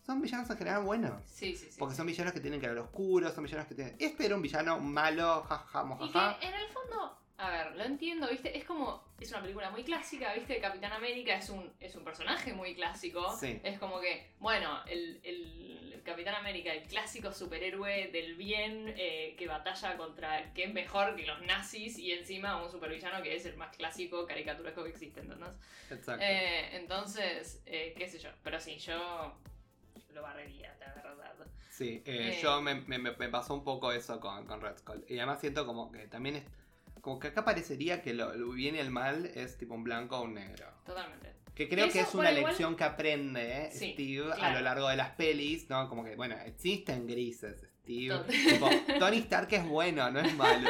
[SPEAKER 1] Son villanos en general buenos.
[SPEAKER 2] sí, sí, sí.
[SPEAKER 1] Porque son villanos que tienen que ver oscuro, son villanos que tienen... Este era un villano malo, jaja,
[SPEAKER 2] Y
[SPEAKER 1] mojaja.
[SPEAKER 2] que en el fondo, a ver, lo entiendo, ¿viste? Es como, es una película muy clásica, ¿viste? Capitán América es un, es un personaje muy clásico.
[SPEAKER 1] Sí.
[SPEAKER 2] Es como que, bueno, el, el- el Capitán América, el clásico superhéroe del bien eh, que batalla contra, que es mejor que los nazis y encima un supervillano que es el más clásico caricaturesco que existe, ¿entendés?
[SPEAKER 1] Exacto.
[SPEAKER 2] Eh, entonces, eh, qué sé yo, pero sí, yo lo barrería, la verdad.
[SPEAKER 1] Sí, eh,
[SPEAKER 2] Eh.
[SPEAKER 1] yo me, me- me- me pasó un poco eso con, con Red Skull. Y además siento como que también es. Como que acá parecería que lo, lo bien y el mal es tipo un blanco o un negro.
[SPEAKER 2] Totalmente.
[SPEAKER 1] Que creo que
[SPEAKER 2] Eso,
[SPEAKER 1] es una
[SPEAKER 2] bueno, igual-
[SPEAKER 1] lección que aprende eh,
[SPEAKER 2] Sí,
[SPEAKER 1] Steve a
[SPEAKER 2] claro.
[SPEAKER 1] lo largo de las pelis, ¿no? Como que, bueno, existen grises, Steve.
[SPEAKER 2] Tot-
[SPEAKER 1] Tipo, Tony Stark es bueno, no es malo.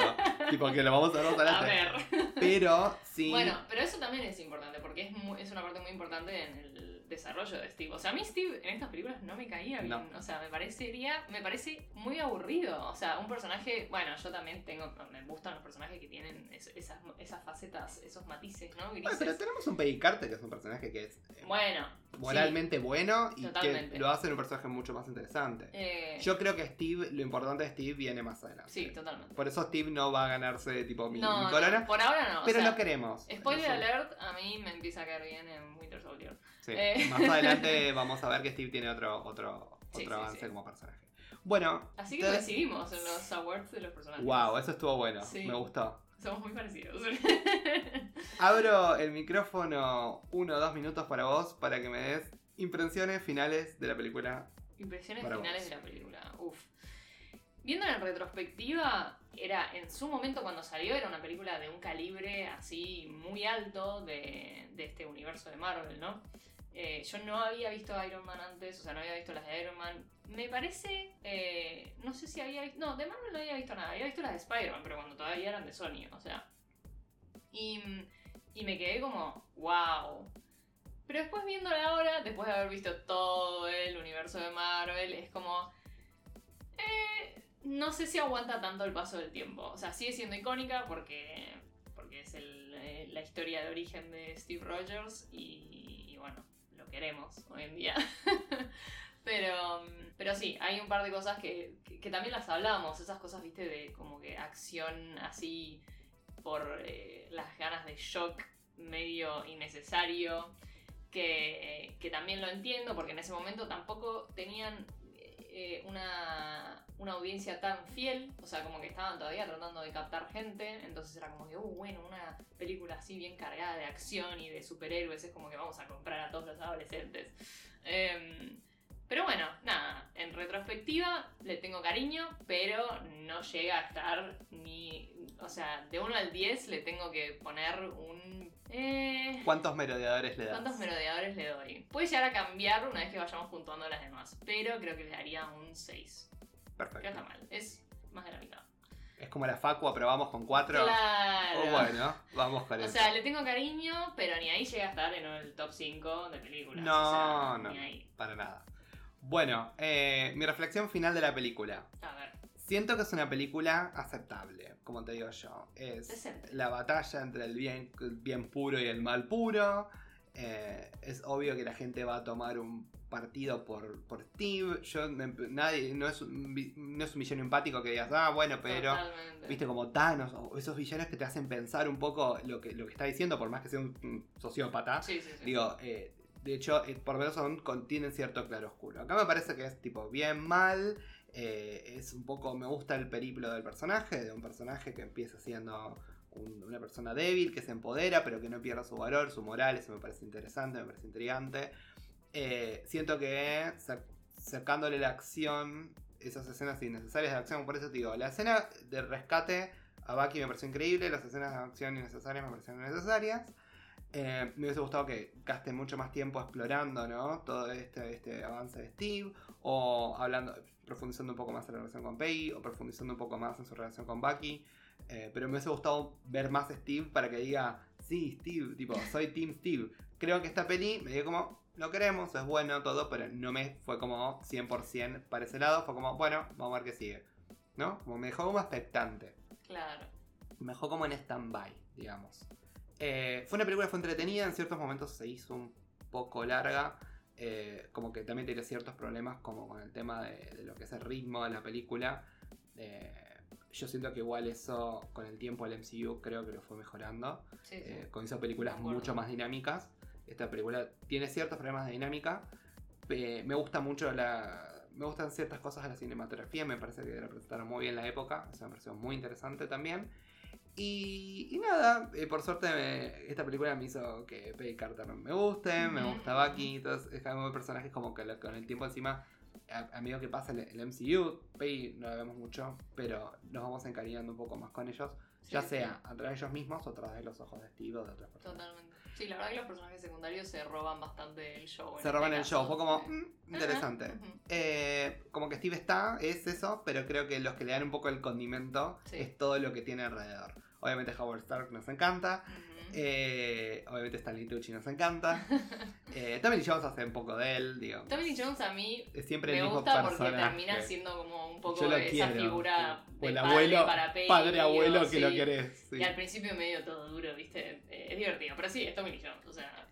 [SPEAKER 1] tipo, que lo vamos a ver otra
[SPEAKER 2] A
[SPEAKER 1] vez.
[SPEAKER 2] ver.
[SPEAKER 1] Pero sí.
[SPEAKER 2] Bueno, pero eso también es importante, porque es, mu- es una parte muy importante en el desarrollo de Steve. O sea, a mí Steve en estas películas no me caía bien.
[SPEAKER 1] No.
[SPEAKER 2] O sea, me parecería, me parece muy aburrido. O sea, un personaje, bueno, yo también tengo, me gustan los personajes que tienen es- esas, esas facetas, esos matices, ¿no?
[SPEAKER 1] Bueno, pero
[SPEAKER 2] Grises.
[SPEAKER 1] tenemos un Peggy Carter que es un personaje que es eh,
[SPEAKER 2] Bueno, sí.
[SPEAKER 1] moralmente bueno y que
[SPEAKER 2] totalmente.
[SPEAKER 1] lo hace un personaje mucho más interesante.
[SPEAKER 2] Eh,
[SPEAKER 1] Yo creo que Steve, lo importante de Steve viene más adelante.
[SPEAKER 2] sí, totalmente.
[SPEAKER 1] Por eso Steve no va a ganarse tipo mi, mi
[SPEAKER 2] No,
[SPEAKER 1] corona.
[SPEAKER 2] no, por ahora no.
[SPEAKER 1] pero
[SPEAKER 2] o sea,
[SPEAKER 1] lo queremos.
[SPEAKER 2] Spoiler
[SPEAKER 1] Eso.
[SPEAKER 2] alert, a mí me empieza a caer bien en Winter Soldier.
[SPEAKER 1] Sí,
[SPEAKER 2] eh.
[SPEAKER 1] Más adelante vamos a ver que Steve tiene otro, otro,
[SPEAKER 2] Sí,
[SPEAKER 1] otro
[SPEAKER 2] sí,
[SPEAKER 1] avance
[SPEAKER 2] sí.
[SPEAKER 1] como personaje. Bueno,
[SPEAKER 2] Así que
[SPEAKER 1] Entonces- eh.
[SPEAKER 2] coincidimos en los awards de los personajes.
[SPEAKER 1] wow, eso estuvo bueno.
[SPEAKER 2] Sí.
[SPEAKER 1] Me gustó.
[SPEAKER 2] Somos muy parecidos.
[SPEAKER 1] Abro el micrófono uno o dos minutos para vos para que me des impresiones finales de la película.
[SPEAKER 2] Impresiones
[SPEAKER 1] Para
[SPEAKER 2] finales
[SPEAKER 1] vos.
[SPEAKER 2] de la película. Uf. Viendo en retrospectiva, era en su momento cuando salió, era una película de un calibre así muy alto de, de este universo de Marvel, ¿no? Eh, yo no había visto Iron Man antes, o sea, no había visto las de Iron Man. Me parece, eh, no sé si había visto, no, de Marvel no había visto nada, había visto las de Spider-Man, pero cuando todavía eran de Sony, o sea. Y, y me quedé como, wow. Pero después viéndola ahora, después de haber visto todo el universo de Marvel, es como, eh, no sé si aguanta tanto el paso del tiempo. O sea, sigue siendo icónica porque, porque es el, eh, la historia de origen de Steve Rogers y, y bueno, lo queremos hoy en día. pero, pero sí, hay un par de cosas que, que, que también las hablamos, esas cosas, viste, de como que acción así por eh, las ganas de shock medio innecesario. Que, que también lo entiendo porque en ese momento tampoco tenían eh, una, una, audiencia tan fiel, o sea, como que estaban todavía tratando de captar gente, entonces era como que, uh, bueno, una película así bien cargada de acción y de superhéroes, es como que vamos a comprar a todos los adolescentes. Eh, pero bueno, nada, en retrospectiva le tengo cariño, pero no llega a estar ni. O sea, de 1 al 10 le tengo que poner un. Eh,
[SPEAKER 1] ¿Cuántos merodeadores le das?
[SPEAKER 2] ¿Cuántos merodeadores le doy? Puede llegar a cambiar una vez que vayamos puntuando a las demás, pero creo que le daría un 6.
[SPEAKER 1] Perfecto.
[SPEAKER 2] No está mal, es más de la mitad.
[SPEAKER 1] Es como la facua, pero vamos con 4.
[SPEAKER 2] Claro.
[SPEAKER 1] O bueno, vamos con
[SPEAKER 2] O
[SPEAKER 1] eso.
[SPEAKER 2] sea, le tengo cariño, pero ni ahí llega a estar en el top 5 de películas.
[SPEAKER 1] no,
[SPEAKER 2] o sea,
[SPEAKER 1] no,
[SPEAKER 2] Ni ahí.
[SPEAKER 1] para nada. Bueno, eh, mi reflexión final de la película.
[SPEAKER 2] A ver,
[SPEAKER 1] Siento que es una película aceptable, como te digo yo. Es
[SPEAKER 2] decente.
[SPEAKER 1] la batalla entre el bien, el bien puro y el mal puro. Eh, es obvio que la gente va a tomar un partido por, por Steve. Yo, me- nadie, no, es un, vi- no es un villano empático que digas, ah, bueno, pero.
[SPEAKER 2] Totalmente.
[SPEAKER 1] Viste como Thanos, o esos villanos que te hacen pensar un poco lo que, lo que está diciendo, por más que sea un, mm, sociópata.
[SPEAKER 2] Sí, sí, sí.
[SPEAKER 1] Digo, eh, de hecho, eh, por verlo son, contienen cierto claroscuro. Acá me parece que es tipo bien mal. eh, es un poco, me gusta el periplo del personaje, de un personaje que empieza siendo un- una persona débil, que se empodera, pero que no pierda su valor, su moral. Eso me parece interesante, me parece intrigante. Eh, siento que sac- sacándole la acción, esas escenas innecesarias de acción, por eso te digo, la escena de rescate a Bucky me pareció increíble, las escenas de acción innecesarias me parecieron innecesarias. Eh, me hubiese gustado que gaste mucho más tiempo explorando ¿no? todo este, este avance de Steve, o hablando, profundizando un poco más en la relación con Peggy, o profundizando un poco más en su relación con Bucky. Eh, pero me hubiese gustado ver más a Steve para que diga, sí, Steve, tipo, soy Team Steve. Creo que esta peli me dio como, lo queremos, es bueno, todo, pero no me fue como 100% para ese lado. Fue como, bueno, vamos a ver qué sigue. ¿No? Como me dejó como expectante
[SPEAKER 2] Claro.
[SPEAKER 1] me dejó como en stand-by, digamos. Eh, fue una película que fue entretenida, en ciertos momentos se hizo un poco larga, eh, como que también tiene ciertos problemas como con el tema de, de lo que es el ritmo de la película. Eh, yo siento que igual eso con el tiempo el MCU creo que lo fue mejorando,
[SPEAKER 2] Sí, sí.
[SPEAKER 1] eh, con hizo películas
[SPEAKER 2] De acuerdo.
[SPEAKER 1] mucho más dinámicas. Esta película tiene ciertos problemas de dinámica. eh, me gusta mucho la... Me gustan ciertas cosas de la cinematografía, me parece que representaron muy bien la época, eso me pareció muy interesante también. Y, y nada, eh, por suerte me- esta película me hizo que Peggy Carter me guste, me
[SPEAKER 2] Ujú.
[SPEAKER 1] gusta Bucky, entonces es como personajes como que lo- con el tiempo encima, a, a medida que pasa el, el MCU, Peggy no la vemos mucho, pero nos vamos encariñando un poco más con ellos,
[SPEAKER 2] Sí,
[SPEAKER 1] ya
[SPEAKER 2] sí.
[SPEAKER 1] sea a través de ellos mismos o a través de los ojos de Steve o de otras personas.
[SPEAKER 2] Totalmente. Sí, la verdad que los personajes secundarios se roban bastante el show. en
[SPEAKER 1] Se roban
[SPEAKER 2] este
[SPEAKER 1] el
[SPEAKER 2] caso.
[SPEAKER 1] show, fue como
[SPEAKER 2] Sí.
[SPEAKER 1] "Mm, interesante.
[SPEAKER 2] Ajá, ujú.
[SPEAKER 1] Eh, como que Steve está, es eso, pero creo que los que le dan un poco el condimento
[SPEAKER 2] Sí.
[SPEAKER 1] es todo lo que tiene alrededor. Obviamente Howard Stark nos encanta,
[SPEAKER 2] Ujú.
[SPEAKER 1] Eh, obviamente Stanley Tucci nos encanta. Eh, Tommy Lee Jones hace un poco de él, digo.
[SPEAKER 2] Tommy Lee Jones a mí
[SPEAKER 1] Es siempre
[SPEAKER 2] me
[SPEAKER 1] el mismo
[SPEAKER 2] gusta porque
[SPEAKER 1] personaje.
[SPEAKER 2] termina siendo como un poco
[SPEAKER 1] Yo lo
[SPEAKER 2] esa
[SPEAKER 1] quiero.
[SPEAKER 2] figura
[SPEAKER 1] O
[SPEAKER 2] de
[SPEAKER 1] el
[SPEAKER 2] padre
[SPEAKER 1] abuelo,
[SPEAKER 2] para Peggy,
[SPEAKER 1] padre, abuelo
[SPEAKER 2] o
[SPEAKER 1] que lo
[SPEAKER 2] sí.
[SPEAKER 1] querés. sí.
[SPEAKER 2] Y al principio medio todo duro, viste. Eh, es divertido, pero sí, es Tommy Lee Jones, o sea.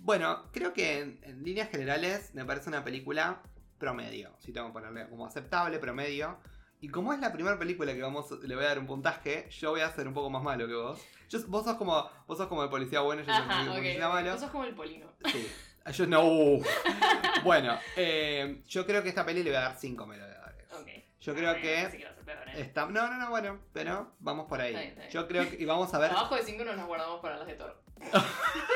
[SPEAKER 1] Bueno, creo que en, en líneas generales me parece una película promedio, si tengo que ponerle como aceptable, promedio. Y como es la primera película que vamos, le voy a dar un puntaje, yo voy a ser un poco más malo que vos. Yo- vos sos como, vos sos como el policía bueno, yo soy el
[SPEAKER 2] Ajá, ok.
[SPEAKER 1] policía malo.
[SPEAKER 2] Eso es como el polino.
[SPEAKER 1] Sí. Yo no. uh. bueno, eh, yo creo que esta peli le voy a dar 5 merodeadores.
[SPEAKER 2] Ok.
[SPEAKER 1] Yo creo
[SPEAKER 2] Ah,
[SPEAKER 1] que.
[SPEAKER 2] sí va a ser peor, ¿eh?
[SPEAKER 1] Está... No, no, no, bueno, pero vamos por ahí.
[SPEAKER 2] Está bien, está bien.
[SPEAKER 1] Yo creo que. Y vamos a ver.
[SPEAKER 2] Abajo de 5 nos las guardamos para las de Thor.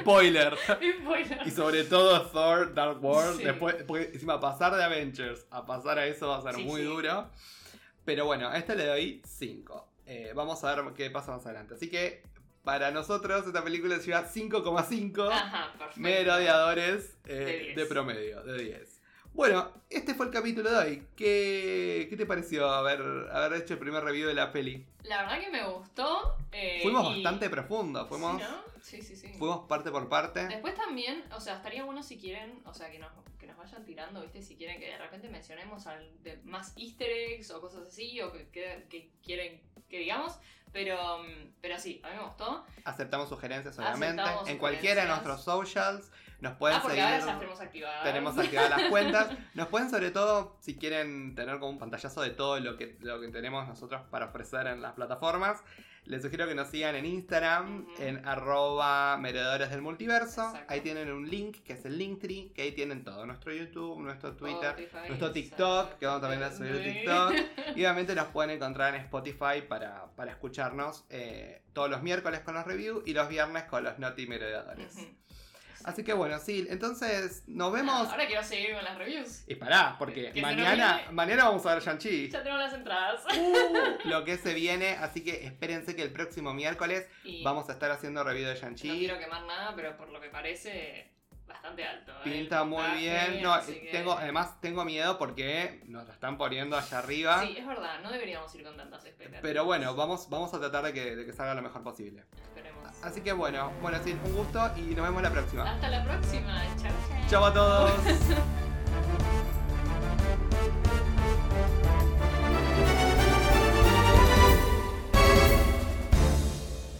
[SPEAKER 1] Spoiler.
[SPEAKER 2] Spoiler.
[SPEAKER 1] Y sobre todo Thor, Dark World.
[SPEAKER 2] Sí.
[SPEAKER 1] Después, porque encima pasar de Avengers a pasar a eso va a ser
[SPEAKER 2] Sí,
[SPEAKER 1] muy
[SPEAKER 2] sí.
[SPEAKER 1] duro. Eh, Pero bueno, a este le doy 5. vamos a ver qué pasa más adelante. Así que Para nosotros esta película lleva 5,5
[SPEAKER 2] Ajá, Ah, perfecto.
[SPEAKER 1] merodeadores eh,
[SPEAKER 2] De
[SPEAKER 1] de,
[SPEAKER 2] 10.
[SPEAKER 1] promedio, de 10. Bueno, este fue el capítulo de hoy. ¿Qué, qué te pareció haber, haber hecho el primer review de la peli?
[SPEAKER 2] La verdad que me gustó. eh,
[SPEAKER 1] Fuimos
[SPEAKER 2] y-
[SPEAKER 1] bastante profundos, fuimos,
[SPEAKER 2] Sí, ¿no? sí, sí, sí.
[SPEAKER 1] fuimos parte por parte.
[SPEAKER 2] Después también, o sea, estaría bueno si quieren, o sea, que nos, que nos vayan tirando, ¿viste? Si quieren que de repente mencionemos al- de- más easter eggs o cosas así, o que, que- que quieren que digamos. Pero, mm, pero sí, a mí me gustó. Ah,
[SPEAKER 1] Aceptamos sugerencias, obviamente.
[SPEAKER 2] Aceptamos
[SPEAKER 1] en cualquiera de
[SPEAKER 2] sugerencias.
[SPEAKER 1] nuestros socials nos pueden
[SPEAKER 2] ah, porque
[SPEAKER 1] seguir.
[SPEAKER 2] ahora ya las tenemos activadas.
[SPEAKER 1] Tenemos activadas las cuentas. Nos pueden sobre todo, si quieren tener como un pantallazo de todo lo que, lo que tenemos nosotros para ofrecer en las plataformas, les sugiero que nos sigan en Instagram,
[SPEAKER 2] Ujú.
[SPEAKER 1] en arroba meredores del multiverso.
[SPEAKER 2] Exacto.
[SPEAKER 1] Ahí tienen un link que es el Linktree, que ahí tienen todo, nuestro YouTube, nuestro Twitter.
[SPEAKER 2] Oh, Spotify,
[SPEAKER 1] nuestro
[SPEAKER 2] exacto.
[SPEAKER 1] TikTok, que vamos también a subir TikTok. y obviamente los pueden encontrar en Spotify para, para escucharnos eh, todos los miércoles con los reviews y los viernes con los noti meredores.
[SPEAKER 2] Ujú.
[SPEAKER 1] Así que bueno, sí, entonces nos vemos
[SPEAKER 2] Ahora quiero seguir con las reviews.
[SPEAKER 1] y pará, porque
[SPEAKER 2] Que se nos
[SPEAKER 1] mañana,
[SPEAKER 2] viene.
[SPEAKER 1] mañana vamos a ver Shang-Chi.
[SPEAKER 2] Ya tenemos las entradas.
[SPEAKER 1] Uh, lo que se viene, así que espérense que el próximo miércoles
[SPEAKER 2] Y
[SPEAKER 1] vamos a estar haciendo review de Shang-Chi.
[SPEAKER 2] No quiero quemar nada, pero por lo que parece, bastante alto. ¿eh?
[SPEAKER 1] Pinta
[SPEAKER 2] El
[SPEAKER 1] muy
[SPEAKER 2] puntaje,
[SPEAKER 1] bien. No,
[SPEAKER 2] así que-
[SPEAKER 1] tengo, además tengo miedo porque nos la están poniendo allá arriba.
[SPEAKER 2] Sí, es verdad, no deberíamos ir con tantas expectativas.
[SPEAKER 1] ¿Ah? Pero bueno, vamos, vamos a tratar de que, de que salga lo mejor posible.
[SPEAKER 2] Esperemos.
[SPEAKER 1] Así que bueno, bueno, sí, un gusto y nos vemos la próxima.
[SPEAKER 2] Hasta la próxima. Chao, chao.
[SPEAKER 1] Chao a todos.